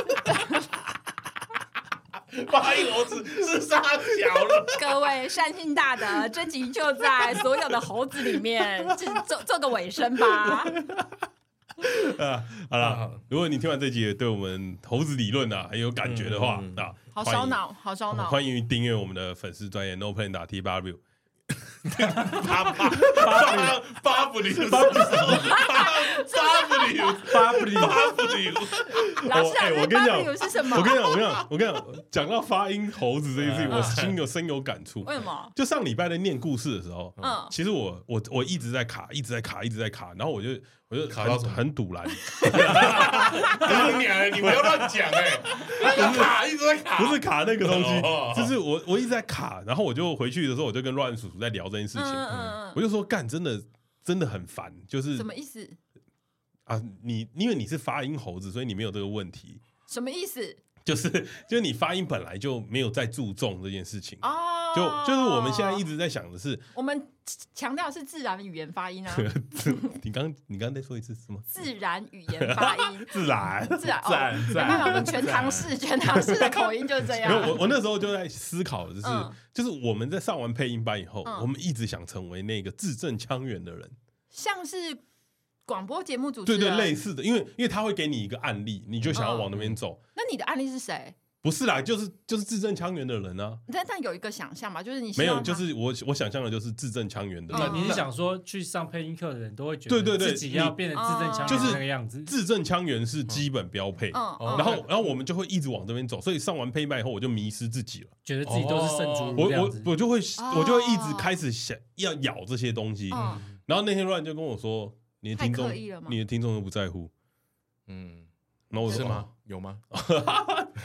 [SPEAKER 1] 八音猴子是沙小了。
[SPEAKER 3] 各位善信大德，这集就在所有的猴子里面，就做做个尾声吧。
[SPEAKER 2] 啊好了，如果你听完这集也对我们猴子理论啊很有感觉的话
[SPEAKER 1] 嗯
[SPEAKER 2] 啊，
[SPEAKER 3] 好
[SPEAKER 2] 欢
[SPEAKER 3] 烧
[SPEAKER 2] 迎
[SPEAKER 3] 脑，好烧脑。
[SPEAKER 2] 欢迎订阅我们的粉丝专业 No Plan 打 T W。
[SPEAKER 1] 巴巴巴巴布里巴布巴布里
[SPEAKER 2] 巴布里，
[SPEAKER 1] 巴布里，
[SPEAKER 3] [laughs] 老师，啊
[SPEAKER 2] 哎
[SPEAKER 3] 老
[SPEAKER 2] 我
[SPEAKER 3] 师，
[SPEAKER 2] 跟你讲
[SPEAKER 3] 巴比鲁是什么
[SPEAKER 2] 我？跟你讲，我跟你讲，我跟你讲，讲到发音猴子这件事
[SPEAKER 3] [laughs]
[SPEAKER 2] 情，我心有深有感触
[SPEAKER 3] 为。什么？
[SPEAKER 2] 就上礼拜在念故事的时候，
[SPEAKER 3] 嗯
[SPEAKER 2] 其实我我我一直在卡，一直在卡，一直在卡，然后我就我就
[SPEAKER 1] 卡到什
[SPEAKER 2] 很
[SPEAKER 1] 么
[SPEAKER 2] 很堵然，
[SPEAKER 1] 当然你不要乱讲哎，卡一直在卡，
[SPEAKER 2] 不是卡那个东西
[SPEAKER 1] 哦，
[SPEAKER 2] 就是我我一直在卡，然后我就回去的时候，我就跟乱叔叔在聊这件事
[SPEAKER 3] 嗯
[SPEAKER 2] 情，
[SPEAKER 3] 嗯
[SPEAKER 2] 我就说干，真的真的很烦，就是
[SPEAKER 3] 嗯，什么意思？
[SPEAKER 2] 啊，你因为你是发音猴子，所以你没有这个问题，
[SPEAKER 3] 什么意思？
[SPEAKER 2] 就是 [laughs] 就是你发音本来就没有在注重这件事情。
[SPEAKER 3] 哦，
[SPEAKER 2] 就就是我们现在一直在想的是，
[SPEAKER 3] 我们强调是自然语言发
[SPEAKER 2] [laughs]
[SPEAKER 3] 音啊，
[SPEAKER 2] 你刚你刚再说一次是吗？
[SPEAKER 3] 自然语言发音
[SPEAKER 2] [laughs] ，自然。
[SPEAKER 3] 自然
[SPEAKER 1] 自然
[SPEAKER 3] 哦，没
[SPEAKER 1] 自
[SPEAKER 2] [laughs]
[SPEAKER 1] 然
[SPEAKER 3] 办法，我们全唐氏全唐氏的口音就是这
[SPEAKER 2] 没有，
[SPEAKER 3] 样。
[SPEAKER 2] 我我那时候就在思考，就是、
[SPEAKER 3] 嗯
[SPEAKER 2] 就是我们在上完配音班以后，
[SPEAKER 3] 嗯
[SPEAKER 2] 我们一直想成为那个字正腔圆的人，
[SPEAKER 3] 像是广播节目主持
[SPEAKER 2] 对
[SPEAKER 3] 人，
[SPEAKER 2] 对，类似的，因为因为他会给你一个案例，你就想要往那边走。
[SPEAKER 3] 那你的案例是谁？
[SPEAKER 2] 不是啦，就是就是字正腔圆的人啊，
[SPEAKER 3] 但但有一个想象嘛，就是你希
[SPEAKER 2] 没有，
[SPEAKER 3] 望他
[SPEAKER 2] 就是我我想象的就是字正腔圆的
[SPEAKER 4] 那
[SPEAKER 2] 人，
[SPEAKER 3] 嗯
[SPEAKER 4] 你是想说去上配音课的人都会觉
[SPEAKER 2] 对对
[SPEAKER 4] 得
[SPEAKER 2] 对
[SPEAKER 4] 自己要变得字正腔
[SPEAKER 3] 你
[SPEAKER 4] 圆那个样子？
[SPEAKER 2] 字正腔圆是基本标配。
[SPEAKER 3] 嗯，
[SPEAKER 1] 哦
[SPEAKER 2] 然后，然后我们就会一直往这边走，所以上完配音班以后，我就迷失自己了。
[SPEAKER 4] 觉得自己都是
[SPEAKER 1] 哦
[SPEAKER 4] 圣主
[SPEAKER 2] 我
[SPEAKER 4] 如这样
[SPEAKER 2] 我
[SPEAKER 4] 子。
[SPEAKER 2] 我就会
[SPEAKER 3] 哦
[SPEAKER 2] 我就会一直开始想要咬这些东西。
[SPEAKER 3] 嗯
[SPEAKER 2] 然后那天乱就跟我说：“你的听众
[SPEAKER 3] 太刻意了吗，
[SPEAKER 2] 你的听众都不在乎。
[SPEAKER 1] 嗯，”
[SPEAKER 2] 然后我
[SPEAKER 1] 是
[SPEAKER 2] 说：“
[SPEAKER 1] 吗？？有吗？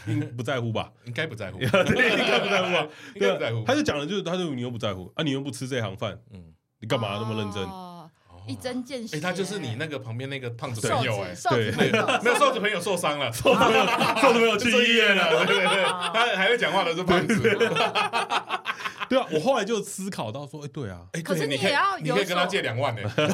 [SPEAKER 2] 应不在乎吧？
[SPEAKER 1] 应该不在乎，
[SPEAKER 2] [laughs]
[SPEAKER 1] 应
[SPEAKER 2] 对，应该不在乎啊。
[SPEAKER 1] 应
[SPEAKER 2] 对啊
[SPEAKER 1] 该不在乎。
[SPEAKER 2] 他就讲的就是，他就你又不在乎啊，你又不吃这行饭，
[SPEAKER 1] 嗯，
[SPEAKER 2] [laughs] 你干嘛那么认真？
[SPEAKER 3] 哦一针见血。
[SPEAKER 1] 哎，他就是你那个旁边那个胖子朋
[SPEAKER 3] 瘦
[SPEAKER 1] 友哎
[SPEAKER 3] 子，瘦子
[SPEAKER 2] 对
[SPEAKER 3] 朋友，
[SPEAKER 1] 没有瘦子朋友受伤了，瘦
[SPEAKER 2] 做都没有去医院了。
[SPEAKER 1] 了，对对对，他还会讲话的是胖子。
[SPEAKER 2] 对啊，我后来就思考到说，哎，对啊，
[SPEAKER 1] 哎，
[SPEAKER 3] 可是
[SPEAKER 1] 对
[SPEAKER 3] 你
[SPEAKER 1] 你可以
[SPEAKER 3] 也要
[SPEAKER 1] 你可以
[SPEAKER 3] 有
[SPEAKER 1] 跟他
[SPEAKER 3] 所
[SPEAKER 1] 借两万呢。
[SPEAKER 2] 哎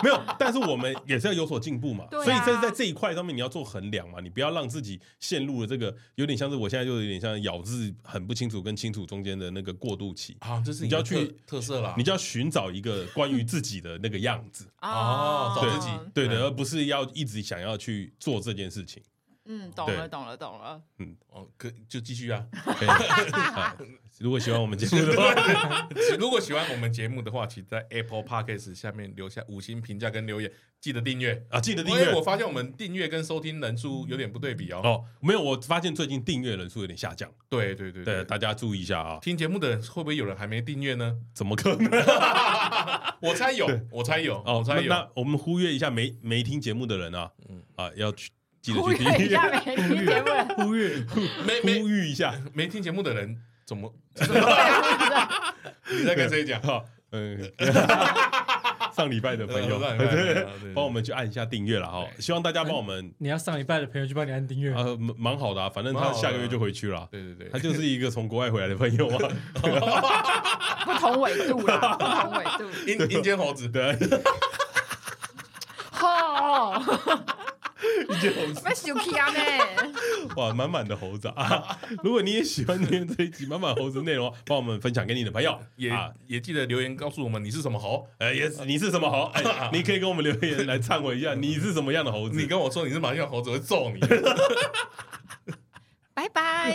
[SPEAKER 2] 没有，但是我们也是要有所进步嘛。
[SPEAKER 3] 对啊
[SPEAKER 2] 所以在在这一块上面，你要做衡量嘛，你不要让自己陷入了这个有点像是我现在就有点像咬字很不清楚跟清楚中间的那个过渡期，
[SPEAKER 1] 啊，这是
[SPEAKER 2] 你
[SPEAKER 1] 你
[SPEAKER 2] 就要
[SPEAKER 1] 的
[SPEAKER 2] 去
[SPEAKER 1] 特特色啦。
[SPEAKER 2] 你就要寻找一个关于自己的那个样子。
[SPEAKER 1] 哦找
[SPEAKER 2] 对
[SPEAKER 1] 自己
[SPEAKER 2] 对
[SPEAKER 1] 嗯
[SPEAKER 2] 的，而不是要一直想要去做这件事
[SPEAKER 1] [laughs]
[SPEAKER 2] 情。
[SPEAKER 3] 嗯，懂
[SPEAKER 2] 对
[SPEAKER 3] 了，懂了，懂了。
[SPEAKER 1] 哦，可就继续啊。
[SPEAKER 2] 可以啊如果喜欢我们节目的
[SPEAKER 1] [laughs]
[SPEAKER 2] 话，
[SPEAKER 1] 如果喜欢我们节目的话，请在 Apple Podcast 下面留下五星评价跟留言，记得订阅。
[SPEAKER 2] 啊，记得订
[SPEAKER 1] 因
[SPEAKER 2] 阅
[SPEAKER 1] 为我发现我们订阅跟收听人数有点不对比哦。
[SPEAKER 2] 哦。没有，我发现最近订阅人数有点下降，
[SPEAKER 1] 对对对
[SPEAKER 2] 对
[SPEAKER 1] 对，
[SPEAKER 2] 大家注意一下啊。
[SPEAKER 1] 听节目的人会不会有人还没订阅呢？
[SPEAKER 2] 怎么可
[SPEAKER 1] [laughs]
[SPEAKER 2] 能？
[SPEAKER 1] 我猜有，我猜有，
[SPEAKER 2] 哦
[SPEAKER 1] 我，
[SPEAKER 2] 那
[SPEAKER 1] 猜有。
[SPEAKER 2] 那我们忽略一下没没听节目的人啊，
[SPEAKER 1] 嗯
[SPEAKER 2] 啊，要去记得
[SPEAKER 3] 忽
[SPEAKER 2] 去
[SPEAKER 3] 略
[SPEAKER 2] 订
[SPEAKER 3] 一
[SPEAKER 2] 阅
[SPEAKER 3] 下，每天节目，
[SPEAKER 2] 忽略
[SPEAKER 1] [laughs] 没没
[SPEAKER 2] 呼吁一
[SPEAKER 1] [laughs]
[SPEAKER 2] 下。
[SPEAKER 1] 没听节目的人怎么？你在跟谁讲？
[SPEAKER 2] 好，
[SPEAKER 1] [laughs]
[SPEAKER 2] 嗯，上礼拜的朋友，
[SPEAKER 1] 上礼拜的朋友
[SPEAKER 2] 对
[SPEAKER 1] 对对
[SPEAKER 2] 帮我们去按一下订阅了哈。
[SPEAKER 1] 对
[SPEAKER 2] 希望大家帮我们
[SPEAKER 4] 你要上礼拜的朋友去帮你按订
[SPEAKER 1] 哦
[SPEAKER 4] 阅，
[SPEAKER 2] 啊，蛮蛮好的啊，反正他
[SPEAKER 1] 蛮好的
[SPEAKER 2] 下个月就回去了。
[SPEAKER 1] 对对对， [laughs]
[SPEAKER 2] 他就是一个从国外回来的朋友啊，
[SPEAKER 3] 不同纬度啦，不同纬度。
[SPEAKER 1] 阴阴间猴子，
[SPEAKER 2] 对，
[SPEAKER 3] 哦，
[SPEAKER 2] 一件猴子，
[SPEAKER 3] 被生气啊呢！
[SPEAKER 2] 哇，满满的猴子啊！如果你也喜欢今天这一集满满猴子内容，啊帮我们分享给你的朋友
[SPEAKER 1] 也
[SPEAKER 2] 啊。
[SPEAKER 1] 也记得留言告诉我们你是什么猴。
[SPEAKER 2] 呃，也是你是什么猴？哎， [laughs] 你可以跟我们留言来忏悔一下，你是什么样的猴子？
[SPEAKER 1] 你跟我说你是马戏猴子，我会揍你。
[SPEAKER 3] 拜拜。